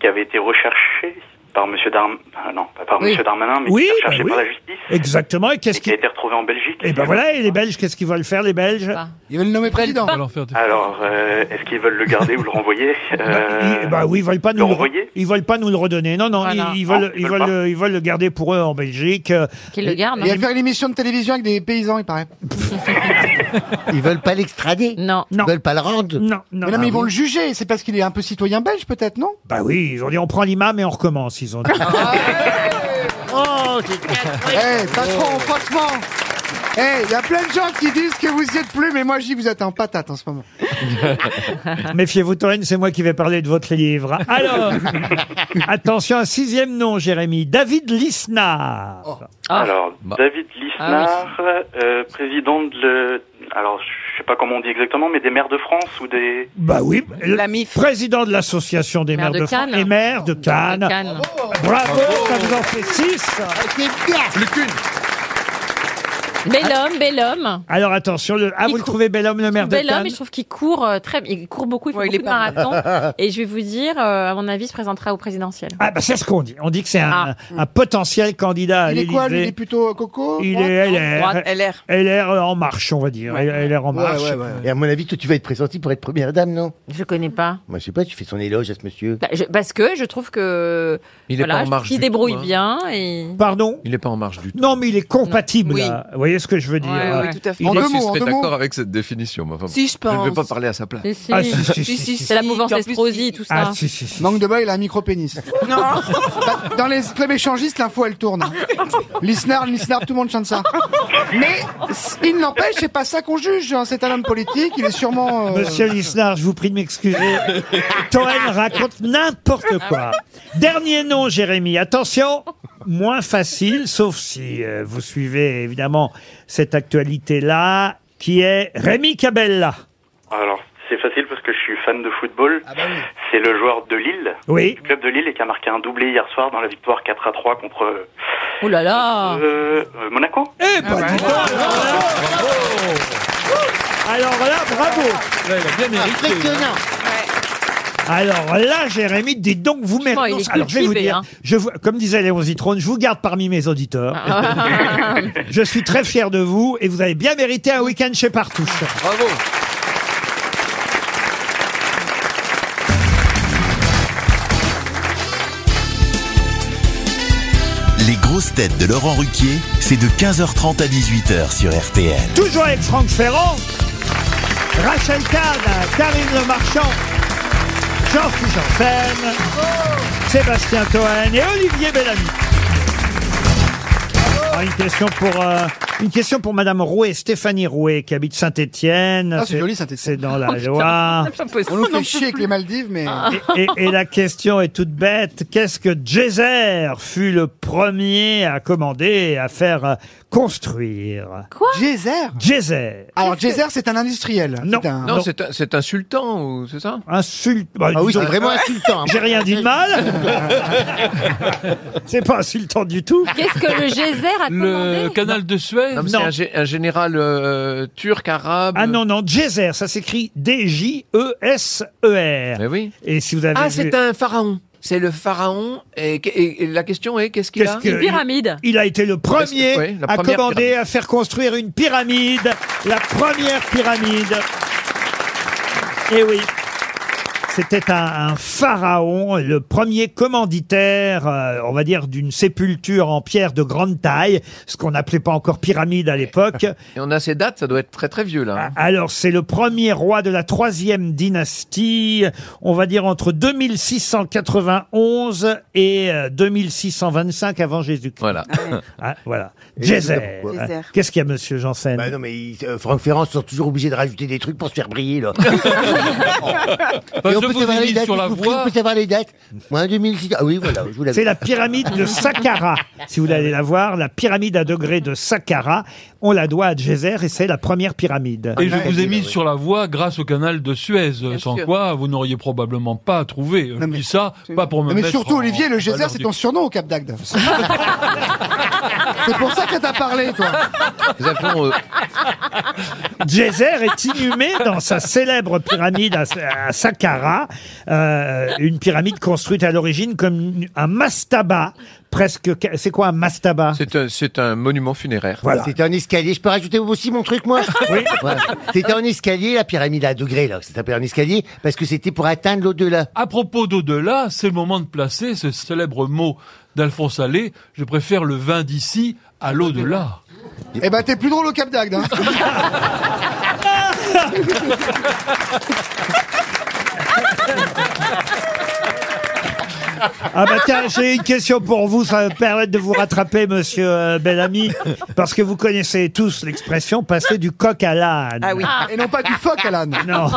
Speaker 18: qui avait été recherché par Monsieur Darmanin, non, pas par
Speaker 2: Oui.
Speaker 18: Monsieur Darmanin, mais
Speaker 2: Oui,
Speaker 18: qui était recherché
Speaker 2: bah oui.
Speaker 18: par la justice,
Speaker 2: Exactement. Et qu'est-ce
Speaker 18: qui
Speaker 2: qui...
Speaker 18: a été retrouvé en Belgique.
Speaker 2: Eh ben voilà, et les Belges, qu'est-ce qu'ils veulent faire, les Belges
Speaker 4: Ils veulent le nommer président.
Speaker 18: Alors, euh, est-ce qu'ils veulent le garder ou le renvoyer Euh,
Speaker 2: Ils- bah oui, ils veulent pas
Speaker 18: le
Speaker 2: nous
Speaker 18: renvoyer
Speaker 2: ils veulent pas nous le redonner. Non non,
Speaker 18: Voilà.
Speaker 2: ils, ils veulent
Speaker 18: Non,
Speaker 2: ils veulent le, ils veulent le garder pour eux en Belgique.
Speaker 4: Qu'ils hein. Et
Speaker 17: hein.
Speaker 4: à faire une émission de télévision avec des paysans, il paraît.
Speaker 5: Ils veulent pas l'extrader
Speaker 17: Non.
Speaker 5: Ils veulent pas le rendre
Speaker 2: Non, non.
Speaker 4: mais, non, mais
Speaker 2: Ah
Speaker 4: ils vont
Speaker 2: oui.
Speaker 4: le juger. C'est parce qu'il est un peu citoyen belge, peut-être, non
Speaker 2: Bah oui, ils ont dit on prend l'imam et on recommence, ils ont dit.
Speaker 4: Oh, Eh, patron, franchement Eh, il y a plein de gens qui disent que vous y êtes plus, mais moi je dis que vous êtes en patate en ce moment.
Speaker 2: Méfiez-vous, Toen, c'est moi qui vais parler de votre livre. Alors, attention, un sixième nom, Jérémy. David Lisnard.
Speaker 4: Oh.
Speaker 18: Alors, David Lisnard, euh, président de le... Alors, je sais pas comment on dit exactement, mais des maires de France ou des...
Speaker 2: Bah oui, le président de l'association des
Speaker 18: Maire
Speaker 2: maires
Speaker 18: de
Speaker 2: de, France
Speaker 18: Cannes.
Speaker 2: et maire de Cannes.
Speaker 18: Cannes.
Speaker 2: Bravo, Ah ça vous en fait six. Eh,
Speaker 4: Ah,
Speaker 5: Plus qu'une.
Speaker 17: Bel homme, bel homme.
Speaker 2: Alors attention, le... ah, vous le trouvez bel homme, le maire de
Speaker 17: Bel homme,
Speaker 2: Cannes
Speaker 17: et je trouve qu'il court euh, très bien. Il court beaucoup, il fait
Speaker 2: Ouais, il
Speaker 17: beaucoup
Speaker 2: est
Speaker 17: de
Speaker 2: pas mal.
Speaker 17: marathons. Et je vais vous dire, euh, à mon avis, il se présentera au présidentiel.
Speaker 2: Ah bah c'est ce qu'on dit. On dit que c'est un, un potentiel candidat à
Speaker 4: Il est quoi, lui Il est
Speaker 2: l'Élysée.
Speaker 4: plutôt euh, coco
Speaker 2: Il
Speaker 4: droite,
Speaker 2: est Euh,
Speaker 4: non
Speaker 2: LR. LR en marche, on va dire. LR en marche.
Speaker 5: Et à mon avis, toi, tu vas être pressenti pour être première dame, non
Speaker 17: Je connais pas.
Speaker 5: Moi, je sais pas, tu fais son éloge à ce monsieur.
Speaker 17: Bah, je- parce que je trouve que.
Speaker 5: Il est pas en
Speaker 17: je trouve
Speaker 5: marge
Speaker 17: qu'il
Speaker 5: du
Speaker 17: débrouille
Speaker 5: tout, hein.
Speaker 17: bien. Et...
Speaker 2: Pardon
Speaker 9: Il n'est pas en marge du tout.
Speaker 2: Non, mais il est compatible.
Speaker 17: Oui.
Speaker 2: là. Vous voyez ce que je veux dire hein.
Speaker 17: Ouais, ouais, tout à fait.
Speaker 9: Je
Speaker 17: En
Speaker 9: sais
Speaker 17: deux
Speaker 9: pas si
Speaker 17: mots,
Speaker 9: je
Speaker 17: en
Speaker 9: serais
Speaker 17: deux mots.
Speaker 9: d'accord avec cette définition. mais enfin,
Speaker 17: Si, je
Speaker 9: ne vais
Speaker 17: pense.
Speaker 9: pas parler à sa place.
Speaker 17: Si, si.
Speaker 9: Ah, si, si,
Speaker 17: Si,
Speaker 9: si,
Speaker 17: si, C'est la mouvance
Speaker 4: Puis en plus,
Speaker 17: Estrosi, tout ça.
Speaker 4: Manque de bol, il a un micro-pénis. Non Dans les clubs échangistes, l'info, elle tourne. Lisnard, Lisnard, tout le monde chante ça. Mais s- il n'empêche, c'est pas ça qu'on juge. hein. C'est un homme politique, il est sûrement... euh,
Speaker 2: Monsieur Lisnard, je vous prie de m'excuser. Toen raconte n'importe quoi. Dernier nom, Jérémy. Attention, moins facile, sauf si euh, vous suivez évidemment cette actualité-là, qui est Rémi Cabella.
Speaker 18: Alors, c'est facile parce que je suis fan de football. C'est le joueur de Lille,
Speaker 2: Oui.
Speaker 18: du club de Lille, et qui a marqué un doublé hier soir dans la victoire 4 à 3 contre
Speaker 17: Oh là là
Speaker 18: euh, euh,
Speaker 9: Ah
Speaker 18: Monaco.
Speaker 2: Eh ben, dis donc, alors là- Alors là, bravo
Speaker 5: Impressionnant
Speaker 2: Alors là, Jérémy, dites donc, vous méritez.
Speaker 17: il est
Speaker 2: Alors, je vais vous
Speaker 17: cultivé,
Speaker 2: dire,
Speaker 17: hein.
Speaker 2: je vous- comme disait Léon Zitrone, je vous garde parmi mes auditeurs. je suis très fier de vous et vous avez bien mérité un week-end chez Partouche.
Speaker 9: Bravo
Speaker 1: Les grosses têtes de Laurent Ruquier, c'est de 15h30 à 18h sur RTL.
Speaker 2: Toujours avec Franck Ferrand, Rachel Kahn, Karine Le Marchand, Jean-Philippe Janssen, Sébastien Toen et Olivier Bellamy. Ah, une question pour euh, Une question pour Madame Rouet, Stéphanie Rouet, qui habite Saint-Étienne.
Speaker 4: Ah, c'est joli, Saint-Étienne.
Speaker 2: C'est dans la Loire.
Speaker 4: On nous fait chier avec les Maldives, mais.
Speaker 2: Et, et- et la question est toute bête. Qu'est-ce que Geyser fut le premier à commander et à faire euh, construire
Speaker 4: Quoi Geyser
Speaker 2: Geyser.
Speaker 4: Alors, Geyser, c'est un industriel. Non.
Speaker 9: Non, c'est un- c'est insultant, ou c'est ça
Speaker 2: Un sul- bah,
Speaker 9: Ah oui,
Speaker 2: disons-
Speaker 9: c'est vraiment insultant, hein.
Speaker 2: J'ai rien dit de mal. c'est pas insultant du tout.
Speaker 17: Qu'est-ce que le geyser a
Speaker 9: Le
Speaker 6: canal de Suez
Speaker 9: Non, mais
Speaker 2: Non.
Speaker 9: c'est un gé- un, général euh, turc, arabe.
Speaker 2: Ah non, non, Djezer, ça s'écrit D-J-E-S-E-R.
Speaker 9: oui.
Speaker 2: Et si vous avez
Speaker 9: Ah,
Speaker 2: vu-
Speaker 9: c'est un pharaon. C'est le pharaon. Et, et- et la question est qu'est-ce qu'il
Speaker 2: Qu'est-ce
Speaker 9: a
Speaker 2: que- Une pyramide. il a été le premier
Speaker 9: Ouais, la
Speaker 2: à
Speaker 9: première
Speaker 2: commander,
Speaker 9: pyramide.
Speaker 2: à faire construire une pyramide, la première pyramide. Et Eh oui. C'était un, un pharaon, le premier commanditaire, euh, on va dire, d'une sépulture en pierre de grande taille, ce qu'on n'appelait pas encore pyramide à l'époque.
Speaker 9: Et on a ces dates, ça doit être très très vieux là.
Speaker 2: Alors, c'est le premier roi de la troisième dynastie, on va dire entre 2691 et euh, 2625 avant Jésus-Christ.
Speaker 9: Voilà.
Speaker 2: Ah, voilà.
Speaker 5: Et
Speaker 2: Geyser.
Speaker 5: je sais pas pourquoi. Geyser.
Speaker 2: Qu'est-ce qu'il y a, monsieur Janssen
Speaker 5: Bah non, mais ils- euh, Franck Ferrand sont toujours obligés de rajouter des trucs pour se faire briller, là.
Speaker 2: je
Speaker 5: Et on
Speaker 2: vous
Speaker 5: peut savoir
Speaker 2: ai
Speaker 5: les
Speaker 2: mis
Speaker 5: dates,
Speaker 2: sur la
Speaker 5: vous pouvez-
Speaker 2: voie.
Speaker 5: vous pouvez savoir les dates. Moins 2006. Ah oui, voilà, je vous l'avais.
Speaker 2: C'est la pyramide de Saqqara. si vous voulez aller la voir, la pyramide à degrés de Saqqara, on la doit à Geyser et c'est la première pyramide.
Speaker 6: Et je vous ai mis sur la voie grâce au canal de Suez, sans
Speaker 2: sûr.
Speaker 6: quoi vous n'auriez probablement pas trouvé. Je dis ça, pas pour me
Speaker 4: Non, mais
Speaker 6: mettre
Speaker 4: surtout,
Speaker 6: en-
Speaker 4: Olivier, le
Speaker 6: en
Speaker 4: geyser,
Speaker 6: valeur
Speaker 4: c'est
Speaker 6: du-
Speaker 4: ton surnom au Cap d'Agde. c'est pour ça que t'as parlé, toi.
Speaker 9: Nous appelons, euh,
Speaker 2: Djezer est inhumé dans sa célèbre pyramide à, à Saqqara, euh, une pyramide construite à l'origine comme une- un mastaba, presque. ca- C'est quoi un mastaba
Speaker 9: C'est un, c'est un monument funéraire.
Speaker 5: C'était un escalier. Je peux rajouter aussi mon truc, moi
Speaker 2: Oui.
Speaker 5: C'était un escalier, la pyramide à degrés, là. C'était un escalier parce que c'était pour atteindre l'au-delà.
Speaker 6: À propos d'au-delà, c'est le moment de placer ce célèbre mot d'Alphonse Allais, je préfère le vin d'ici à l'au-delà.
Speaker 4: Eh ben, t'es plus drôle au Cap d'Agde. hein.
Speaker 2: Ah bah tiens, j'ai une question pour vous, ça va me permettre de vous rattraper, monsieur euh, Bellamy, parce que vous connaissez tous l'expression passer du coq à l'âne.
Speaker 4: Ah oui. Et non pas du phoque, Alan.
Speaker 2: Non.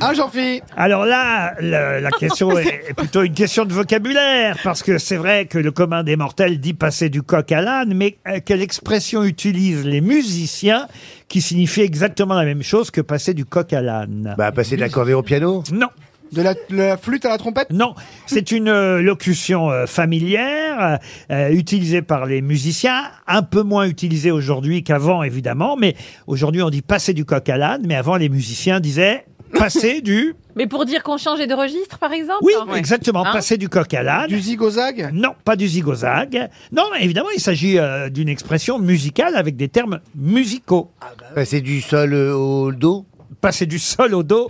Speaker 4: Ah, Jean-Philippe.
Speaker 2: Alors là, le- euh, la question est, est plutôt une question de vocabulaire, parce que c'est vrai que le commun des mortels dit passer du coq à l'âne, mais euh, quelle expression utilisent les musiciens qui signifie exactement la même chose que passer du coq à l'âne
Speaker 5: Bah, passer de l'accordéon au piano
Speaker 2: Non.
Speaker 4: De la, flûte à la trompette
Speaker 2: Non, c'est une euh, locution euh, familière euh, utilisée par les musiciens, un peu moins utilisée aujourd'hui qu'avant évidemment, mais aujourd'hui on dit passer du coq à l'âne, mais avant les musiciens disaient passer du...
Speaker 17: Mais pour dire qu'on changeait de registre, par exemple
Speaker 2: Oui, exactement.
Speaker 17: Hein
Speaker 2: passer du coq à l'âne. Du
Speaker 4: zigozag
Speaker 2: Non, pas du zigozag. Non, mais évidemment, il s'agit euh, d'une expression musicale avec des termes musicaux.
Speaker 5: Ah, bah Passer du sol euh, au dos
Speaker 2: Passer du sol au dos.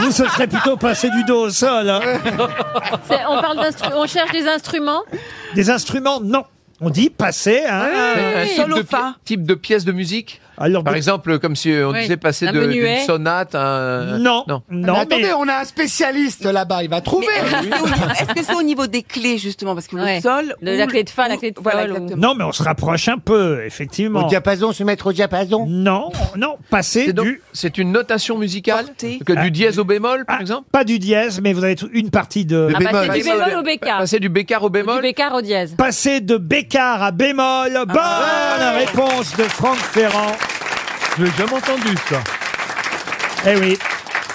Speaker 2: Vous, ce serait plutôt passer du dos au sol. hein.
Speaker 17: C'est- On, parle d'instru- on cherche des instruments
Speaker 2: Des instruments, non. On dit passer à...
Speaker 17: Ah,
Speaker 9: un type de, pi- type de pièce de musique
Speaker 2: Alors,
Speaker 9: Par exemple, comme si euh, on
Speaker 4: Oui.
Speaker 9: disait passer
Speaker 4: Un
Speaker 9: de-
Speaker 4: menuet.
Speaker 9: d'une sonate à un...
Speaker 2: Non,
Speaker 17: Ah bah,
Speaker 4: mais attendez, on a un spécialiste là-bas, il va trouver.
Speaker 7: euh, Est-ce que c'est au niveau des clés, justement Parce que le sol.
Speaker 17: De la
Speaker 7: ou-
Speaker 17: clé de fa, la clé de
Speaker 7: Voilà,
Speaker 17: fol. ou-
Speaker 2: Non, mais on se rapproche un peu, effectivement.
Speaker 5: Au diapason, se mettre au diapason
Speaker 2: Non, non, passer Ah.
Speaker 5: du...
Speaker 9: C'est une notation musicale que du dièse au bémol, par exemple
Speaker 2: Pas du dièse, mais vous avez tout- une partie de...
Speaker 17: Ah, passer du bémol au bécard.
Speaker 9: Passer du bécard au bémol
Speaker 17: Du bécard au Ah. dièse.
Speaker 2: Passer de bécard à bémol. Bonne réponse de Franck Ferrand.
Speaker 6: Je l'ai jamais entendu, ça.
Speaker 2: Eh oui.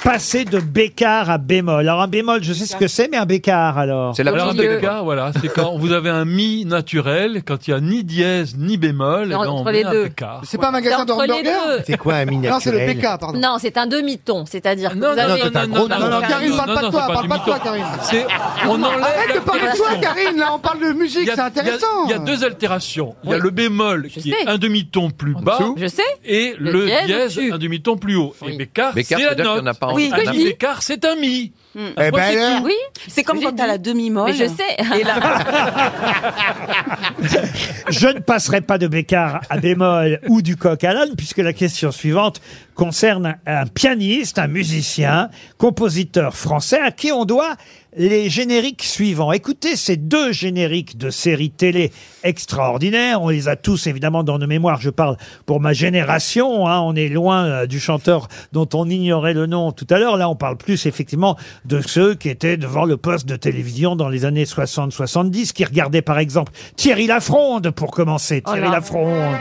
Speaker 2: Passer de bécard à bémol. Alors un bémol, je sais ce que c'est, mais un bécard alors.
Speaker 6: C'est Alors, un bécard, voilà, c'est quand vous avez un mi naturel, quand il n'y a ni dièse ni bémol,
Speaker 17: C'est
Speaker 6: eh ben, on
Speaker 17: entre
Speaker 6: met
Speaker 17: les
Speaker 6: un
Speaker 17: deux.
Speaker 6: bécard.
Speaker 4: C'est pas un magasin de
Speaker 17: entre les
Speaker 4: hamburgers
Speaker 17: deux. C'est quoi
Speaker 5: un
Speaker 4: miniature Non, c'est le PK, pardon.
Speaker 17: Non, c'est un demi-ton, c'est-à-dire que
Speaker 3: Ah
Speaker 17: vous avez...
Speaker 4: non, non, Karine, parle pas de toi, parle pas de toi, Karine.
Speaker 6: C'est- on enlève
Speaker 4: Arrête de
Speaker 6: la
Speaker 4: parler de toi,
Speaker 6: question.
Speaker 4: Karine, là, Ah, on parle de
Speaker 6: Il
Speaker 4: musique,
Speaker 6: y a-
Speaker 4: c'est intéressant.
Speaker 6: Il y, a, il y a deux altérations. Il y a
Speaker 4: Oui.
Speaker 6: le bémol qui
Speaker 4: sais.
Speaker 6: est un demi-ton plus bas.
Speaker 4: dessous.
Speaker 17: Je sais.
Speaker 6: Et
Speaker 17: Le
Speaker 6: le,
Speaker 17: dièse
Speaker 6: dièse, un demi-ton plus haut. Et bécard,
Speaker 9: Bécard,
Speaker 6: c'est la
Speaker 9: c'est-à-dire qu'il y
Speaker 6: note.
Speaker 9: en a pas en- Oui,
Speaker 6: Un
Speaker 9: que je dis.
Speaker 6: bécard, c'est un mi.
Speaker 9: ben
Speaker 6: Moi, c'est
Speaker 9: alors.
Speaker 6: tout.
Speaker 17: Oui,
Speaker 7: Hmm. C'est comme quand t'as la demi-molle.
Speaker 17: Mais je sais.
Speaker 7: Et là,
Speaker 2: Je ne passerai pas de bécard à bémol ou du coq à l'âne, puisque la question suivante concerne un pianiste, un musicien, compositeur français à qui on doit les génériques suivants. Écoutez ces deux génériques de séries télé extraordinaires. Hein, On les a tous évidemment dans nos mémoires. Je parle pour ma génération. hein. On est loin euh, du chanteur dont on ignorait le nom tout à l'heure. Là, on parle plus effectivement de ceux qui étaient devant le poste de télévision dans les années 60-70, qui regardaient par exemple Thierry Lafronde pour commencer.
Speaker 15: Oh
Speaker 2: Thierry
Speaker 15: là.
Speaker 2: Lafronde.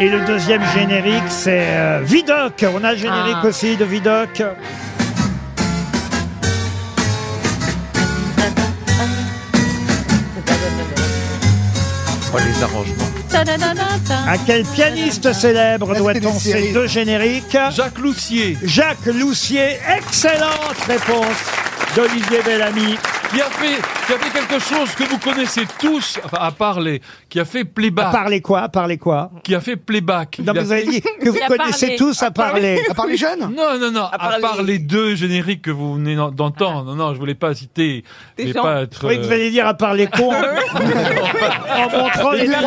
Speaker 2: Et le deuxième générique, c'est euh, Vidocq. On a le générique
Speaker 15: Ah.
Speaker 2: aussi de Vidocq.
Speaker 9: Oh, les arrangements.
Speaker 2: À quel pianiste célèbre doit-on ces deux génériques Jacques Loussier. Jacques Loussier, excellente réponse d'Olivier Bellamy.
Speaker 6: Qui a, fait, qui a fait quelque chose que vous connaissez tous, enfin, à part les... Qui a fait playback.
Speaker 2: À parler quoi À parler quoi
Speaker 6: Qui a fait playback.
Speaker 2: Non,
Speaker 6: Bah. Il a
Speaker 2: vous avez
Speaker 6: fait-
Speaker 2: dit que vous Qui a connaissez parlé. tous à À parler. parler. À part les jeunes
Speaker 6: Non, non, non. À part, les... deux génériques que vous venez d'en- d'entendre.
Speaker 2: Ah.
Speaker 6: Non, non, je voulais pas citer.
Speaker 2: Des
Speaker 6: mais
Speaker 2: gens.
Speaker 6: pas être... euh,
Speaker 2: Je croyais que vous alliez dire à part les cons. en montrant les doigts.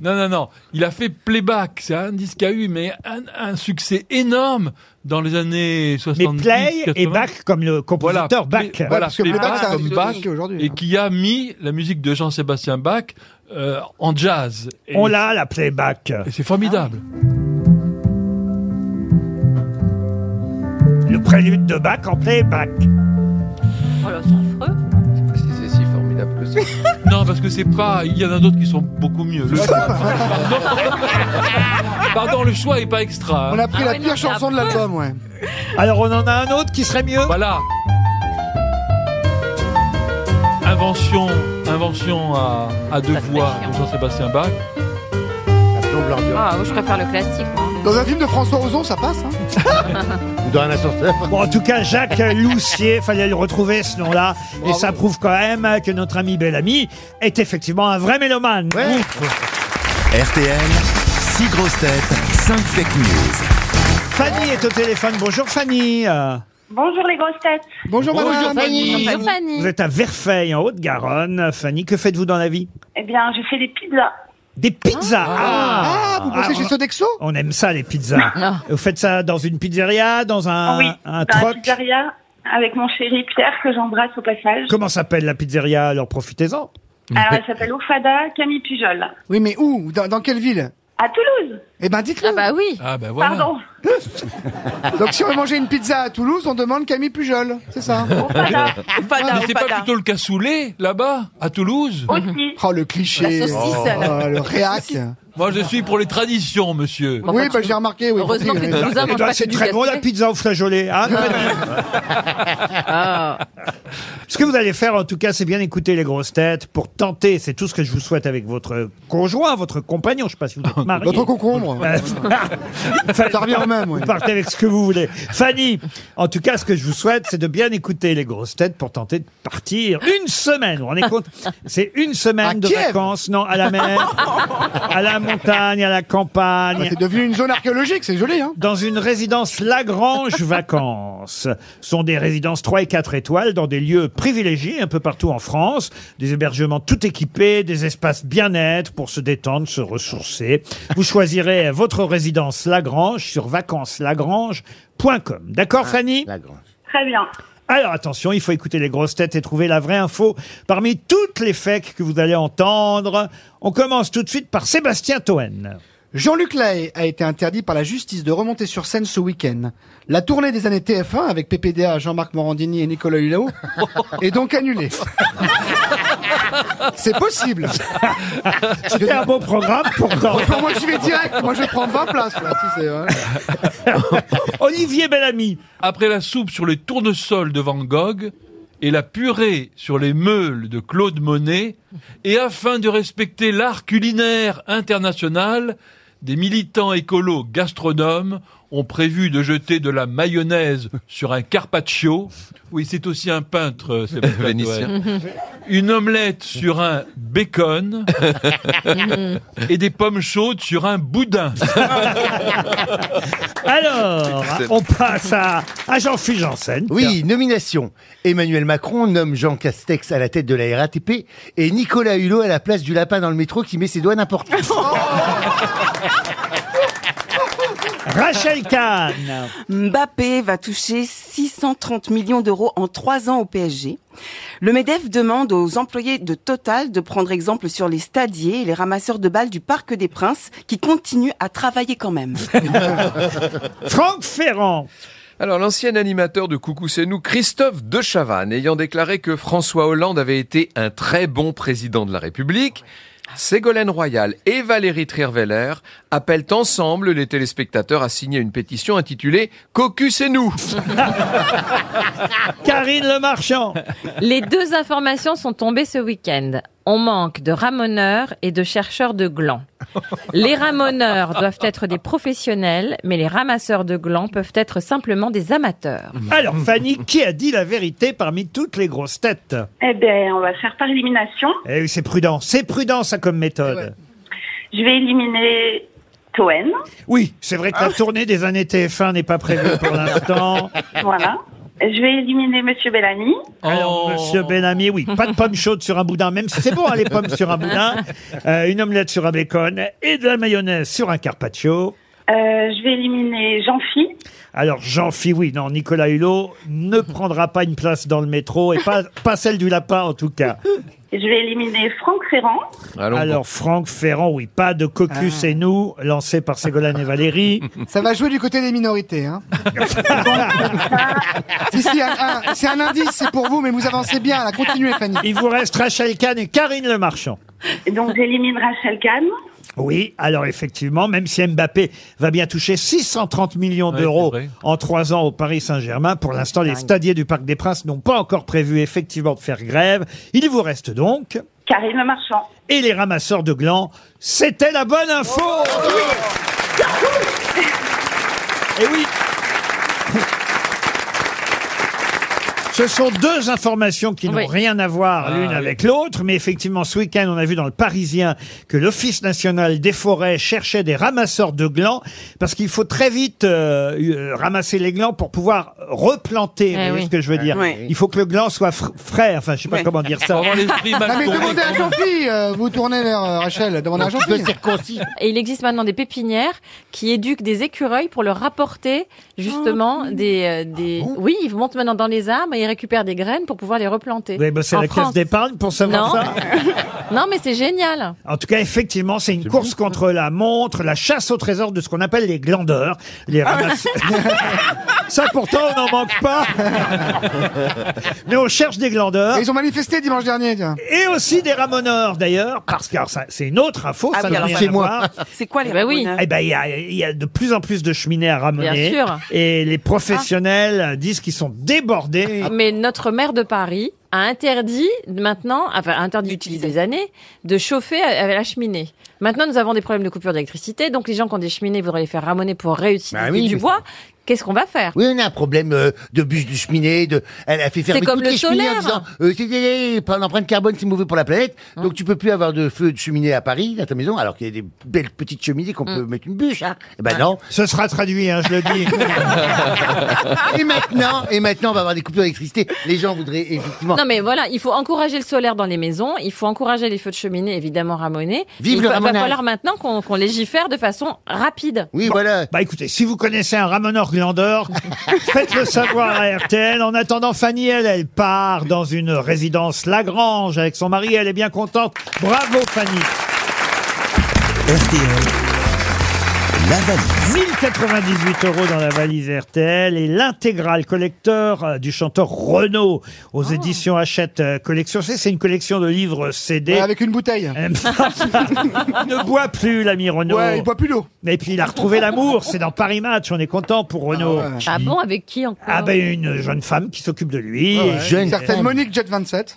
Speaker 6: Non, non, non. Il a fait playback. C'est un disque qui a eu, mais un, un succès énorme dans les années 70.
Speaker 2: Mais play et back comme le
Speaker 6: Voilà,
Speaker 2: compositeur
Speaker 6: play-
Speaker 2: Bach.
Speaker 6: Voilà, playback
Speaker 4: Bach, ça a
Speaker 6: comme
Speaker 4: été
Speaker 6: Bach,
Speaker 4: unique aujourd'hui. hein.
Speaker 6: et qui a mis la musique de Jean-Sébastien Bach euh, en jazz. Et-
Speaker 2: On l'a, la playback. Ah
Speaker 6: Et c'est formidable.
Speaker 2: Le prélude de Bach en playback.
Speaker 3: Oh là, c'est affreux.
Speaker 9: Si c'est si formidable que ça.
Speaker 6: Non, parce que c'est pas. Il y en a d'autres qui sont beaucoup mieux. Le choix- pardon, Pardon, le choix est pas extra. hein.
Speaker 4: On a pris la pire chanson de l'album, ouais.
Speaker 2: Alors on en a un autre qui serait mieux
Speaker 6: Voilà. Invention, invention à, à deux voix de Jean-Sébastien Bach.
Speaker 17: Ah, moi, je préfère le classique.
Speaker 4: Dans un film de François Ozon, ça passe, hein
Speaker 5: Dans un ascenseur.
Speaker 2: Bon, en tout cas, Jacques Loussier, fallait le retrouver ce nom-là. Et ça prouve quand même que notre ami Bellamy est effectivement un vrai mélomane.
Speaker 1: RTL, 6 grosses têtes, 5 fake news.
Speaker 2: Fanny est au téléphone. Bonjour Fanny. Euh,
Speaker 11: Bonjour les grosses têtes.
Speaker 2: Bonjour, madame. Bonjour, Fanny.
Speaker 11: Bonjour Fanny.
Speaker 2: Vous êtes à Verfeil, en Haute-Garonne. Fanny, que faites-vous dans la vie
Speaker 11: Eh bien, je fais des pizzas.
Speaker 2: Des pizzas
Speaker 11: Ah. Ah, vous bossez chez
Speaker 2: on-
Speaker 11: Sodexo
Speaker 2: On aime ça, les pizzas.
Speaker 11: Non.
Speaker 2: Vous faites ça dans une pizzeria, dans un,
Speaker 11: oui, Bah,
Speaker 2: Ah, un
Speaker 11: dans la
Speaker 2: truck
Speaker 11: pizzeria avec mon chéri Pierre que j'embrasse au passage.
Speaker 2: Comment s'appelle la pizzeria Alors profitez-en.
Speaker 11: Alors, elle s'appelle Oufada Camille Pujol.
Speaker 4: Oui, mais où dans, dans quelle ville
Speaker 11: À Toulouse.
Speaker 4: Eh ben, dites-le. Ah bah
Speaker 17: oui.
Speaker 6: Ah bah
Speaker 11: Pardon.
Speaker 6: Ah.
Speaker 4: Donc si on veut manger une pizza à Toulouse, on demande Camille Pujol, c'est ça
Speaker 6: Ah, Mais c'est pas plutôt le cassoulet, là-bas, à Toulouse Hein
Speaker 4: Oh, le cliché.
Speaker 6: La saucisse.
Speaker 4: Oh, le réac.
Speaker 6: Moi, je suis pour les traditions, monsieur.
Speaker 4: Oui, bah, j'ai remarqué. Oui,
Speaker 2: Heureusement que les Toulousains mangent Eh ben, pas c'est que du très bon, la cassoulet. pizza au flageolet. hein Ce que vous allez faire, en tout cas, c'est bien écouter les grosses têtes pour tenter, c'est tout ce que je vous souhaite avec votre conjoint, votre compagnon, je sais pas si vous êtes marié.
Speaker 4: Votre concombre. Ça revient au même, ouais.
Speaker 2: Vous partez avec ce que vous voulez. Fanny, en tout cas, ce que je vous souhaite, c'est de bien écouter les grosses têtes pour tenter de partir une semaine. Vous vous rendez compte C'est une semaine de
Speaker 4: Kiev
Speaker 2: vacances, non, à la mer, à la montagne, à la campagne.
Speaker 4: Ah, c'est devenu une zone archéologique, c'est joli, hein
Speaker 2: Dans une résidence Lagrange Vacances. Ce sont des résidences 3 et 4 étoiles dans des lieux privilégiés un peu partout en France. Des hébergements tout équipés, des espaces bien nets pour se détendre, se ressourcer. Vous choisirez votre résidence Lagrange sur vacanceslagrange.com. D'accord, Fanny
Speaker 11: Très bien.
Speaker 2: alors attention, il faut écouter les grosses têtes et trouver la vraie info parmi toutes les fakes que vous allez entendre. On commence tout de suite par Sébastien Toen.
Speaker 4: Jean-Luc Lahaye a été interdit par la justice de remonter sur scène ce week-end. La tournée des années TF1 avec PPDA, Jean-Marc Morandini et Nicolas Hulot est donc annulée. C'est possible.
Speaker 2: C'était un beau programme pourtant.
Speaker 4: Enfin, moi, je vais direct. Moi, je prends 20 places. Là, si c'est hein. vrai.
Speaker 2: Olivier Bellamy.
Speaker 6: Après la soupe sur les tournesols de Van Gogh et la purée sur les meules de Claude Monet, et afin de respecter l'art culinaire international, des militants écolos gastronomes ont prévu de jeter de la mayonnaise sur un carpaccio. Oui, c'est aussi un peintre, euh, Sébastien
Speaker 9: Vénitien.
Speaker 6: Toen. Une omelette sur un bacon et des pommes chaudes sur un boudin.
Speaker 2: Alors, on passe à, à Jean-Philippe Janssen.
Speaker 5: Oui, nomination. Emmanuel Macron nomme Jean Castex à la tête de la RATP et Nicolas Hulot à la place du lapin dans le métro qui met ses doigts n'importe où.
Speaker 2: Rachel Kahn.
Speaker 7: Mbappé va toucher 630 millions d'euros en trois ans au PSG. Le MEDEF demande aux employés de Total de prendre exemple sur les stadiers et les ramasseurs de balles du Parc des Princes qui continuent à travailler quand même.
Speaker 2: Franck Ferrand.
Speaker 9: Alors, l'ancien animateur de Coucou c'est nous, Christophe de Chavannes, ayant déclaré que François Hollande avait été un très bon président de la République, Ségolène Royal et Valérie Trierweiler appellent ensemble les téléspectateurs à signer une pétition intitulée Cocu c'est nous.
Speaker 2: Karine Le Marchand.
Speaker 3: Les deux informations sont tombées ce week-end. On manque de ramoneurs et de chercheurs de glands. Les ramoneurs doivent être des professionnels, mais les ramasseurs de glands peuvent être simplement des amateurs.
Speaker 2: Alors, Fanny, qui a dit la vérité parmi toutes les grosses têtes
Speaker 11: Eh bien, on va faire par élimination.
Speaker 2: Eh oui, c'est prudent. C'est prudent, ça, comme méthode.
Speaker 11: Je vais éliminer Toen.
Speaker 2: Oui, c'est vrai que la tournée des années TF1 n'est pas prévue pour l'instant.
Speaker 11: Voilà. Je vais éliminer Monsieur Bellamy.
Speaker 2: Alors, monsieur Benami, oui, pas de pommes chaudes sur un boudin, même si c'est bon, hein, les pommes sur un boudin, Euh, une omelette sur un bacon et de la mayonnaise sur un carpaccio.
Speaker 11: Euh, je vais éliminer Jean-Phi.
Speaker 2: Alors, jean phi oui, non, Nicolas Hulot ne prendra pas une place dans le métro et pas, pas celle du lapin, en tout cas.
Speaker 11: Je vais éliminer Franck Ferrand.
Speaker 2: Alors, Franck Ferrand, oui, pas de Cocus et nous, lancé par Ségolène et Valérie.
Speaker 4: Ah. Ça va jouer du côté des minorités. Hein. si, si, un- un- c'est un indice, c'est pour vous, mais vous avancez bien. Là. Continuez, Fanny.
Speaker 2: Il vous reste Rachel Kahn et Karine Le Marchand.
Speaker 11: Donc j'élimine Rachel Kahn.
Speaker 2: Oui, alors effectivement, même si Mbappé va bien toucher 630 millions
Speaker 6: Ouais,
Speaker 2: d'euros
Speaker 6: c'est vrai.
Speaker 2: en trois ans au Paris Saint-Germain, pour l'instant, les stadiers du Parc des Princes n'ont pas encore prévu effectivement de faire grève. Il vous reste donc...
Speaker 11: Karine Le Marchand.
Speaker 2: Et les ramasseurs de glands, c'était la bonne info
Speaker 11: Oh,
Speaker 2: Et oui Ce sont deux informations qui n'ont
Speaker 19: Oui.
Speaker 2: rien à voir l'une avec l'autre, mais effectivement, ce week-end, on a vu dans le Parisien que l'Office national des forêts cherchait des ramasseurs de glands, parce qu'il faut très vite euh, euh, ramasser les glands pour pouvoir replanter,
Speaker 4: Eh
Speaker 2: vous voyez
Speaker 4: oui.
Speaker 2: ce que je veux dire.
Speaker 4: Oui.
Speaker 2: Il faut que le gland soit fr- frais, enfin, je sais pas
Speaker 4: Oui.
Speaker 2: comment dire ça.
Speaker 4: Non, Ah, mais demandez à Jean-Phi, euh, vous tournez vers euh, Rachel, demandez à Jean-Phi.
Speaker 3: Et il existe maintenant des pépinières qui éduquent des écureuils pour leur rapporter
Speaker 2: Ah,
Speaker 3: justement des, euh, des...
Speaker 5: Ah
Speaker 3: oui, ils montent maintenant dans les arbres et ils récupèrent des graines pour pouvoir les replanter.
Speaker 2: Vous avez bossé à
Speaker 3: En
Speaker 2: bah, la
Speaker 3: France.
Speaker 2: caisse d'épargne pour savoir
Speaker 3: Non.
Speaker 2: ça
Speaker 3: Non, mais c'est génial.
Speaker 2: En tout cas, effectivement, c'est une course contre la montre, la chasse au trésor de ce qu'on appelle les glandeurs. Les ramasse- ça, pourtant, on n'en manque pas. Mais on cherche des glandeurs.
Speaker 4: Ils ont manifesté dimanche dernier. Tiens.
Speaker 2: Et aussi des ramoneurs, d'ailleurs, parce que alors, ça, c'est une autre info,
Speaker 4: Ah
Speaker 2: ça
Speaker 4: oui,
Speaker 2: n'a
Speaker 4: alors
Speaker 2: rien
Speaker 4: c'est
Speaker 2: à
Speaker 4: moi.
Speaker 2: voir.
Speaker 7: C'est quoi les hein
Speaker 2: Eh ben oui.
Speaker 7: ramoneurs
Speaker 2: Eh ben, il y, a- il y a de plus en plus de cheminées à ramoner.
Speaker 3: Bien sûr.
Speaker 2: Et les professionnels disent qu'ils sont débordés.
Speaker 3: Ah, Mais notre maire de Paris a interdit maintenant, enfin interdit depuis des années, de chauffer avec la cheminée. Maintenant, nous avons des problèmes de coupure d'électricité, donc les gens qui ont des cheminées voudraient les faire ramoner pour réutiliser
Speaker 5: Bah oui,
Speaker 3: du
Speaker 5: mais-
Speaker 3: bois. Qu'est-ce qu'on va faire
Speaker 5: Oui, on a un problème euh, de bûche de cheminée. De... Elle a fait
Speaker 3: C'est
Speaker 5: fermer
Speaker 3: comme
Speaker 5: toutes
Speaker 3: le
Speaker 5: les cheminées
Speaker 3: solaire.
Speaker 5: en disant euh, c'est- c'est- c'est- par l'empreinte carbone, c'est mauvais pour la planète.
Speaker 2: Hein
Speaker 5: Donc tu peux plus avoir de feu de cheminée à Paris, à ta maison, alors qu'il y a des belles petites cheminées qu'on peut mettre une bûche. Hein. Eh ben non.
Speaker 2: Ah. Ce sera traduit, hein, je le dis.
Speaker 5: et maintenant, et maintenant, on va avoir des coupures d'électricité. Les gens voudraient effectivement.
Speaker 3: Non mais voilà, il faut encourager le solaire dans les maisons, il faut encourager les feux de cheminée, évidemment ramonés.
Speaker 5: Vive
Speaker 3: il
Speaker 5: le
Speaker 3: va, va
Speaker 5: ramonage.
Speaker 3: falloir maintenant qu'on qu'on légifère de façon rapide.
Speaker 5: Oui, voilà.
Speaker 2: Bah écoutez, si vous connaissez un ramoneur glandeur, faites-le savoir à RTL. En attendant, Fanny, elle, elle part dans une résidence Lagrange avec son mari. Elle est bien contente. Bravo, Fanny. La valise. 1098 euros dans la valise RTL et l'intégrale collecteur euh, du chanteur Renaud aux
Speaker 4: Ah.
Speaker 2: éditions Hachette euh, Collection. C'est c'est une collection de livres CD.
Speaker 4: Ouais, avec une bouteille.
Speaker 2: ne boit plus, l'ami Renaud.
Speaker 4: Ouais, il boit plus d'eau.
Speaker 2: Et puis il a retrouvé l'amour, c'est dans Paris Match, on est content pour Renaud.
Speaker 3: Ah bon, avec qui encore
Speaker 2: Ah ben une jeune femme qui s'occupe de lui.
Speaker 4: Ah Ouais, ouais. Certaine
Speaker 2: femme.
Speaker 4: Monique Jet 27.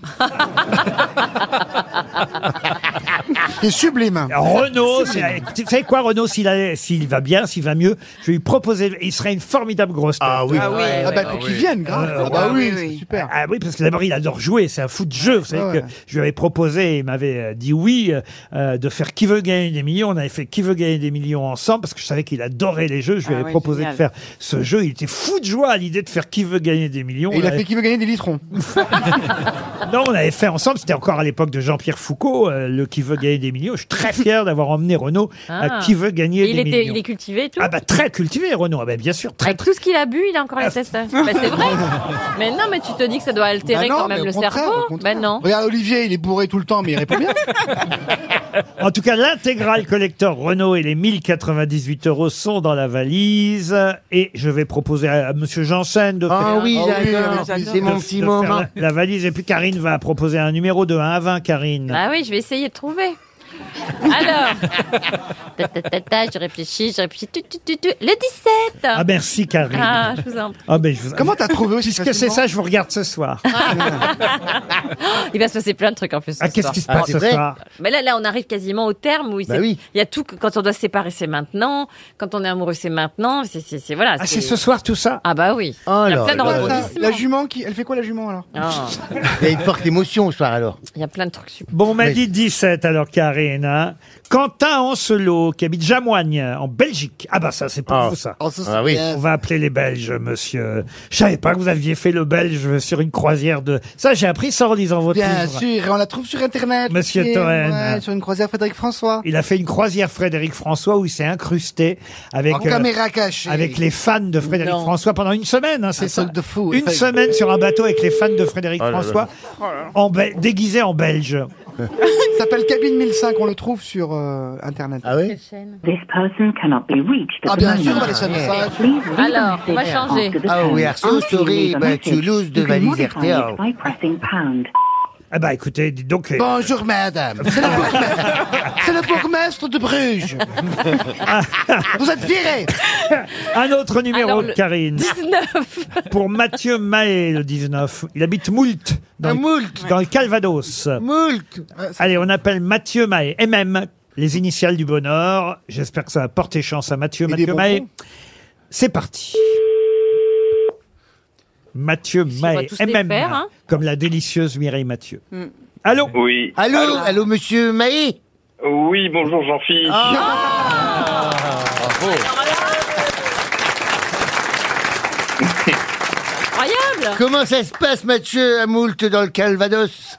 Speaker 4: qui est sublime.
Speaker 2: Renaud, c'est- écoutez, vous savez quoi, Renaud, s'il a- s'il va bien, s'il va mieux, je vais lui proposer, il serait une formidable grosse tête.
Speaker 4: oui. Ah oui, Ah bah, ouais, faut ouais, qu'il ouais. vienne, grave. Ah bah oui, c'est
Speaker 2: super. Ah oui, parce que d'abord, il adore jouer, c'est un fou de jeu. Vous savez
Speaker 4: Ah ouais.
Speaker 2: que je lui avais proposé, il m'avait euh, dit oui, euh, euh, de faire Qui veut gagner des millions. On avait fait Qui veut gagner des millions ensemble, parce que je savais qu'il adorait les jeux. Je lui
Speaker 4: Ah
Speaker 2: avais
Speaker 4: ouais,
Speaker 2: proposé
Speaker 4: génial.
Speaker 2: de faire ce jeu. Il était fou de joie à l'idée de faire Qui veut gagner des millions.
Speaker 4: Et il
Speaker 2: On
Speaker 4: a
Speaker 2: avait-
Speaker 4: fait qui veut gagner des litrons.
Speaker 2: non, on avait fait ensemble, c'était encore à l'époque de Jean-Pierre Foucault, euh, le qui veut gagner des millions. Je suis très fier d'avoir emmené Renaud
Speaker 3: Ah.
Speaker 2: à qui veut gagner
Speaker 3: Et il
Speaker 2: des
Speaker 3: était,
Speaker 2: millions.
Speaker 3: Il est cultivé et tout.
Speaker 2: Ah bah très cultivé Renaud, ah bah, bien sûr, très
Speaker 3: Avec tout ce qu'il a bu, il a encore
Speaker 4: Ah,
Speaker 3: les tests. Bah, c'est vrai. Mais non, mais tu te dis que ça doit altérer
Speaker 4: Bah non,
Speaker 3: quand
Speaker 4: mais
Speaker 3: même
Speaker 4: au
Speaker 3: le
Speaker 4: contraire, au
Speaker 3: cerveau.
Speaker 4: contraire.
Speaker 3: Ben non.
Speaker 4: Regarde Olivier, il est bourré tout le temps, mais il répond bien.
Speaker 2: En tout cas, l'intégrale collector Renault et les 1098 euros sont dans la valise. Et je vais proposer à, à Monsieur Janssen de
Speaker 5: Ah
Speaker 2: faire,
Speaker 5: oui, Ah oui, j'adore, oui, j'adore. c'est mon
Speaker 2: de-
Speaker 5: petit
Speaker 2: de faire
Speaker 5: moment.
Speaker 2: La, la valise. Et puis Karine va proposer un numéro de 1 à 20, Karine.
Speaker 3: Ah oui, je vais essayer de trouver. Alors, ta, ta, ta, ta, je réfléchis, je réfléchis. Tu, tu, tu, tu. Le 17
Speaker 2: Ah, merci Karine.
Speaker 3: Ah, je vous en prie.
Speaker 2: Ah, ben, je vous-
Speaker 3: Comment t'as trouvé aussi
Speaker 2: Puisque c'est
Speaker 3: facilement
Speaker 2: ça, je vous regarde ce soir.
Speaker 3: Il va se passer plein de trucs en plus. ce
Speaker 2: Ah, qu'est-ce
Speaker 3: soir.
Speaker 2: qui se passe Ah, c'est ce vrai soir
Speaker 3: Mais là, là, on arrive quasiment au terme où il
Speaker 2: Bah
Speaker 3: s'est-
Speaker 2: oui.
Speaker 3: il y a tout. que- Quand on doit se séparer, c'est maintenant. Quand on est amoureux, c'est maintenant. C'est c'est- c'est- voilà.
Speaker 2: Ah, c'est ce soir tout ça
Speaker 3: Ah bah oui.
Speaker 5: Oh,
Speaker 3: il y a plein de
Speaker 4: la,
Speaker 3: rebondissements.
Speaker 4: la jument qui, elle fait quoi la jument alors
Speaker 3: Ah.
Speaker 5: Il y a une forte émotion ce soir alors.
Speaker 3: Il y a plein de trucs super.
Speaker 2: Bon, on m'a dit 17 alors, Karine. hein. Quentin Ancelot, qui habite Jamoigne, en Belgique. Ah bah ça, c'est pour
Speaker 5: Ah.
Speaker 2: vous, ça.
Speaker 5: Ah, ça, c'est Ah oui. bien.
Speaker 2: On va appeler les Belges, monsieur. Je savais pas que vous aviez fait le Belge sur une croisière de... Ça, j'ai appris ça en lisant votre
Speaker 4: Bien
Speaker 2: livre.
Speaker 4: sûr, et on la trouve sur internet.
Speaker 2: Monsieur
Speaker 4: Et,
Speaker 2: Toen.
Speaker 4: ouais, sur une croisière Frédéric François.
Speaker 2: Il a fait une croisière Frédéric François où il s'est incrusté avec euh,
Speaker 4: En caméra cachée.
Speaker 2: avec les fans de Frédéric
Speaker 4: Non.
Speaker 2: François pendant une semaine. hein, c'est ça.
Speaker 4: truc de fou.
Speaker 2: Une
Speaker 4: Enfin-
Speaker 2: semaine sur un bateau avec les fans de Frédéric
Speaker 4: Oh là là.
Speaker 2: François, En Bel- déguisé en Belge.
Speaker 4: Il s'appelle Cabine 1005, on le trouve sur euh, internet. Ah oui
Speaker 20: This person cannot be reached.
Speaker 4: Ah bien sûr, on va laisser un message.
Speaker 3: Alors, on va changer.
Speaker 5: Ah oui, Arceau, Soré, bah, Toulouse, de Valise RTL.
Speaker 2: Ah bah écoutez, dis donc. euh,
Speaker 4: Bonjour madame, c'est le, bourgmestre- c'est le bourgmestre de Bruges. Vous êtes viré.
Speaker 2: Un autre numéro
Speaker 4: Alors,
Speaker 2: de
Speaker 4: le
Speaker 2: Karine.
Speaker 3: 19.
Speaker 2: Pour Mathieu Mahé, le 19. Il habite Moult.
Speaker 4: Euh,
Speaker 2: Dans, le, dans le Calvados.
Speaker 5: Moult.
Speaker 4: Ah,
Speaker 2: Allez, on appelle Mathieu Mahé. MM, les initiales du bonheur. J'espère que ça va porter chance à Mathieu.
Speaker 5: des
Speaker 2: Mathieu
Speaker 5: bonbons.
Speaker 2: Mahé. C'est parti. Mathieu Mahé.
Speaker 5: tous les
Speaker 2: MM.
Speaker 5: faire, hein.
Speaker 2: Comme la délicieuse Mireille Mathieu. Allô
Speaker 12: Oui.
Speaker 5: Allô, allô, monsieur Maé
Speaker 12: Oui, bonjour Jean-Philippe.
Speaker 5: Ah.
Speaker 12: Ah.
Speaker 3: Incroyable
Speaker 5: Comment ça se passe, Mathieu, à Moult, dans le Calvados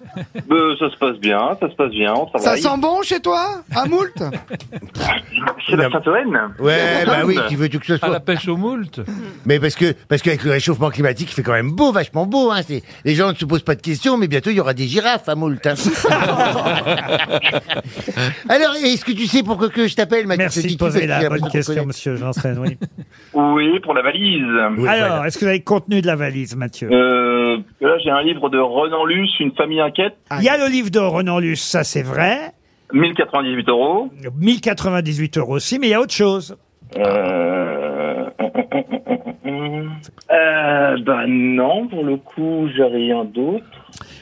Speaker 12: Ben, ça se passe bien, ça se passe bien, on
Speaker 4: Ça
Speaker 12: travaille.
Speaker 4: sent bon chez toi, à Moult
Speaker 12: C'est la châtelaine
Speaker 5: Ouais, bah oui, tu veux tout que ce soit.
Speaker 21: À la pêche au moult.
Speaker 5: Mais parce que parce qu'avec le réchauffement climatique, il fait quand même beau, vachement beau. Hein, c'est- les gens ne se posent pas de questions, mais bientôt il y aura des girafes à Moult. hein. Alors, est-ce que tu sais pourquoi que je t'appelle, Mathieu
Speaker 2: Merci
Speaker 5: Je te
Speaker 2: de
Speaker 5: dis tout parce
Speaker 2: poser
Speaker 5: que
Speaker 2: la
Speaker 5: j'ai
Speaker 2: bonne
Speaker 5: l'impression de te
Speaker 2: question, monsieur Janssen. Oui.
Speaker 12: Oui, pour la valise.
Speaker 2: Alors, est-ce que vous avez le contenu de la valise, Mathieu
Speaker 12: Euh, là, j'ai un livre de Renan Luce, Une famille inquiète,
Speaker 2: Il y a le livre de Renan Luce, ça c'est vrai.
Speaker 12: 1098 euros.
Speaker 2: 1098 euros aussi, mais il y a autre chose.
Speaker 12: Euh... Euh, bah non, pour le coup, j'ai rien d'autre.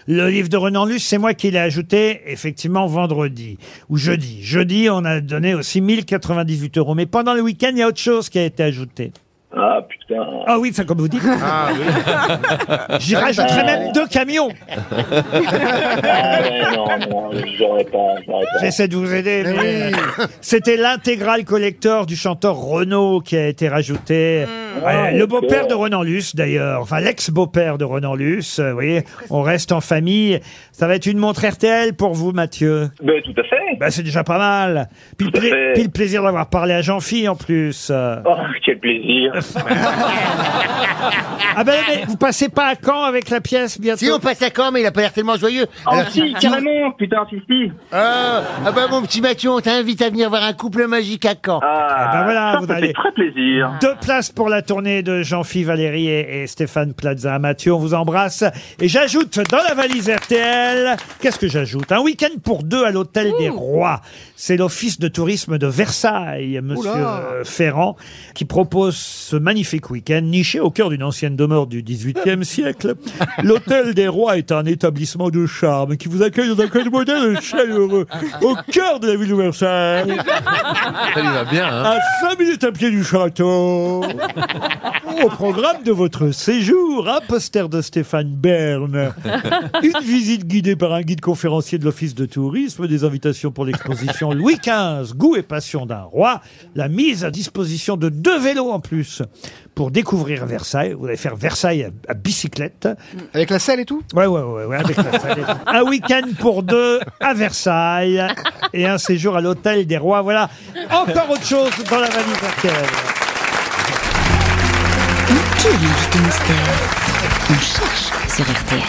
Speaker 2: Le livre de Renan Luce, c'est moi qui l'ai ajouté, effectivement, vendredi ou jeudi. Jeudi, on a donné aussi 1098 euros. Mais pendant le week-end, il y a autre chose qui a été ajoutée.
Speaker 12: Ah putain.
Speaker 2: Ah oui, ça comme vous dites.
Speaker 8: Ah.
Speaker 2: J'y rajouterai même deux camions.
Speaker 12: Ah ouais, non, non, j'aurais pas, j'aurais pas.
Speaker 2: J'essaie de vous aider. mais- C'était l'intégrale collector du chanteur Renaud qui a été rajouté.
Speaker 12: Hmm.
Speaker 2: Ouais,
Speaker 5: Ah,
Speaker 2: le
Speaker 5: d'accord.
Speaker 2: beau-père de Renan Luce, d'ailleurs. Enfin, l'ex-beau-père de Renan Luce. euh, Vous voyez, on reste en famille. Ça va être une montre RTL pour vous, Mathieu.
Speaker 12: Ben tout à fait.
Speaker 2: Bah, c'est déjà pas mal. Puis, le
Speaker 12: Tout à
Speaker 2: pla-
Speaker 12: fait.
Speaker 2: puis le plaisir d'avoir parlé à Jean-Phi, en plus. euh.
Speaker 12: Oh, quel plaisir.
Speaker 2: Ah ben, mais vous passez pas à Caen avec la pièce, bientôt
Speaker 5: Si on passe à Caen, mais il a pas l'air tellement joyeux.
Speaker 12: Ah si, carrément, putain, si, si.
Speaker 5: Ah, ah bah mon petit Mathieu, on t'invite à venir voir un couple magique à Caen.
Speaker 12: Ah,
Speaker 2: ben voilà,
Speaker 12: ça,
Speaker 2: vous
Speaker 12: ça
Speaker 2: allez-
Speaker 12: fait très plaisir.
Speaker 2: Deux places pour la tournée de Jean-Philippe Valéry et, et Stéphane Plaza. Mathieu, on vous embrasse. Et j'ajoute dans la valise RTL, qu'est-ce que j'ajoute Un week-end pour deux à l'Hôtel des Rois. C'est l'Office de tourisme de Versailles, monsieur
Speaker 4: Oula.
Speaker 2: euh, Ferrand, qui propose ce ce magnifique week-end, niché au cœur d'une ancienne demeure du XVIIIe siècle, l'Hôtel des Rois est un établissement de charme qui vous accueille dans un cadre modèle et chaleureux au cœur de la ville de Versailles.
Speaker 9: Ça lui va bien, hein
Speaker 2: À 5 Ah, minutes à pied du château. Au programme de votre séjour, un poster de Stéphane Bern, une visite guidée par un guide conférencier de l'Office de tourisme, des invitations pour l'exposition Louis XV, Goût et passion d'un roi, la mise à disposition de deux vélos en plus pour découvrir Versailles. Vous allez faire Versailles à, à bicyclette. Mm. Avec la selle et tout Ouais, ouais, ouais, ouais, avec la selle. un week-end pour deux à Versailles et un séjour à l'hôtel des rois. Voilà, encore autre chose dans la valise RTL.
Speaker 13: Qui est l'invité mystère On cherche sur RTL.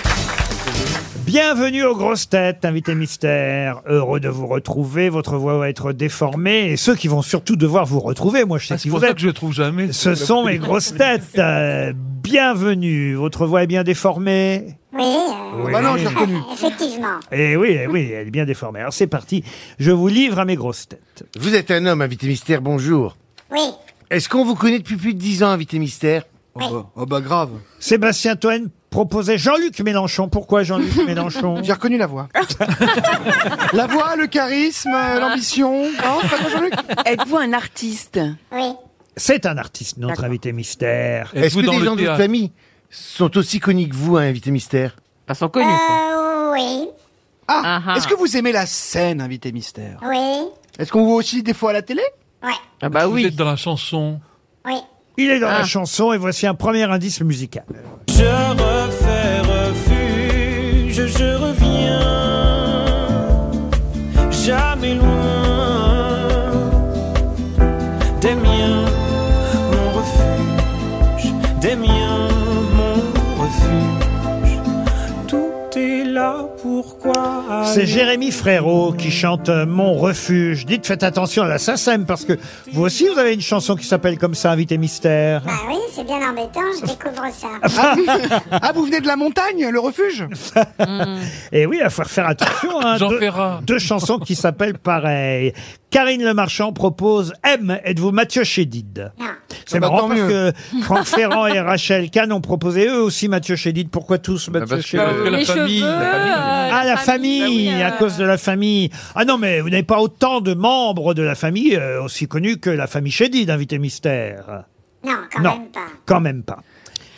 Speaker 2: Bienvenue aux grosses têtes, invité mystère. Heureux de vous retrouver. Votre voix va être déformée. Et ceux qui vont surtout devoir vous retrouver, moi je sais qui
Speaker 6: C'est
Speaker 2: vous
Speaker 6: pour ça
Speaker 2: êtes.
Speaker 6: que je trouve jamais.
Speaker 2: Ce sont les grosses têtes. Euh, bienvenue. Votre voix est bien déformée.
Speaker 22: Oui, euh,
Speaker 2: Oui. Bah non, je l'ai reconnu.
Speaker 22: Effectivement.
Speaker 2: Eh oui, eh oui, elle est bien déformée. Alors c'est parti. Je vous livre à mes grosses têtes.
Speaker 5: Vous êtes un homme, invité mystère, bonjour.
Speaker 22: Oui.
Speaker 5: Est-ce qu'on vous connaît depuis plus de 10 ans, invité mystère
Speaker 2: Oh, bah grave. Sébastien Toen proposait Jean-Luc Mélenchon. Pourquoi Jean-Luc Mélenchon
Speaker 4: J'ai reconnu la voix. la voix, le charisme,
Speaker 17: Ah.
Speaker 4: euh, l'ambition. Non, c'est pas toi, Jean-Luc
Speaker 7: Êtes-vous un artiste
Speaker 22: Oui.
Speaker 2: C'est un artiste, notre invité mystère.
Speaker 5: Est-ce que des gens de votre famille sont aussi connus que vous, hein, invité mystère
Speaker 3: Pas sans
Speaker 5: connus.
Speaker 22: Euh, oui.
Speaker 4: Ah,
Speaker 3: Ah, ah.
Speaker 4: est-ce que vous aimez la scène, invité mystère
Speaker 22: Oui.
Speaker 4: Est-ce qu'on vous voit aussi des fois à la télé
Speaker 6: Ah
Speaker 4: bah oui.
Speaker 6: Vous êtes dans la chanson.
Speaker 22: Oui.
Speaker 2: Il est dans
Speaker 6: Ah.
Speaker 2: la chanson et voici un premier indice musical.
Speaker 15: Je refais refuge, je reviens jamais loin des miens, mon refuge, des miens, mon refuge. Tout est là, pourquoi
Speaker 4: Ah,
Speaker 2: C'est Jérémy Frérot qui chante euh, Mon refuge. Dites, faites attention à la SACEM parce que vous aussi, vous avez une chanson qui s'appelle comme ça, Invité Mystère.
Speaker 22: Bah oui, c'est bien embêtant, je découvre ça.
Speaker 4: ah, oui. Ah, vous venez de la montagne, le refuge
Speaker 2: Et oui, il va falloir faire attention. Hein, deux, deux chansons qui s'appellent pareil. Karine Le Marchand propose M. Êtes-vous Mathieu Chédid C'est
Speaker 4: Ah bah,
Speaker 2: marrant
Speaker 4: tant
Speaker 2: parce
Speaker 4: mieux.
Speaker 2: que Franck Ferrand et Rachel Kahn ont proposé eux aussi Mathieu Chédid. Pourquoi tous
Speaker 4: Bah,
Speaker 2: Mathieu
Speaker 6: parce que-
Speaker 2: Chédid
Speaker 6: parce que la Les famille, cheveux, la famille. euh,
Speaker 2: Ah,
Speaker 6: la
Speaker 2: la famille, euh. à cause de la famille. Ah non, mais vous n'avez pas autant de membres de la famille euh, aussi connus que la famille Chédid, invité mystère.
Speaker 22: Non, quand
Speaker 2: non,
Speaker 22: même pas.
Speaker 2: quand même pas.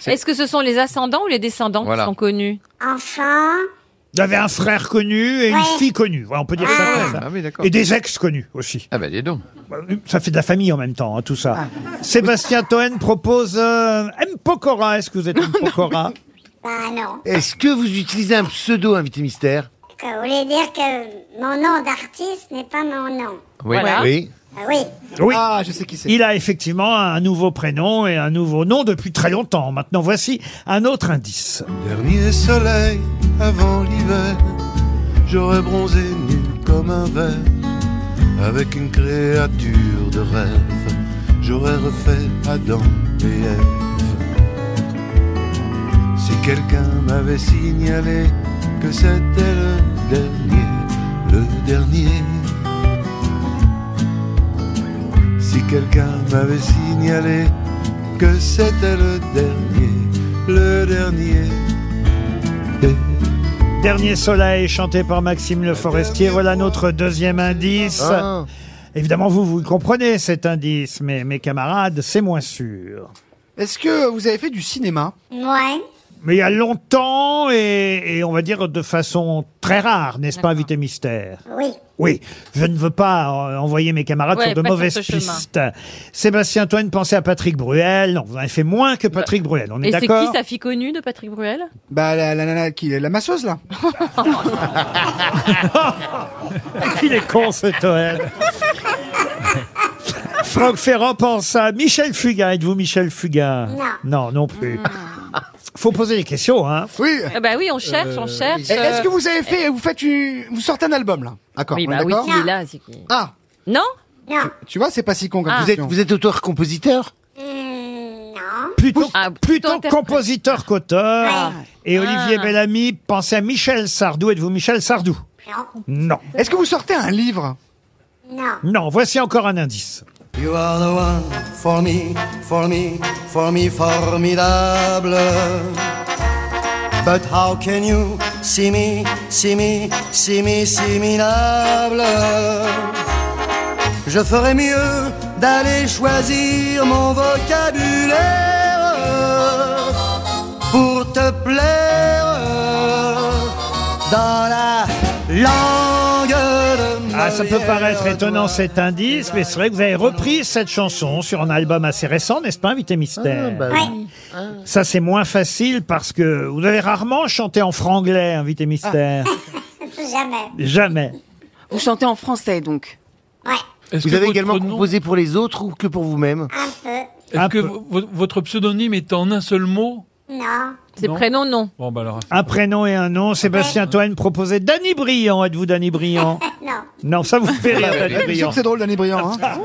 Speaker 17: Est-ce que ce sont les ascendants ou les descendants
Speaker 2: Voilà.
Speaker 17: qui sont connus
Speaker 22: Enfant.
Speaker 2: Vous avez un frère connu et une
Speaker 22: Ouais.
Speaker 2: fille connue. Voilà, on peut dire ça
Speaker 22: Ah.
Speaker 2: comme ça.
Speaker 22: Ah oui, d'accord.
Speaker 2: et des ex connus aussi.
Speaker 9: Ah ben, dis donc.
Speaker 2: Ça fait de la famille en même temps, hein, tout ça. Sébastien Toen propose euh, M. Pokora. Est-ce que vous êtes M. Pokora
Speaker 22: Bah non.
Speaker 5: Est-ce que vous utilisez un pseudo, invité mystère
Speaker 22: Que Vous voulez dire que mon nom d'artiste n'est pas mon nom
Speaker 5: Oui. Voilà. Oui.
Speaker 22: Ah oui.
Speaker 2: Oui. Ah, je sais qui c'est. Il a effectivement un nouveau prénom et un nouveau nom depuis très longtemps. Maintenant, voici un autre indice.
Speaker 15: Dernier soleil avant l'hiver, j'aurais bronzé nu comme un verre, avec une créature de rêve, j'aurais refait Adam et Ève. Si quelqu'un m'avait signalé que c'était le dernier, le dernier. Si quelqu'un m'avait signalé que c'était le dernier, le dernier.
Speaker 2: Dernier soleil chanté par Maxime Le Forestier. Voilà notre deuxième indice.
Speaker 15: Ah.
Speaker 2: Évidemment, vous, vous le comprenez cet indice, mais mes camarades, c'est moins sûr.
Speaker 4: Est-ce que vous avez fait du cinéma
Speaker 22: Ouais.
Speaker 2: Mais il y a longtemps et, et on va dire de façon très rare, n'est-ce pas, invité mystère
Speaker 22: Oui.
Speaker 2: Oui, je ne veux pas euh, envoyer mes camarades
Speaker 22: Ouais,
Speaker 2: sur de
Speaker 22: pas sur
Speaker 2: mauvaises
Speaker 22: ce chemin.
Speaker 2: pistes. Sébastien Toine pensez à Patrick Bruel. Non, vous en avez fait moins
Speaker 22: Bah,
Speaker 2: que Patrick Bruel, on est
Speaker 17: Et c'est qui
Speaker 2: d'accord
Speaker 17: sa fille connue de Patrick Bruel
Speaker 4: Bah, la, la, la, la- qui, la masseuse, là.
Speaker 2: Il est con, ce Toen. Franck Ferrand pense à Michel Fugain. Êtes-vous Michel Fugain Non, non, plus. Faut poser des questions, hein
Speaker 4: Oui.
Speaker 17: Eh ben oui, on cherche,
Speaker 2: Euh,
Speaker 5: Euh,
Speaker 17: on cherche. euh.
Speaker 4: Et Est-ce que vous avez fait, vous faites une- vous sortez un album là D'accord.
Speaker 17: Oui,
Speaker 4: on est
Speaker 17: bah oui,
Speaker 4: d'accord
Speaker 17: qui est là, c'est qui
Speaker 4: Ah.
Speaker 17: Non
Speaker 4: Tu vois, c'est pas si con comme
Speaker 17: Ah.
Speaker 4: question.
Speaker 5: Vous êtes auteur-compositeur
Speaker 22: Hmm,
Speaker 2: Plutôt,
Speaker 17: Ah.
Speaker 2: plutôt compositeur qu'auteur. Et Olivier
Speaker 4: Ah.
Speaker 2: Bellamy pensez à Michel Sardou. Êtes-vous Michel Sardou
Speaker 22: Non.
Speaker 2: Non.
Speaker 4: Est-ce que vous sortez un livre
Speaker 22: Non.
Speaker 2: Non, voici encore un indice.
Speaker 20: You are the one for me, for me, for me, formidable. But how can you see me, see me, see me, see minable? Je ferais mieux d'aller choisir mon vocabulaire pour te plaire dans la langue de
Speaker 2: Ah, ça peut paraître étonnant cet indice, mais c'est vrai que vous avez repris cette chanson sur un album assez récent, n'est-ce pas, Invité Mystère Ah. Ça, c'est moins facile parce que vous avez rarement chanté en franglais, Invité Mystère.
Speaker 22: Jamais.
Speaker 2: Jamais.
Speaker 7: Vous chantez en français donc
Speaker 5: Vous avez également composé pour les autres ou que pour vous-même
Speaker 6: Est-ce que vo- vo- votre pseudonyme est en un seul mot
Speaker 22: Non.
Speaker 6: C'est Non. prénom,
Speaker 17: non.
Speaker 6: Bon, bah alors.
Speaker 2: Un prénom et un nom. Sébastien Toen proposait Danny Briand. Êtes-vous Danny Briand
Speaker 22: Non.
Speaker 2: Non, ça Ah, vous
Speaker 4: Ah,
Speaker 2: fait rire, Danny
Speaker 4: Je sais
Speaker 2: Briand.
Speaker 4: bah, que c'est drôle, Danny Briand. hein.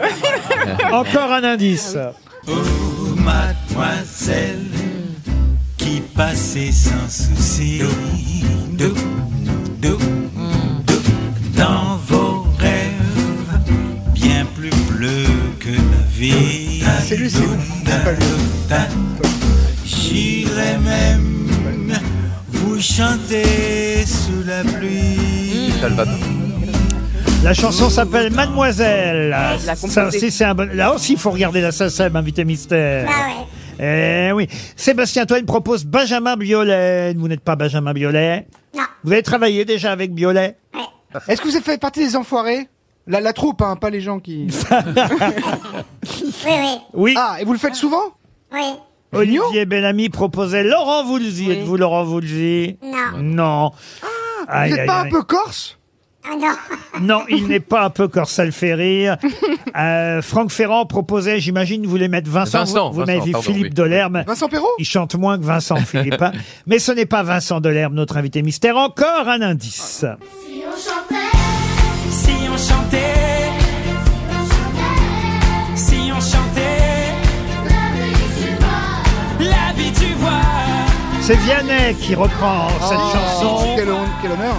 Speaker 2: Encore un indice.
Speaker 8: Oh, mademoiselle qui passait sans souci dou, dou, dou, dans vos rêves bien plus bleu que la vie Ah, c'est lui j'irai même vous chanter sous la pluie
Speaker 2: La chanson s'appelle Mademoiselle.
Speaker 8: Je l'ai composée.
Speaker 2: Ça aussi, c'est un bon... Là aussi, il faut regarder la SACEM, invité mystère.
Speaker 22: Ah
Speaker 2: Eh oui. Sébastien Toine propose Benjamin Biolay. Vous n'êtes pas Benjamin Biolay
Speaker 22: Non.
Speaker 2: Vous avez travaillé déjà avec Biolay
Speaker 4: Est-ce que vous avez fait partie des enfoirés la, la troupe, hein, pas les gens qui.
Speaker 22: Oui, oui,
Speaker 2: Oui.
Speaker 4: Ah, et vous le faites souvent
Speaker 22: oui.
Speaker 2: Olivier Bellamy proposait Laurent Voulzy. Êtes-vous Laurent Voulzy
Speaker 22: Non.
Speaker 2: Non.
Speaker 4: Ah, Vous
Speaker 2: Aïe,
Speaker 4: n'êtes
Speaker 2: aïe,
Speaker 4: pas
Speaker 2: aïe.
Speaker 4: un peu corse
Speaker 22: Ah non.
Speaker 2: Non, il n'est pas un peu corps, ça le fait rire. Euh, Franck Ferrand proposait, j'imagine, vous voulez mettre Vincent.
Speaker 9: Vincent,
Speaker 2: vous vous m'avez
Speaker 9: Vincent,
Speaker 2: dit
Speaker 9: pardon,
Speaker 2: Philippe
Speaker 9: oui.
Speaker 2: Delerme.
Speaker 4: Vincent Perrault
Speaker 2: Il chante moins que Vincent Philippe. hein. Mais ce n'est pas Vincent Delerme, notre invité mystère. Encore un indice.
Speaker 23: Si on chantait, si on chantait, si on chantait, la vie tu vois,
Speaker 2: C'est Vianney qui reprend cette
Speaker 4: Oh.
Speaker 2: chanson.
Speaker 4: Quel, hon- quel honneur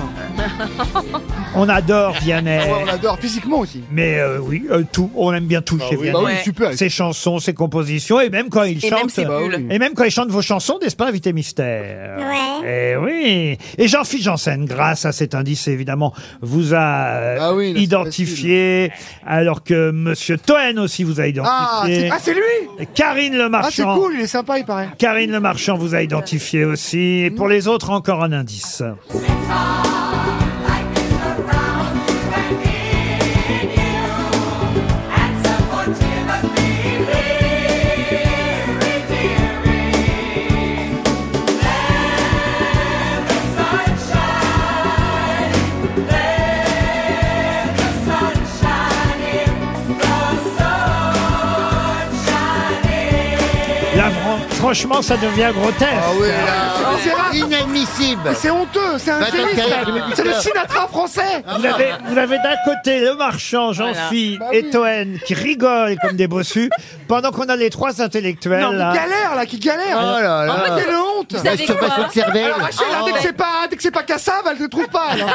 Speaker 2: On adore Vianney.
Speaker 4: Ah ouais, On l'adore physiquement aussi.
Speaker 2: Mais euh, oui, euh, tout, on aime bien tout
Speaker 4: Ah
Speaker 2: chez
Speaker 4: oui,
Speaker 2: Vianney.
Speaker 4: bah oui, super.
Speaker 2: Ses chansons, ses compositions, et même quand il
Speaker 4: Et
Speaker 2: chante. euh,
Speaker 4: même ses bulles.
Speaker 2: et même quand il chante vos chansons, n'est-ce pas, Invité Mystère
Speaker 22: Ouais.
Speaker 2: Et oui. Et Jean-Philippe Janssen, grâce à cet indice, évidemment, vous a euh,
Speaker 4: Ah
Speaker 2: identifié, alors que Monsieur Toen aussi vous a
Speaker 4: Ah,
Speaker 2: identifié.
Speaker 4: c'est ah, c'est lui
Speaker 2: Karine Le
Speaker 4: Ah, c'est
Speaker 2: Marchand.
Speaker 4: cool, il est sympa, il paraît.
Speaker 2: Karine Le Marchand vous a identifié aussi. Et
Speaker 4: Mm.
Speaker 2: pour les autres, encore un indice. Là, fran- franchement, ça devient grotesque.
Speaker 4: Oh, C'est rare.
Speaker 5: Inadmissible.
Speaker 4: C'est honteux, c'est un
Speaker 5: Va
Speaker 4: génie,
Speaker 5: t'enterrer,
Speaker 4: ça.
Speaker 5: je vais
Speaker 4: C'est le
Speaker 5: faire.
Speaker 4: Sinatra français
Speaker 2: Vous avez, vous avez d'un côté le marchand, jean philippe et Toen qui rigolent comme des bossus, pendant qu'on a les trois intellectuels.
Speaker 4: Non, mais
Speaker 2: là.
Speaker 4: galère là, qui galère
Speaker 2: Oh là là.
Speaker 4: Ah, Quelle honte
Speaker 2: Vous savez Masturbation quoi de cervelle.
Speaker 4: Alors, Rachel, là, dès que Ah, c'est pas, dès que c'est pas Cassav, elle ne trouve pas. alors.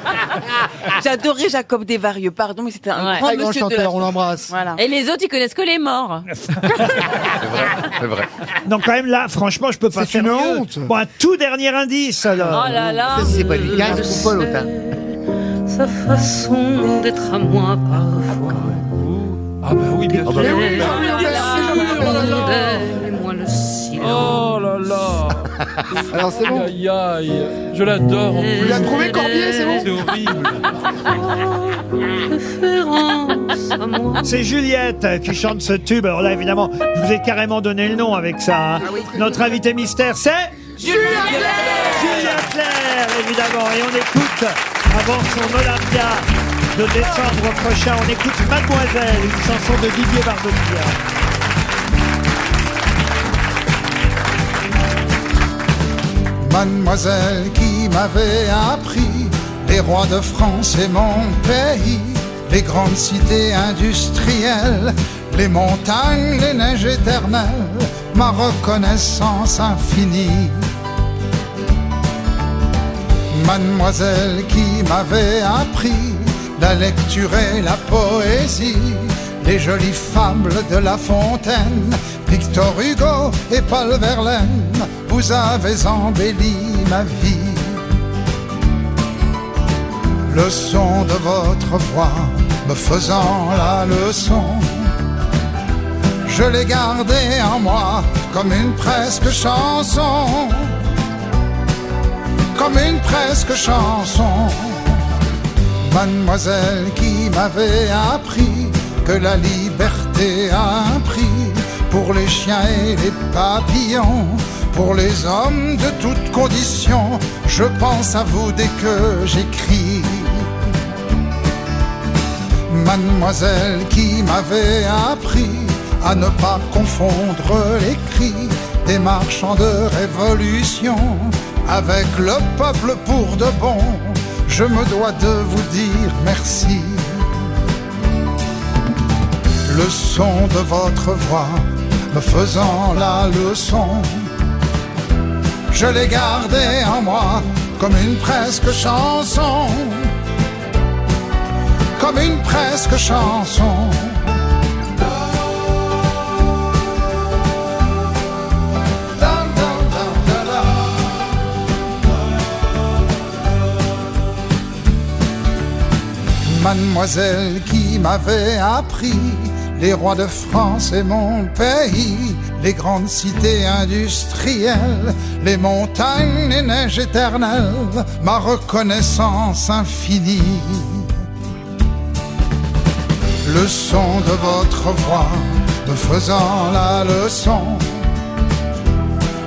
Speaker 7: J'adorais Jacob Desvarieux, pardon, mais c'était un
Speaker 4: Ouais.
Speaker 7: grand
Speaker 4: Très grand
Speaker 7: monsieur de la
Speaker 4: chanteur, on l'embrasse.
Speaker 7: Voilà.
Speaker 17: Et les autres, ils connaissent que les morts.
Speaker 9: C'est vrai.
Speaker 2: Non, quand même, là, franchement, je peux pas faire une honte. Bon, un tout dernier indice, alors. Euh,
Speaker 17: Oh là là.
Speaker 5: Ça, c'est pas du gaz ou Paul Autain.
Speaker 23: sa façon d'être à moi parfois.
Speaker 6: Ah, bah oui, bien sûr.
Speaker 8: Ah,
Speaker 6: Ah, bah Oh là là
Speaker 4: Alors c'est bon.
Speaker 6: Aïe aïe Je l'adore en plus.
Speaker 4: Vous
Speaker 8: Ah, bah
Speaker 4: l'avez trouvé, Corbier, c'est bon
Speaker 6: C'est horrible.
Speaker 2: C'est Juliette qui chante ce tube. Alors là, évidemment, je vous ai carrément donné le nom avec ça. hein.
Speaker 4: Ah
Speaker 2: Notre invité mystère, c'est Julien Clerc, évidemment. Et on écoute, avant son Olympia de décembre prochain, on écoute Mademoiselle, une chanson de Didier Bardot.
Speaker 24: Mademoiselle qui m'avait appris les rois de France et mon pays, les grandes cités industrielles, les montagnes, les neiges éternelles, ma reconnaissance infinie. Mademoiselle qui m'avait appris la lecture et la poésie, les jolies fables de La Fontaine, Victor Hugo et Paul Verlaine, vous avez embelli ma vie. Le son de votre voix me faisant la leçon, je l'ai gardé en moi comme une presque chanson, comme une presque chanson. Mademoiselle qui m'avait appris que la liberté a un prix pour les chiens et les papillons, pour les hommes de toutes conditions. Je pense à vous dès que j'écris. Mademoiselle qui m'avait appris à ne pas confondre les cris des marchands de révolution avec le peuple pour de bon. Je me dois de vous dire merci. Le son de votre voix me faisant la leçon, je l'ai gardé en moi comme une presque chanson, comme une presque chanson. Mademoiselle qui m'avait appris les rois de France et mon pays, les grandes cités industrielles, les montagnes, les neiges éternelles, ma reconnaissance infinie. Le son de votre voix me faisant la leçon,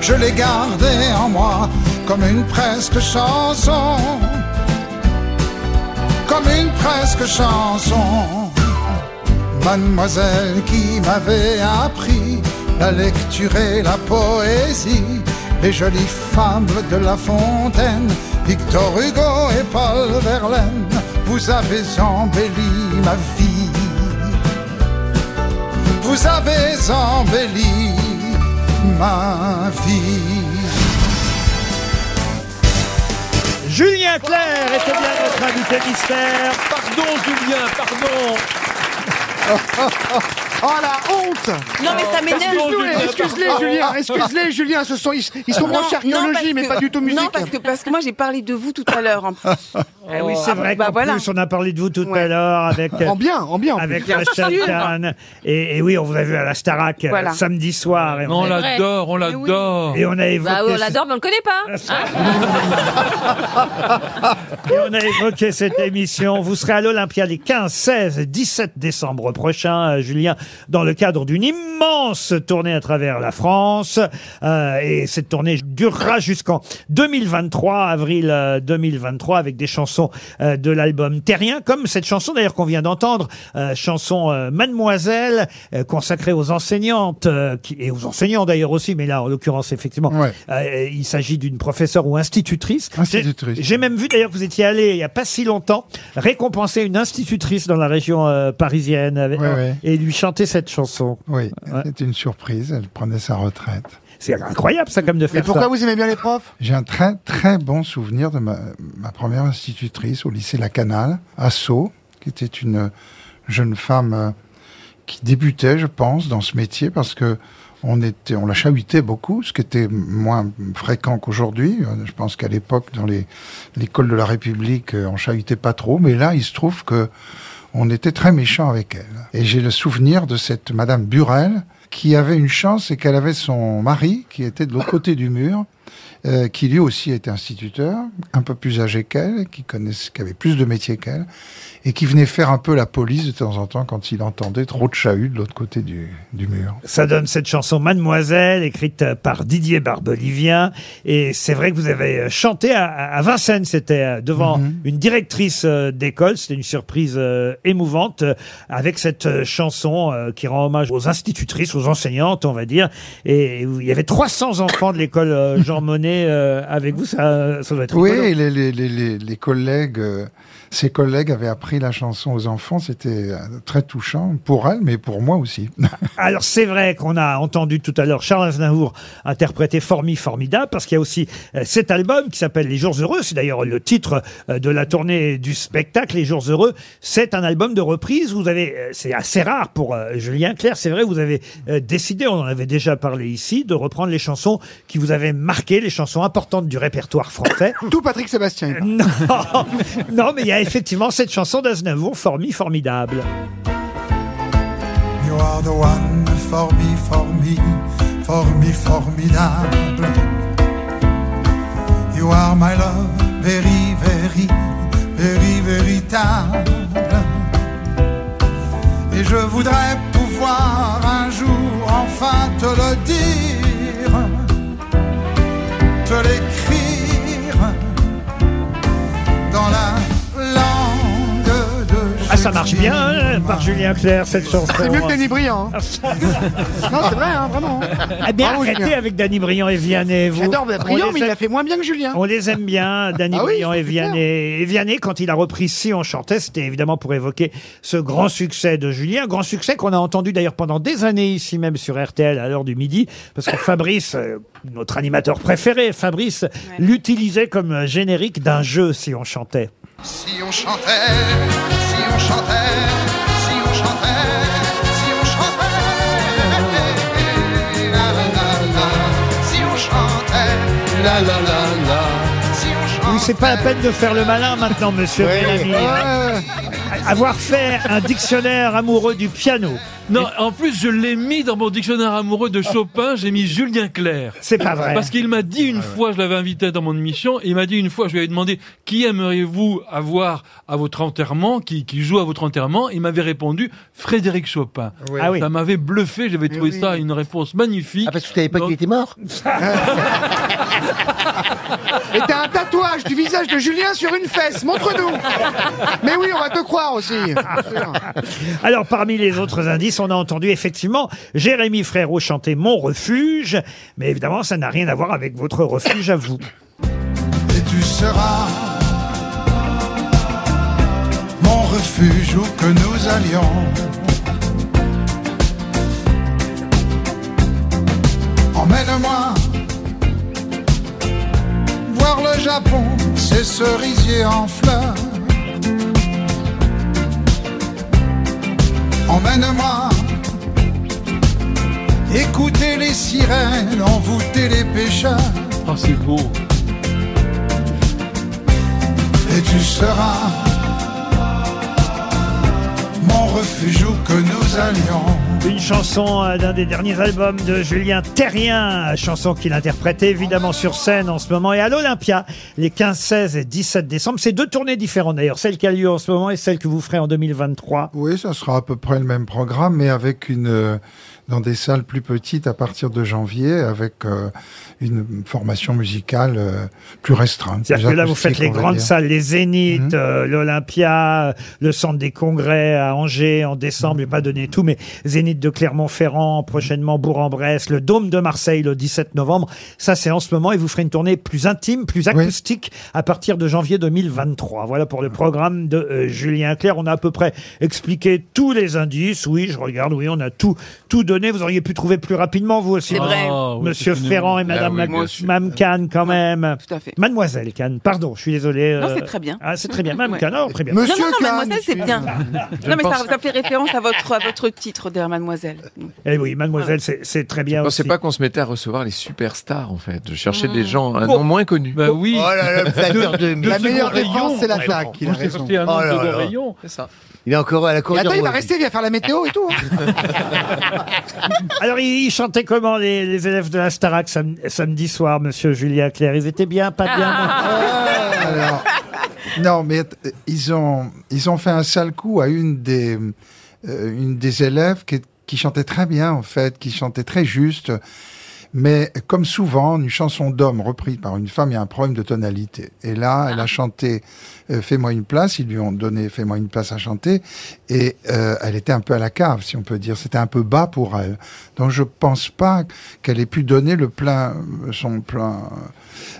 Speaker 24: je l'ai gardé en moi comme une presque chanson, comme une presque chanson. Mademoiselle qui m'avait appris la lecture et la poésie, les jolies fables de La Fontaine, Victor Hugo et Paul Verlaine, vous avez embelli ma vie. Vous avez embelli ma vie.
Speaker 2: Julien Clerc était bien notre invité mystère. Pardon, Julien, pardon.
Speaker 4: Oh la honte
Speaker 7: Non, mais ça m'énerve. Ah.
Speaker 4: Excuse-les, Excuse-les, Julien, excuse-les, Julien, ce sont, ils, ils sont
Speaker 7: Non,
Speaker 4: branchés archéologie,
Speaker 7: non, parce
Speaker 4: mais
Speaker 7: que-
Speaker 4: pas du tout musique.
Speaker 7: Non, parce que, parce que moi j'ai parlé de vous tout à l'heure en plus.
Speaker 2: Eh oui, c'est
Speaker 7: Ah,
Speaker 2: vrai
Speaker 7: bah
Speaker 2: qu'en
Speaker 7: voilà.
Speaker 2: plus, on a parlé de vous tout à l'heure avec...
Speaker 4: En bien, en bien. en
Speaker 2: Avec
Speaker 4: plus.
Speaker 2: la Khan. Et, et oui, on vous a vu à la Starac euh,
Speaker 6: Voilà.
Speaker 2: samedi soir. Et
Speaker 6: Non, on
Speaker 2: a-
Speaker 6: l'adore, on l'adore.
Speaker 2: Et on a évoqué...
Speaker 17: Bah, on l'adore, mais on le connaît pas. hein.
Speaker 2: Et on a évoqué cette émission. Vous serez à l'Olympia les 15, 16 et 17 décembre prochains, euh, Julien, dans le cadre d'une immense tournée à travers la France. Euh, et cette tournée durera jusqu'en 2023, avril euh, 2023, avec des chansons euh, de l'album Terrien, comme cette chanson d'ailleurs qu'on vient d'entendre, euh, chanson euh, Mademoiselle, euh, consacrée aux enseignantes, euh, qui- et aux enseignants d'ailleurs aussi, mais là, en l'occurrence, effectivement, euh, il s'agit d'une professeure ou institutrice. J'ai- J'ai même vu d'ailleurs que vous étiez allé il n'y a pas si longtemps récompenser une institutrice dans la région euh, parisienne avec-
Speaker 24: Ouais, ouais.
Speaker 2: et lui chanter cette chanson.
Speaker 24: Oui, c'est une surprise, elle prenait sa retraite.
Speaker 2: C'est incroyable ça comme de faire
Speaker 24: Mais pourquoi
Speaker 2: ça.
Speaker 24: vous
Speaker 4: aimez bien les profs
Speaker 24: J'ai un très très bon souvenir de ma, ma première institutrice au lycée La Canale, à Sceaux, qui était une jeune femme euh, qui débutait, je pense, dans ce métier parce que on était, on la chahutait beaucoup, ce qui était moins fréquent qu'aujourd'hui. Euh, Je pense qu'à l'époque, dans les l'école de la République, euh, on chahutait pas trop, mais là, il se trouve que on était très méchant avec elle. Et j'ai le souvenir de cette Madame Burel qui avait une chance et qu'elle avait son mari qui était de l'autre côté du mur, euh, qui lui aussi était instituteur, un peu plus âgé qu'elle, qui connaissait, qui avait plus de métier qu'elle, et qui venait faire un peu la police de temps en temps quand il entendait trop de chahuts de l'autre côté du, du mur.
Speaker 2: Ça donne cette chanson Mademoiselle, écrite euh, par Didier Barbelivien. Et c'est vrai que vous avez euh, chanté à, à Vincennes, c'était euh, devant une directrice euh, d'école. C'était une surprise euh, émouvante euh, avec cette euh, chanson euh, qui rend hommage aux institutrices, aux enseignantes, on va dire. Et où il y avait 300 enfants de l'école euh, Jean Jean Monnet, euh, avec vous, ça, ça doit être
Speaker 24: Oui,
Speaker 2: rigolo.
Speaker 24: les, les- les- les- les collègues, euh, ses collègues avaient appris la chanson aux enfants. C'était euh, très touchant pour elle, mais pour moi aussi.
Speaker 2: Alors c'est vrai qu'on a entendu tout à l'heure Charles Aznavour interpréter Formi Formidable parce qu'il y a aussi euh, cet album qui s'appelle Les Jours Heureux, c'est d'ailleurs le titre euh, de la tournée du spectacle Les Jours Heureux. C'est un album de reprise. Vous avez, euh, c'est assez rare pour euh, Julien Clerc, c'est vrai. Vous avez euh, décidé, on en avait déjà parlé ici, de reprendre les chansons qui vous avaient marqué, les chansons importantes du répertoire français.
Speaker 4: Tout Patrick Sébastien.
Speaker 2: Non, non, mais il y a effectivement cette chanson d'Aznavour, Formi Formidable.
Speaker 24: You are the one for me, for me, for me formidable. You are my love, very, very, very véritable. Et je voudrais pouvoir un jour enfin te le dire, te l'écrire dans la langue de
Speaker 2: Ah, ça marche bien hein, par Julien Clerc, cette chanson.
Speaker 4: C'est mieux que Danny Briand. hein. non, c'est vrai, hein, vraiment.
Speaker 2: Ah, bien
Speaker 4: Bravo,
Speaker 2: arrêtez
Speaker 4: Julien.
Speaker 2: avec Danny Briand et Vianney, vous.
Speaker 4: J'adore bah, Briand,
Speaker 2: On les
Speaker 4: mais il
Speaker 2: aime-
Speaker 4: a fait moins bien que Julien.
Speaker 2: On les aime bien, Danny
Speaker 4: Ah oui,
Speaker 2: Briand et
Speaker 4: c'est clair.
Speaker 2: Vianney. Et Vianney, quand il a repris Si on chantait, c'était évidemment pour évoquer ce grand succès de Julien. Grand succès qu'on a entendu d'ailleurs pendant des années ici même sur RTL à l'heure du midi. Parce que Fabrice, euh, notre animateur préféré, Fabrice, l'utilisait comme générique d'un jeu Si on chantait.
Speaker 24: Si on chantait, si on chantait, si on chantait, si on chantait, la la la la, si on chantait, la la la la, si on chantait.
Speaker 2: Oui, c'est pas la peine de faire le malin maintenant, monsieur Bellamy. Avoir fait un dictionnaire amoureux du piano.
Speaker 6: Non, en plus, je l'ai mis dans mon dictionnaire amoureux de Chopin, j'ai mis Julien Clerc.
Speaker 2: C'est pas vrai.
Speaker 6: Parce qu'il m'a dit une fois, je l'avais invité dans mon émission, et il m'a dit une fois, je lui avais demandé qui aimeriez-vous avoir à votre enterrement, qui, qui joue à votre enterrement, il m'avait répondu Frédéric Chopin.
Speaker 5: Oui. Ah oui.
Speaker 6: Ça m'avait bluffé, j'avais trouvé
Speaker 5: oui.
Speaker 6: ça une réponse magnifique. Ah, parce que tu savais pas qu'il était mort
Speaker 4: Et t'as un tatouage du visage de Julien sur une fesse, montre-nous Mais oui, on va te croire aussi
Speaker 2: Alors, parmi les autres indices, on a entendu effectivement Jérémy Frérot chanter Mon refuge, mais évidemment, ça n'a rien à voir avec votre refuge à vous.
Speaker 24: Et tu seras mon refuge où que nous allions. Emmène-moi voir le Japon, ses cerisiers en fleurs. Emmène-moi écouter les sirènes, envoûter les pêcheurs.
Speaker 6: Oh, c'est beau.
Speaker 24: et tu seras mon refuge où que nous allions.
Speaker 2: Une chanson euh, d'un des derniers albums de Julien Terrien, chanson qu'il interprète évidemment sur scène en ce moment et à l'Olympia les 15, 16 et 17 décembre. C'est deux tournées différentes d'ailleurs, celle qui a lieu en ce moment et celle que vous ferez en 2023.
Speaker 24: Oui, ça sera à peu près le même programme, mais avec une euh, dans des salles plus petites à partir de janvier, avec euh, une formation musicale euh, plus restreinte.
Speaker 2: C'est-à-dire
Speaker 24: plus
Speaker 2: que là, vous
Speaker 24: acoustique,
Speaker 2: faites les
Speaker 24: on va
Speaker 2: grandes
Speaker 24: dire. Mhm.
Speaker 2: salles, les Zéniths, euh, l'Olympia, euh, le Centre des Congrès à Angers en décembre. Je vais pas
Speaker 24: Mhm.
Speaker 2: donner tout, mais Zénith de Clermont-Ferrand, prochainement Bourg-en-Bresse, le Dôme de Marseille le 17 novembre. Ça, c'est en ce moment et vous ferez une tournée plus intime, plus acoustique à partir de janvier 2023. Voilà pour le programme de euh, Julien Clerc. On a à peu près expliqué tous les indices. Oui, je regarde. Oui, on a tout, tout donné. Vous auriez pu trouver plus rapidement, vous aussi. hein,
Speaker 7: C'est vrai. Ah, oui,
Speaker 2: Monsieur
Speaker 7: c'est une-
Speaker 2: Ferrand et
Speaker 7: Là,
Speaker 2: Madame
Speaker 7: oui,
Speaker 2: Mac-
Speaker 7: bien sûr.
Speaker 2: Madame Kahn, quand même. Tout à fait. Mademoiselle Kahn, pardon, je suis désolé.
Speaker 7: Non,
Speaker 2: euh,
Speaker 7: c'est très bien.
Speaker 2: Ah, c'est très bien. Madame
Speaker 7: Ouais.
Speaker 2: Kahn, non, très bien.
Speaker 7: non, non, non, mademoiselle, c'est bien.
Speaker 2: Je
Speaker 7: non, mais ça,
Speaker 2: pense-
Speaker 7: ça fait référence à votre, à votre titre, d'ailleurs, mademoiselle.
Speaker 2: Eh oui, mademoiselle, c'est c'est très bien
Speaker 9: Je pensais
Speaker 2: aussi.
Speaker 9: pas qu'on se mettait à recevoir les superstars, en fait. Je cherchais des gens, un
Speaker 2: Oh.
Speaker 9: nom moins connu.
Speaker 6: Bah oui.
Speaker 9: Oh là là, le flatteur de mille.
Speaker 4: La meilleure
Speaker 9: secondes rayon.
Speaker 4: défense, c'est
Speaker 9: Ouais,
Speaker 4: l'attaque,
Speaker 9: bon,
Speaker 4: il a
Speaker 9: moi, j'ai
Speaker 4: raison.
Speaker 9: sorti un nom de
Speaker 5: là là.
Speaker 9: rayon. C'est ça.
Speaker 5: Il est encore à la cour
Speaker 4: Et attends,
Speaker 5: de
Speaker 4: il va
Speaker 5: Rouen.
Speaker 4: rester, il va faire la météo et tout hein.
Speaker 2: Alors, ils ils chantaient comment les, les élèves de la Starac sam- samedi soir, monsieur Julien Clerc Ils étaient bien, pas bien
Speaker 8: Ah.
Speaker 4: Euh,
Speaker 24: Alors, non, mais euh, ils ont, ils ont fait un sale coup à une des, euh, une des élèves qui, qui chantait très bien, en fait, qui chantait très juste.
Speaker 10: Mais comme souvent, une chanson d'homme reprise par une femme, il y a un problème de tonalité. Et là, elle a chanté euh, Fais-moi une place. Ils lui ont donné Fais-moi une place à chanter. Et euh, elle était un peu à la cave, si on peut dire. C'était un peu bas pour elle. Donc je pense pas qu'elle ait pu donner le plein, son plein,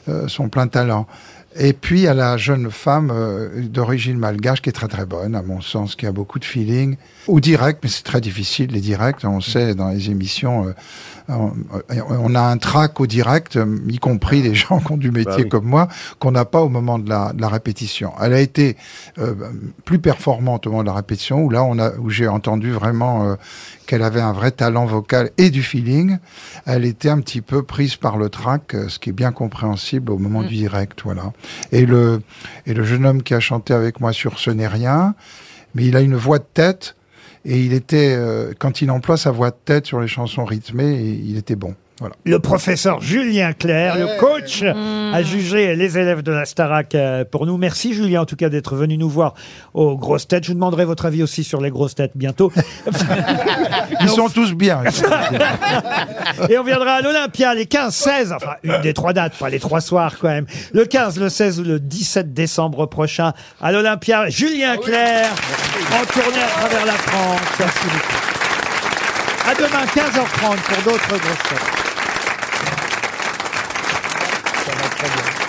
Speaker 10: euh, son plein talent. Et puis à la jeune femme euh, d'origine malgache qui est très très bonne, à mon sens, qui a beaucoup de feeling, ou direct, mais c'est très difficile les directs. On sait dans les émissions, euh, on, on a un trac au direct, euh, y compris les gens qui ont du métier
Speaker 24: Bah oui.
Speaker 10: comme moi, qu'on n'a pas au moment de la, de la répétition. Elle a été euh, plus performante au moment de la répétition, où là on a, où j'ai entendu vraiment euh, qu'elle avait un vrai talent vocal et du feeling. Elle était un petit peu prise par le trac, euh, ce qui est bien compréhensible au moment du direct, voilà. Et le, et le jeune homme qui a chanté avec moi sur Ce n'est rien, mais il a une voix de tête, et il était, euh, quand il emploie sa voix de tête sur les chansons rythmées, il était bon. Voilà.
Speaker 2: Le professeur Julien Clerc, le coach, a jugé les élèves de la Starac euh, pour nous. Merci Julien en tout cas d'être venu nous voir aux grosses têtes. Je vous demanderai votre avis aussi sur les grosses têtes bientôt.
Speaker 10: Ils sont tous bien. ils sont tous bien.
Speaker 2: Et on viendra à l'Olympia les 15, 16, enfin une des trois dates, pas les trois soirs quand même. Le 15, le 16 ou le 17 décembre prochain à l'Olympia. Julien Clerc en tournée à travers la France. Merci beaucoup. À demain 15h30 pour d'autres grosses têtes. Ça va très bien.